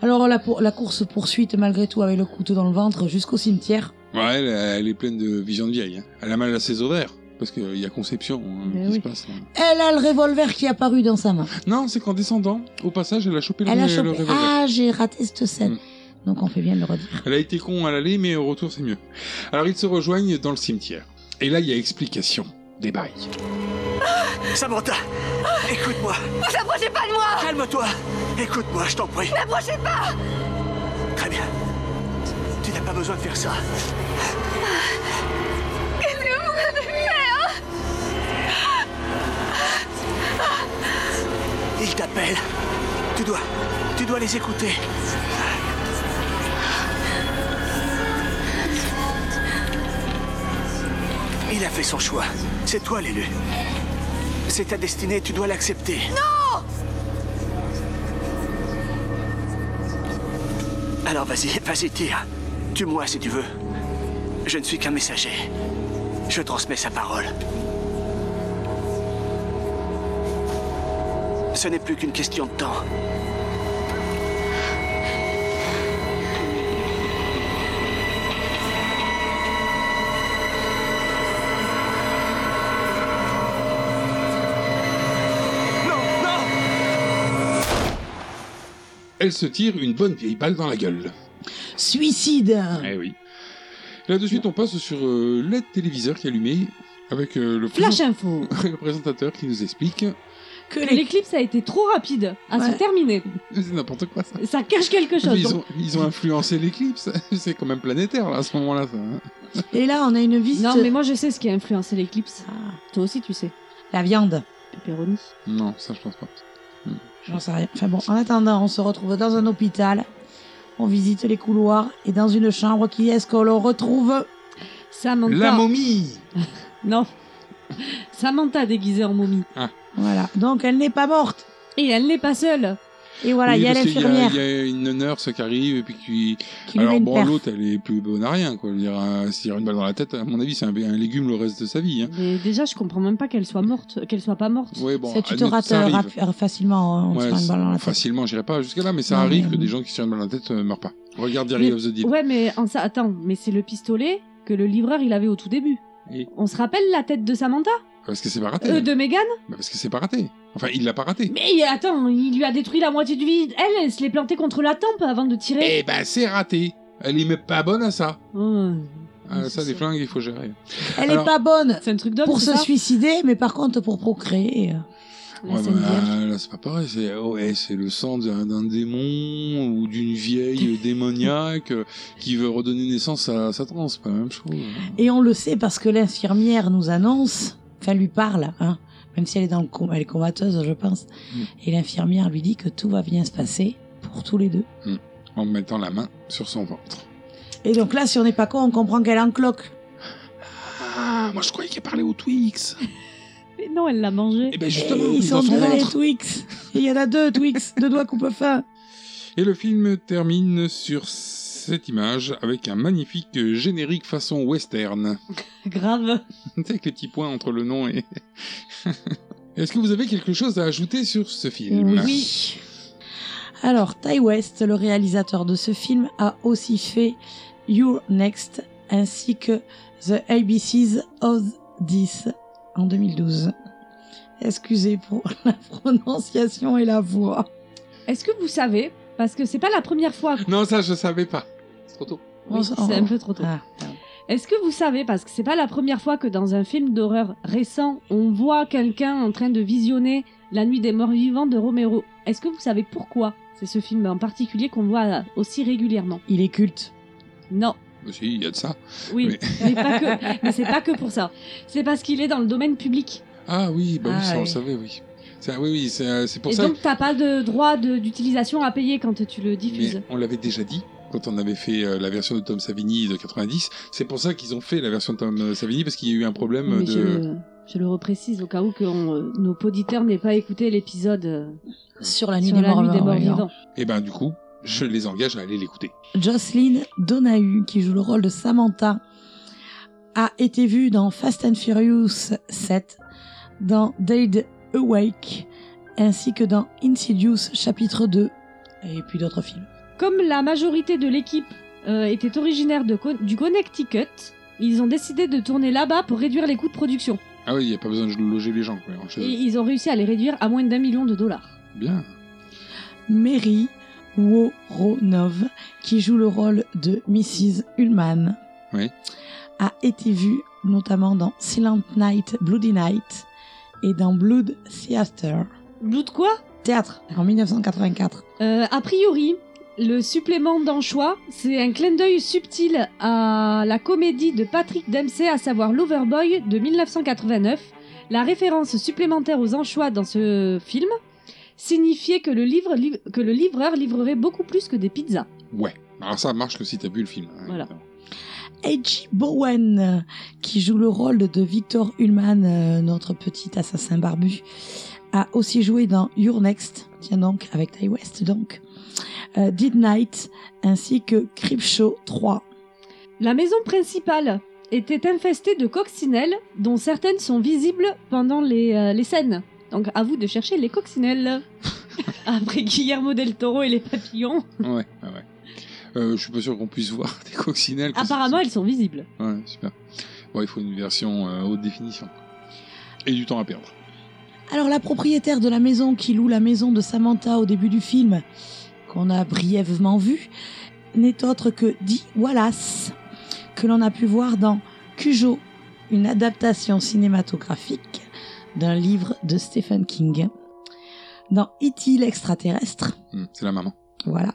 Alors la, pour- la course poursuite malgré tout avec le couteau dans le ventre jusqu'au cimetière.
Ouais, elle, elle est pleine de vision de vieille. hein. Elle a mal à ses ovaires. Parce qu'il y a conception hein,
Mais
qui se
oui.
passe. hein.
Elle a le revolver qui est apparu dans sa main.
Non, c'est qu'en descendant, au passage, elle a chopé le,
Elle a
le
chopé.
revolver.
Ah, j'ai raté cette scène.
Mm.
Donc on fait bien de le redire.
Elle a été con à l'aller, mais au retour, c'est mieux. Alors, ils se rejoignent dans le cimetière. Et là, il y a explication des bails.
Samantha Écoute-moi
Vous approchez pas de moi
Calme-toi Écoute-moi, je t'en prie
N'approchez pas
Très bien. Tu n'as pas besoin de faire ça.
Qu'est-ce que vous avez fait, hein
Ils t'appellent. Tu dois. Tu dois les écouter. Il a fait son choix. C'est toi l'élu. C'est ta destinée, tu dois l'accepter.
Non
Alors vas-y, vas-y, tire. Tue-moi si tu veux. Je ne suis qu'un messager. Je transmets sa parole. Ce n'est plus qu'une question de temps. Non, non
Elle se tire une bonne vieille balle dans la gueule.
Suicide.
Eh oui. Là, de suite, on passe sur euh, le téléviseur qui est allumé avec euh, le,
Flash info
présent- le présentateur qui nous explique.
Que
Que
les...
L'éclipse a été trop rapide à se
Ouais.
terminer.
C'est n'importe quoi, ça.
Ça cache quelque chose.
Mais ils,
donc-
ont, ils ont influencé l'éclipse. C'est quand même planétaire, là, à ce moment-là. ça, hein.
Et là on a une visite.
Non, mais moi je sais ce qui a influencé l'éclipse.
Ah,
Toi aussi, tu sais.
la viande.
pepperoni.
Non, ça je pense pas.
J'en sais rien. Enfin bon, en attendant, on se retrouve dans un hôpital. On visite les couloirs et dans une chambre, qui est-ce que l'on retrouve
Samantha.
La momie
Non. Samantha déguisée en momie.
Ah.
Voilà. Donc elle n'est pas morte.
Et elle n'est pas seule.
Et voilà,
Oui,
il y a
parce qu'il
l'infirmière.
Il y a une nurse qui arrive et puis qui.
Qui lui met
Alors
une
bon,
perf.
l'autre, elle est plus bonne à rien, quoi. Je veux dire, euh, s'il y a une balle dans la tête, à mon avis, c'est un, un légume le reste de sa vie. Hein.
Mais déjà, je comprends même pas qu'elle soit morte, euh, qu'elle soit pas morte.
Ouais, bon,
Ça, tu te
admettons,
rates
ça arrive.
rap- euh, facilement. hein, On
Ouais,
se prend une balle dans la
c'est-
tête.
facilement, j'irai pas jusqu'à là, mais ça
Non,
arrive
mais- euh,
que des gens qui se tirent une balle dans la tête ne meurent pas. Regarde Diary
Mais-
of the Dead.
Ouais, mais en ça, attends, mais c'est le pistolet que le livreur il avait au tout début.
Et-
On se rappelle la tête de Samantha
Parce que c'est pas raté.
Euh, De Megan
Bah, parce que c'est pas raté. Enfin, il l'a pas raté.
Mais euh, attends, il lui a détruit la moitié du vide. Elle, elle se l'est plantée contre la tempe avant de tirer.
Eh ben, c'est raté. Elle est même pas bonne à ça.
Oh,
Ah, ça, les flingues, il faut gérer.
Elle
Alors-
est pas bonne
c'est un truc d'homme.
pour
c'est
se
ça
suicider, mais par contre pour procréer. euh,
La
Ouais,
Sainte
bah,
Vierge.
là, c'est pas pareil. C'est oh, eh, c'est le sang d'un d'un démon ou d'une vieille démoniaque euh, qui veut redonner naissance à sa transe. Pas la même chose.
Et on le sait parce que l'infirmière nous annonce, enfin lui parle, hein, même si elle est dans le coma, elle est comateuse, je pense.
Mm.
Et l'infirmière lui dit que tout va bien se passer pour tous les deux.
En mettant la main sur son ventre.
Et donc là, si on n'est pas con, on comprend qu'elle est en cloque.
Ah, moi je croyais qu'elle parlait au Twix.
Mais non, elle l'a mangé.
Et ben
Et
justement,
ils
dans
sont
son
deux les
ventre.
Twix. Il y en a deux Twix, deux doigts coupe fin.
Et le film termine sur cette image avec un magnifique euh, générique façon western.
Grave.
Avec les petits points entre le nom et. Est-ce que vous avez quelque chose à ajouter sur ce film
Oui. Alors, Ty West, le réalisateur de ce film, a aussi fait Your Next ainsi que The ABCs of This en 2012. Excusez pour la prononciation et la voix.
Est-ce que vous savez, parce que c'est pas la première fois.
Non, ça je savais pas. C'est trop tôt.
On
Oui,
s'en-
c'est un peu trop tôt.
Ah, pardon.
Est-ce que vous savez, parce que c'est pas la première fois que dans un film d'horreur récent, on voit quelqu'un en train de visionner La nuit des morts vivants de Romero. Est-ce que vous savez pourquoi c'est ce film en particulier qu'on voit aussi régulièrement
Il est culte.
Non,
Mais Bah, Si, il y a de ça.
oui,
Mais-
mais, pas que. Mais c'est pas que pour ça. C'est parce qu'il est dans le domaine public.
Ah oui, bah oui,
Ah
ça on le
oui.
savait, oui. Ça, oui, oui, c'est euh, c'est pour
Et
ça.
donc t'as pas de droit de- d'utilisation à payer quand tu le diffuses.
Mais on l'avait déjà dit quand on avait fait euh, la version de Tom Savini de 90. C'est pour ça qu'ils ont fait la version de Tom euh, Savini parce qu'il y a eu un problème
Mais
de.
je, le, je le reprécise au cas où que on, euh, nos auditeurs n'aient pas écouté l'épisode euh,
Sur la nuit,
sur
des,
la
morts,
nuit des morts
vivants. hein.
vivants.
Et ben du coup, je les engage à aller l'écouter.
Jocelyn Donahue, qui joue le rôle de Samantha, a été vue dans Fast and Furious 7, dans Dead Awake, ainsi que dans Insidious chapitre 2, et puis d'autres films.
Comme la majorité de l'équipe euh, était originaire de Con- du Connecticut, ils ont décidé de tourner là-bas pour réduire les coûts de production.
Ah oui, il n'y a pas besoin de loger les gens. Quoi, en chez
Et
eux.
ils ont réussi à les réduire à moins d'un million de dollars.
Bien.
Mary Woronov, qui joue le rôle de Mrs. Ullman,
Oui.
a été vue notamment dans Silent Night, Bloody Night, et dans Blood Theater,
Blood quoi
théâtre, en 1984.
Euh, A priori, le supplément d'anchois, c'est un clin d'œil subtil à la comédie de Patrick Dempsey, à savoir L'Overboy de 1989. La référence supplémentaire aux anchois dans ce film signifiait que le, livre, liv- que le livreur livrerait beaucoup plus que des pizzas.
Ouais. Alors ça marche que si t'as vu le film. hein,
Voilà.
évidemment.
Edgy Bowen, euh, qui joue le rôle de Victor Ullman, euh, notre petit assassin barbu, a aussi joué dans Your Next, tiens donc, avec Ty West donc, euh, Dead Night, ainsi que Creepshow 3.
La maison principale était infestée de coccinelles, dont certaines sont visibles pendant les, euh, les scènes. Donc à vous de chercher les coccinelles. Après Guillermo del Toro et les papillons,
Ouais, ouais, ouais. Euh, je suis pas sûr qu'on puisse voir des coccinelles. quoi.
apparemment elles sont visibles.
Ouais, super. Bon, il faut une version euh, haute définition. Et du temps à perdre.
Alors la propriétaire de la maison qui loue la maison de Samantha au début du film, qu'on a brièvement vue, n'est autre que Dee Wallace, que l'on a pu voir dans Cujo, une adaptation cinématographique d'un livre de Stephen King, dans E.T. l'extraterrestre,
Hmm, C'est la maman.
voilà,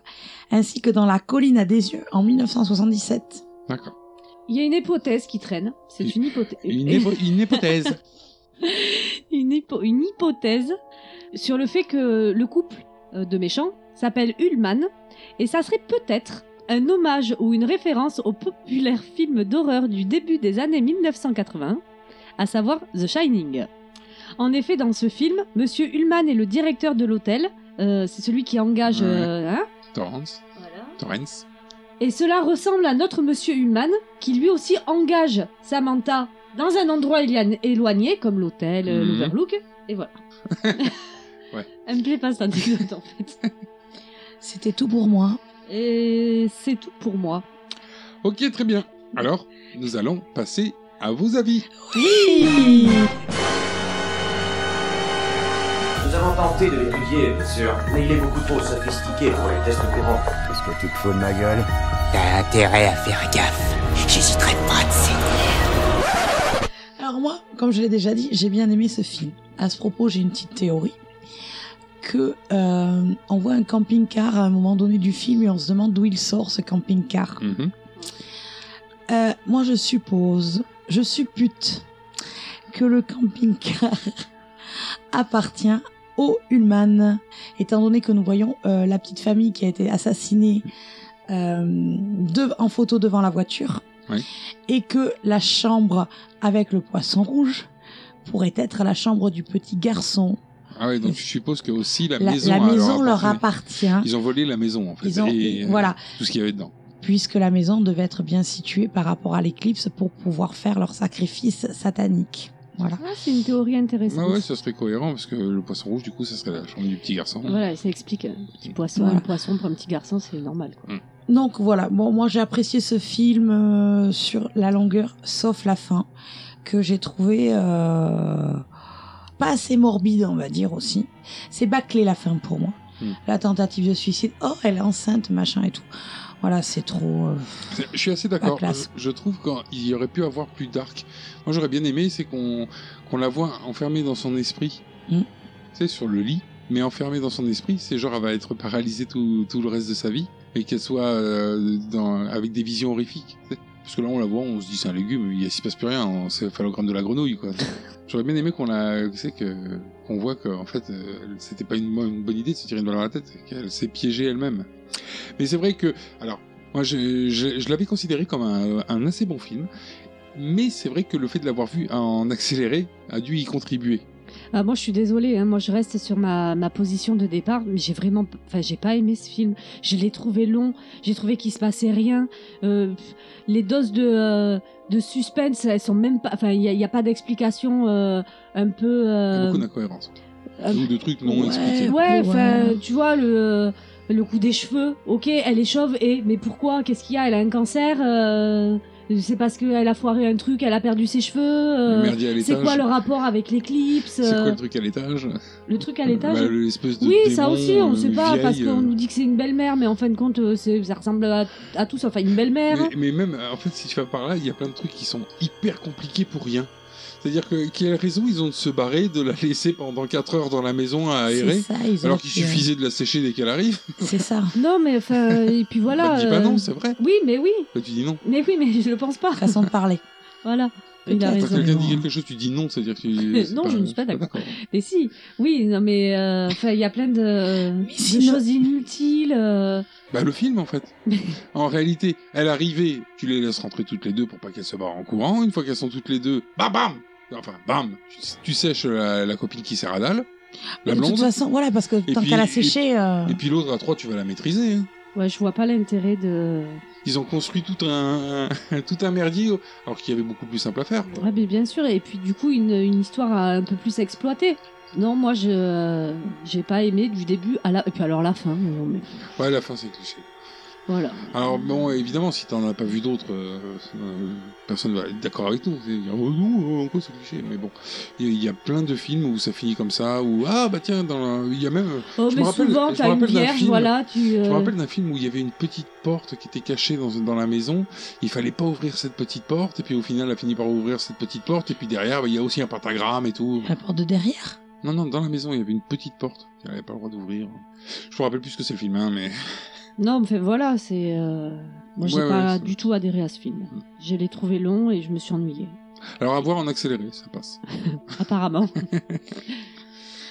ainsi que dans La colline à des yeux en 1977.
D'accord.
Il y a une hypothèse qui traîne, c'est une hypothèse.
Une, hypo- une hypothèse.
une, hypo- une hypothèse sur le fait que le couple euh, de méchants s'appelle Ullman et ça serait peut-être un hommage ou une référence au populaire film d'horreur du début des années 1980, à savoir The Shining. En effet, dans ce film, Monsieur Ullman est le directeur de l'hôtel, euh, c'est celui qui engage.
Ouais.
euh, hein,
Torrance. Torrance.
et cela ressemble à notre monsieur Human, qui lui aussi engage Samantha dans un endroit élia- éloigné, comme l'hôtel, euh,
Mhm.
l'Overlook, et voilà.
Ouais.
Elle me plaît pas cette anecdote en fait.
C'était tout pour moi.
Et c'est tout pour moi.
Ok, très bien. Alors, nous allons passer à vos avis.
Oui
Nous avons tenté de l'étudier, bien sûr, mais il est beaucoup trop sophistiqué pour les tests courants. Qu'est-ce que tu te fous de ma gueule T'as intérêt à faire gaffe. J'hésiterai pas de
Alors moi, comme je l'ai déjà dit, j'ai bien aimé ce film. À ce propos, j'ai une petite théorie que euh, on voit un camping-car à un moment donné du film et on se demande d'où il sort ce camping-car. Euh, moi, je suppose, je suppute que le camping-car appartient au Ullman, étant donné que nous voyons euh, la petite famille qui a été assassinée euh, de- en photo devant la voiture,
Oui.
et que la chambre avec le poisson rouge pourrait être la chambre du petit garçon.
Ah ouais, donc je suppose que aussi la,
La-
maison,
la
a-
maison leur
appartenait.
appartient.
Ils ont euh, volé la maison en fait.
Ils ont-
et,
voilà.
Tout ce qu'il y avait dedans.
puisque la maison devait être bien située par rapport à l'éclipse pour pouvoir faire leur sacrifice satanique. Voilà.
Ah, c'est une théorie intéressante.
Ah ouais, ça serait cohérent parce que le poisson rouge, du coup, ça serait la chambre du petit garçon.
Voilà, ça explique. Un petit poisson,
Voilà.
un poisson pour un petit garçon, c'est normal. Quoi.
Donc voilà, bon, moi j'ai apprécié ce film euh, sur la longueur, sauf la fin, que j'ai trouvé euh, pas assez morbide, on va dire aussi. C'est bâclé la fin pour moi.
Hmm.
La tentative de suicide, oh elle est enceinte, machin et tout. Voilà, c'est trop. euh,
C'est- Je suis assez d'accord. Euh,
La classe.
Je, je trouve qu'il y aurait pu avoir plus dark. Moi, j'aurais bien aimé, c'est qu'on qu'on la voit enfermée dans son esprit.
Mm.
Tu sais, sur le lit, mais enfermée dans son esprit. C'est genre, elle va être paralysée tout, tout le reste de sa vie et qu'elle soit euh, dans- avec des visions horrifiques. tu sais. Parce que là, on la voit, on se dit c'est un légume, il ne se passe plus rien, on- c'est le phallogramme de la grenouille. quoi. J'aurais bien aimé qu'on la, tu sais, que- qu'on voit qu'en fait, euh, c'était pas une, bonne- une bonne idée de se tirer une balle dans la tête, qu'elle s'est piégée elle-même. Mais c'est vrai que, alors, moi, je, je- je l'avais considéré comme un, un assez bon film, mais c'est vrai que le fait de l'avoir vu en accéléré a dû y contribuer.
Ah, moi, je suis désolée. hein, Moi, je reste sur ma, ma position de départ. Mais j'ai vraiment, p- enfin, j'ai pas aimé ce film. Je l'ai trouvé long. J'ai trouvé qu'il se passait rien. Euh, pff, les doses de, euh, de suspense, elles sont même pas. Enfin, il n'y a, pas d'explication euh, un peu.
Il y a
euh,
beaucoup d'incohérences.
euh,
Ou de trucs non
ouais,
expliqués.
Ouais,
Ouais.
enfin, tu vois le le coup des cheveux. Ok, elle est chauve. Et mais pourquoi Qu'est-ce qu'il y a Elle a un cancer. euh, C'est parce qu'elle a foiré un truc. Elle a perdu ses cheveux. euh,
Le merdier à
c'est quoi
l'étage.
le rapport avec l'éclipse
C'est
euh,
quoi le truc à l'étage
le truc à l'étage
Bah, L'espèce de
Oui, ça
démon,
aussi, on
euh,
sait pas,
vieille,
parce qu'on
euh,
nous dit que c'est une belle-mère, mais en fin de compte, euh, c'est- ça ressemble à, à tout, enfin une belle-mère.
Mais, mais même, euh, en fait, si tu vas par là, il y a plein de trucs qui sont hyper compliqués pour rien. C'est-à-dire que quelle raison ils ont de se barrer, de la laisser pendant 4 heures dans la maison à
C'est
aérer,
ça, ils ont
alors qu'il
fait-
suffisait de la sécher dès qu'elle arrive
C'est ça.
Non, mais enfin, et puis voilà.
Bah, dis pas
euh,
non, c'est vrai.
Oui, mais oui,
Bah, tu dis non.
mais oui, mais je le pense pas.
Façon de parler.
Voilà. Il a
Ah, Quand
raison.
quelqu'un dit quelque chose, tu dis non, c'est-à-dire que tu- c'est
non,
pas-
je ne suis pas d'accord. Et si, oui, non, mais euh, enfin, il y a plein de, de
sinon-
choses inutiles. euh,
Bah, le film, en fait. en réalité, elle arrivait, tu les laisses rentrer toutes les deux pour pas qu'elles se barrent en courant. Une fois qu'elles sont toutes les deux, bam bam Enfin, bam Tu, tu sèches la, la copine qui sert à dalle, la
de
blonde.
toute façon, voilà, parce que tant
puis-
qu'elle a
et-
séché. euh,
Et puis l'autre à trois, tu vas la maîtriser. hein.
Ouais, je vois pas l'intérêt de.
Ils ont construit tout un, tout un merdier, alors qu'il y avait beaucoup plus simple à faire.
Ouais, mais bien sûr, et puis du coup, une, une histoire à un peu plus exploitée. Non, moi, je euh, j'ai pas aimé du début à la. Et puis alors la fin, mais bon, mais
Ouais, la fin, c'est cliché.
voilà.
Alors, bon, évidemment, si t'en as pas vu d'autres, euh, euh, personne va être d'accord avec nous. C'est dire, oh non, en quoi c'est cliché Mais bon, il y, a- il y a plein de films où ça finit comme ça, ou ah bah tiens, dans la- il y a même.
Oh,
je me
mais
rappelle-
souvent,
je
t'as une
me rappelle d'un
vierge,
film-
voilà, tu.
Je me
euh,
rappelle d'un film où il y avait une petite porte qui était cachée dans, dans la maison. Il fallait pas ouvrir cette petite porte, et puis au final, elle a fini par ouvrir cette petite porte, et puis derrière, bah, il y a aussi un pentagramme et tout.
Ah.
La porte de derrière.
Non, non, dans la maison, il y avait une petite porte qu'elle n'avait pas le droit d'ouvrir. Je me rappelle plus ce que c'est le film, hein, mais.
Non, mais voilà, c'est. euh, Moi, j'ai
Ouais, Mm. ouais,
pas
c'est-
du tout adhéré à ce film. Je l'ai trouvé long et je me suis ennuyée.
Alors à voir en accéléré, ça passe.
apparemment.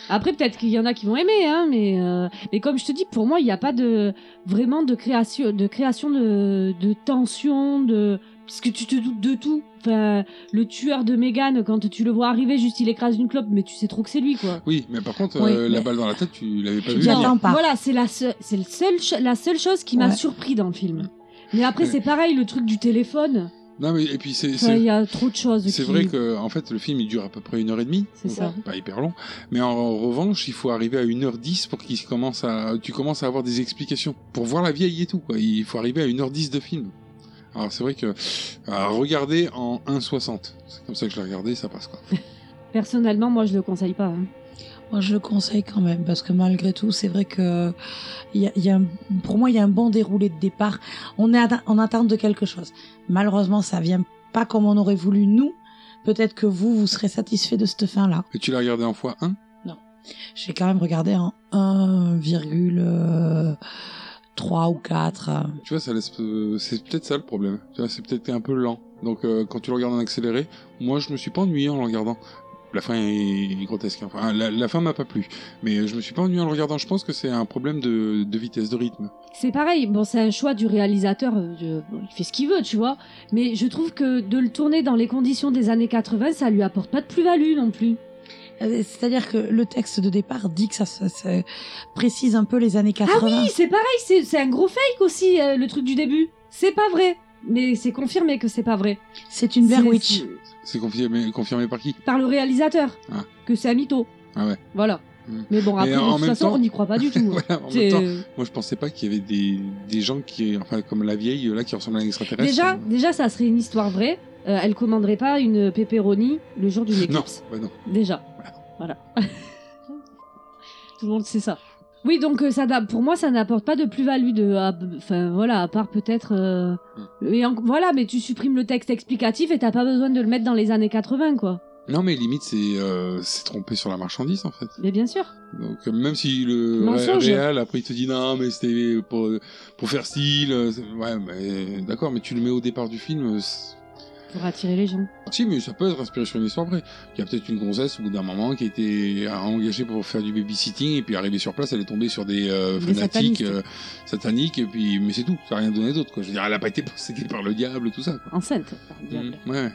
Après, peut-être qu'il y en a qui vont aimer, hein, mais, euh, mais comme je te dis, pour moi, il n'y a pas de, vraiment de création, de, création de, de tension, de, parce que tu te doutes de tout. Enfin, le tueur de Mégane, quand tu le vois arriver, juste il écrase une clope, mais tu sais trop que c'est lui, quoi.
Oui, mais par contre,
Oui,
euh, la
mais-
balle dans la tête, tu l'avais pas
Non,
vu. venir.
Voilà, c'est la, seu- c'est le seul cho- la seule chose qui m'a surpris dans le
Mm.
film. Mais après, c'est pareil, le truc du téléphone.
Non, mais et puis c'est.
Enfin,
c'est-
Il y a trop de choses.
C'est
qui-
vrai que en fait le film il dure à peu près une heure et demie,
C'est
donc
ça.
pas hyper long. Mais en, en revanche, il faut arriver à 1h10 pour qu'il commence à, tu commences à avoir des explications pour voir la vieille et tout. Quoi. Il faut arriver à 1h10 de film. Alors c'est vrai que à regarder en 1,60, c'est comme ça que je l'ai regardé, ça passe quoi.
Personnellement, moi, je le conseille pas. hein.
Moi, je le conseille quand même parce que malgré tout, c'est vrai que il y a, il y a un- pour moi, il y a un bon déroulé de départ. On est atte- en attente de quelque chose. Malheureusement, ça vient pas comme on aurait voulu nous. Peut-être que vous, vous serez satisfait de cette fin-là.
Et tu l'as regardé en fois 1
J'ai quand même regardé en 1,3 ou 4. euh.
Tu vois, ça laisse, euh, c'est peut-être ça le problème. Tu vois, c'est peut-être que t'es un peu lent. Donc euh, quand tu le regardes en accéléré, moi je me suis pas ennuyé en le regardant. La fin est grotesque. hein. Enfin, la, la fin m'a pas plu, mais euh, je me suis pas ennuyé en le regardant. Je pense que c'est un problème de, de vitesse, de rythme.
C'est pareil, bon, c'est un choix du réalisateur, euh, je- bon, il fait ce qu'il veut, tu vois. Mais je trouve que de le tourner dans les conditions des années 80, ça lui apporte pas de plus-value non plus.
Euh, C'est-à-dire que le texte de départ dit que ça, ça- ça précise un peu les années 80.
Ah oui, c'est pareil, c'est c'est un gros fake aussi, euh, le truc du début. C'est pas vrai, mais c'est confirmé que c'est pas vrai.
C'est une
Blair
Witch.
C'est confirmé, confirmé par qui
Par le réalisateur,
Ah.
que c'est un mytho.
Ah ouais.
Voilà. Mais bon,
Mais
après,
en
de toute
même
façon,
temps-
on n'y croit pas du tout. hein.
Voilà, en
C'est-
même temps, moi je pensais pas qu'il y avait des, des gens qui, enfin comme la vieille là qui ressemble à un extraterrestre.
Déjà, déjà, ça serait une histoire vraie. Euh, elle commanderait pas une pepperoni le jour d'une
non,
éclipse.
bah non.
Déjà. Voilà. Tout le monde sait ça. Oui, donc euh, ça n'a- pour moi, ça n'apporte pas de plus-value de, ah, b- enfin voilà, à part peut-être, euh,
Hmm.
et en- voilà, mais tu supprimes le texte explicatif et t'as pas besoin de le mettre dans les années 80, quoi.
Non mais limite c'est euh, c'est trompé sur la marchandise en fait.
Mais bien sûr.
Donc euh, même si le ré-
Mensonge.
réel après il te dit non mais c'était pour pour faire style, euh, c'est- ouais mais d'accord mais tu le mets au départ du film. euh, c'est-
Pour attirer les gens.
Si, mais ça peut être inspiré sur une histoire vraie. Il y a peut-être une gonzesse au bout d'un moment qui a été engagée pour faire du babysitting et puis arrivée sur place, elle est tombée sur des euh,
Des
fanatiques
satanistes.
euh, sataniques et puis mais c'est tout, ça n'a rien donné d'autre. quoi. Je veux dire, elle n'a pas été possédée par le diable, tout ça. Quoi.
Enceinte. par le diable.
Mm, ouais.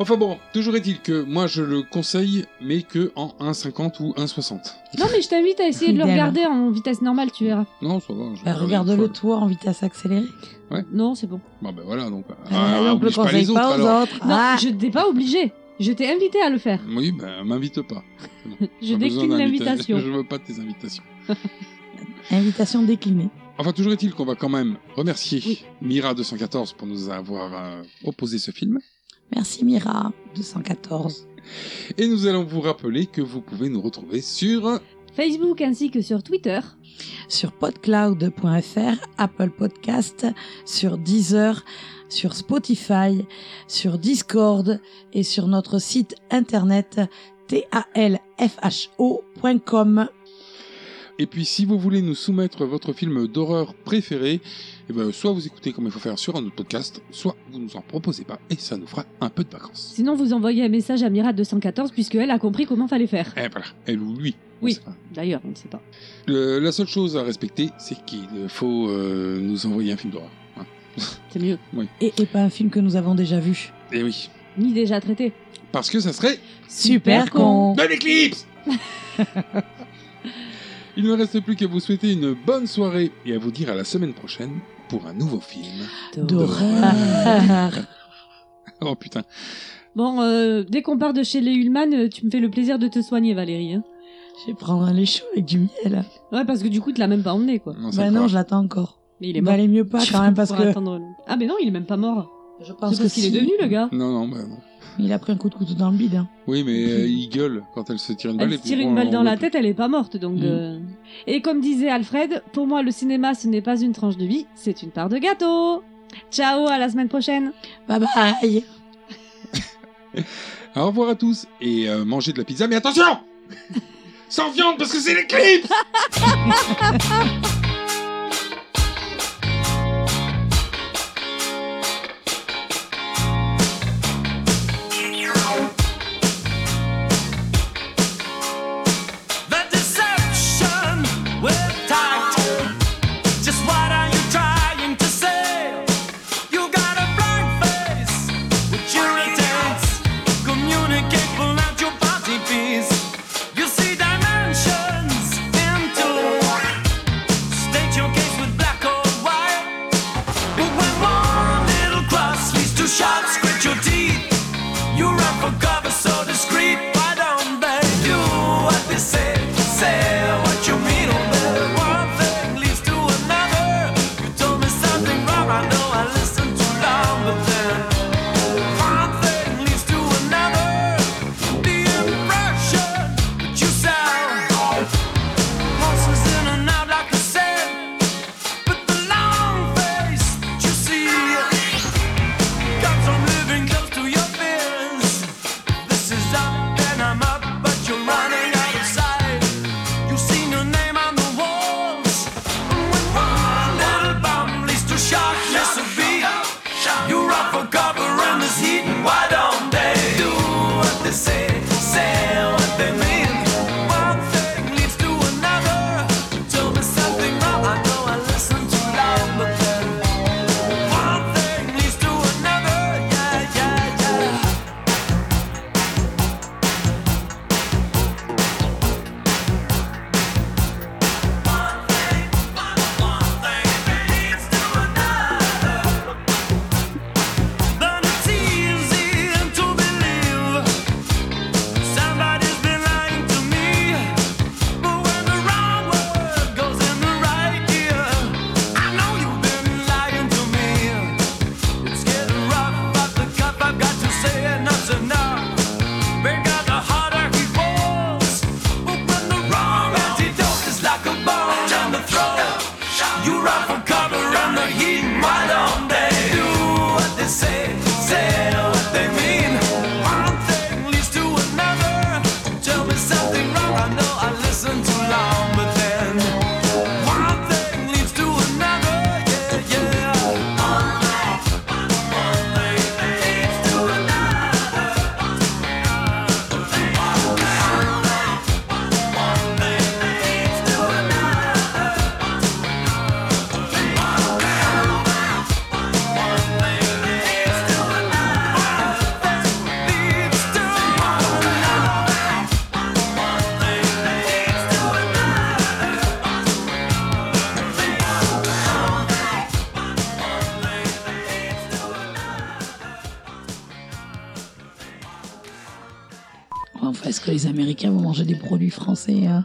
Enfin bon, toujours est-il que moi je le conseille, mais que en 1,50 ou 1,60.
Non, mais je t'invite à essayer de le
Idem.
regarder en vitesse normale, tu verras.
Non, ça va. je-
Bah, Regarde-le toi en vitesse accélérée.
Ouais.
Non, c'est bon.
Bah, bah voilà, donc.
Ah, donc,
oblige
le conseille pas aux
alors.
autres. Ah,
Non, je t'ai pas obligé. Je t'ai invité à le faire.
Oui, bah m'invite pas.
hein. Je
Pas besoin
décline
d'invita-
l'invitation.
je veux pas tes invitations.
Invitation déclinée.
Enfin, toujours est-il qu'on va quand même remercier Mira214 pour nous avoir euh, proposé ce film.
Merci Mira 214.
Et nous allons vous rappeler que vous pouvez nous retrouver sur...
Facebook ainsi que sur Twitter.
Sur podcloud.fr, Apple Podcast, sur Deezer, sur Spotify, sur Discord et sur notre site internet talfho.com.
Et puis, si vous voulez nous soumettre votre film d'horreur préféré, eh ben, soit vous écoutez comme il faut faire sur un autre podcast, soit vous nous en proposez pas et ça nous fera un peu de vacances.
Sinon, vous envoyez un message à Mira214 puisque elle a compris comment fallait faire.
Eh voilà, elle ou lui.
Oui, d'ailleurs, on ne sait pas.
Le- la seule chose à respecter, c'est qu'il faut euh, nous envoyer un film d'horreur. hein.
C'est mieux.
Oui.
Et, et pas un film que nous avons déjà vu.
Et Eh oui.
Ni déjà traité.
Parce que ça serait...
Super con.
Bonne éclipse Il ne reste plus qu'à vous souhaiter une bonne soirée et à vous dire à la semaine prochaine pour un nouveau film.
D'horreur.
Oh putain.
Bon, euh, dès qu'on part de chez les Ullman, euh, tu me fais le plaisir de te soigner, Valérie. hein.
Je vais prendre un lait chaud avec du miel.
Ouais, parce que du coup, tu l'as même pas emmené, quoi.
bah non, je l'attends encore.
Mais il est mort.
Valait mieux Bah, pas
Tu
quand
vas
même parce
pouvoir
que
attendre le- Ah, mais non, il est même pas mort.
Je
pense parce qu'il est devenu le gars.
Non, non, bah non.
il a pris un coup de couteau dans le bide. hein.
Oui, mais euh, il gueule quand elle se tire une balle.
Elle
et
se
puis
tire
bon,
une balle
Bah, on
dans la
veut plus.
tête, elle est pas morte, donc.
Mm.
Mhm.
euh, Et comme disait Alfred, pour moi, le cinéma, ce n'est pas une tranche de vie, c'est une part de gâteau. Ciao, à la semaine prochaine.
Bye bye.
Au revoir à tous et euh, mangez de la pizza, mais attention Sans viande parce que c'est l'éclipse
Thank
Enfin, est-ce que les Américains vont manger des produits français hein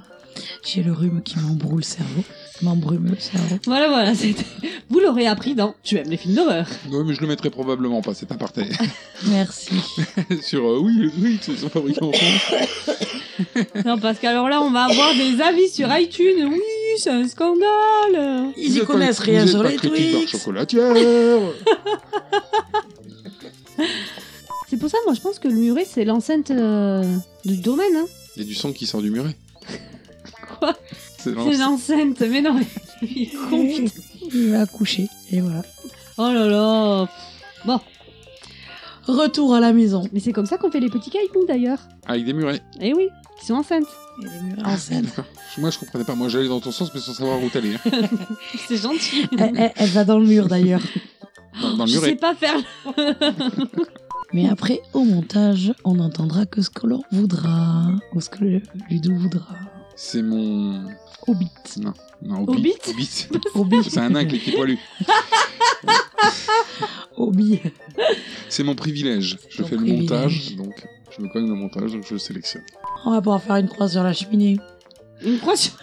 J'ai le rhume qui m'embrouille le cerveau. M'embrume le cerveau.
Voilà, voilà, c'était- vous l'aurez appris dans Tu aimes les films d'horreur.
Oui, mais je le mettrai probablement pas, cet aparté.
Merci.
Sur euh, oui, les trucs qui sont fabriqués en France.
Non, parce qu'alors là, on va avoir des avis sur iTunes. Oui, c'est un scandale.
Vous êtes pas- vous êtes pas critique par chocolatière.
C'est pour ça, moi, je pense que le muret, c'est l'enceinte euh, du domaine. Hein.
Il y a du sang qui sort du muret.
Quoi
C'est
C'est
l'enceinte.
l'enceinte, mais non, il est con, putain.
Il va coucher. Et voilà.
Oh là là. Bon.
Retour à la maison.
Mais c'est comme ça qu'on fait les petits cailloux, d'ailleurs.
Avec des murets.
Eh oui, ils sont enceintes.
Ah. D'accord. Moi, je comprenais pas. Moi, j'allais dans ton sens, mais sans savoir où t'allais. hein.
C'est gentil.
elle, elle- elle va dans le mur d'ailleurs.
Dans, dans le
Je sais
muret.
pas faire.
Mais après, au montage, on n'entendra que ce que l'on voudra. Ou ce que le- Ludo voudra.
C'est mon.
Hobbit.
Non. Non,
Hobbit
Hobbit. Hobbit. C'est un nain qui est poilu.
Hobbit.
C'est mon privilège. Je
Ton
fais le
privilège.
montage, donc je me cogne le montage, donc je le sélectionne.
On va pouvoir faire une croix sur la cheminée.
Une croix sur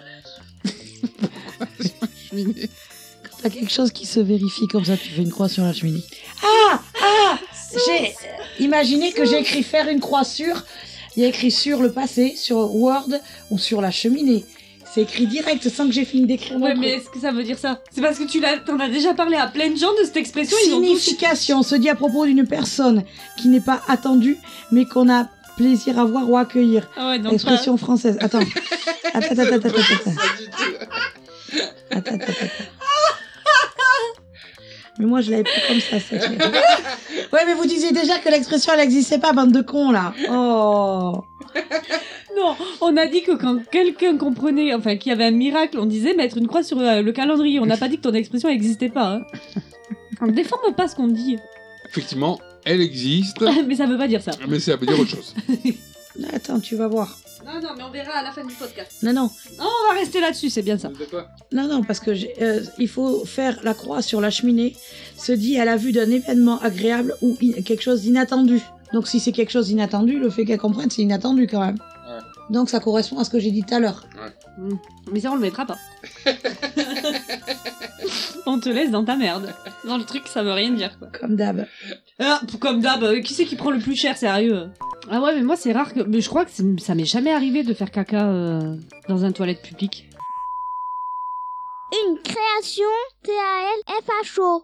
la cheminée Quand t'as quelque chose qui se vérifie comme ça, tu fais une croix sur la cheminée.
Ah Ah
J'ai imaginé que j'ai écrit faire une croix sur. Il y a écrit sur le passé, sur Word ou sur la cheminée. C'est écrit direct sans que j'ai fini d'écrire mon
Ouais,
truc.
mais est-ce que ça veut dire ça C'est parce que tu l'as, t'en as déjà parlé à plein de gens de cette expression. Ils ont tous...
Signification se dit à propos d'une personne qui n'est pas attendue, mais qu'on a plaisir à voir ou accueillir.
Ah ouais, donc
Expression
pas-
française. Attends. Attends, attends, attends, attends, attends. Attends, attends, attends. Mais moi, je l'avais plus comme ça, cette merde. Ouais, mais vous disiez déjà que l'expression, elle n'existait pas, bande de cons, là. Oh.
Non, on a dit que quand quelqu'un comprenait, enfin, qu'il y avait un miracle, on disait mettre une croix sur euh, le calendrier. On n'a pas dit que ton expression n'existait pas. Hein. On déforme pas ce qu'on dit.
Effectivement, elle existe,
mais ça veut pas dire ça.
mais ça veut dire autre chose.
Attends, tu vas voir.
Non, non, mais on verra à la fin du podcast.
Non, non.
Non, on va rester là-dessus, c'est bien ça.
Non, non, parce que j'ai- euh, il faut faire la croix sur la cheminée, se dit à la vue d'un événement agréable ou in- quelque chose d'inattendu. Donc si c'est quelque chose d'inattendu, le fait qu'elle comprenne, c'est inattendu quand même. Donc ça correspond à ce que j'ai dit tout à l'heure.
Mm. Mais ça, on le mettra pas. on te laisse dans ta merde. Dans le truc, ça veut rien dire, quoi.
Comme d'hab.
Ah, p- comme d'hab, euh, qui c'est qui prend le plus cher, sérieux Ah ouais, mais moi c'est rare que. Mais je crois que c'est- ça m'est jamais arrivé de faire caca euh, dans un toilette publique.
Une création T-A-L-F-H-O.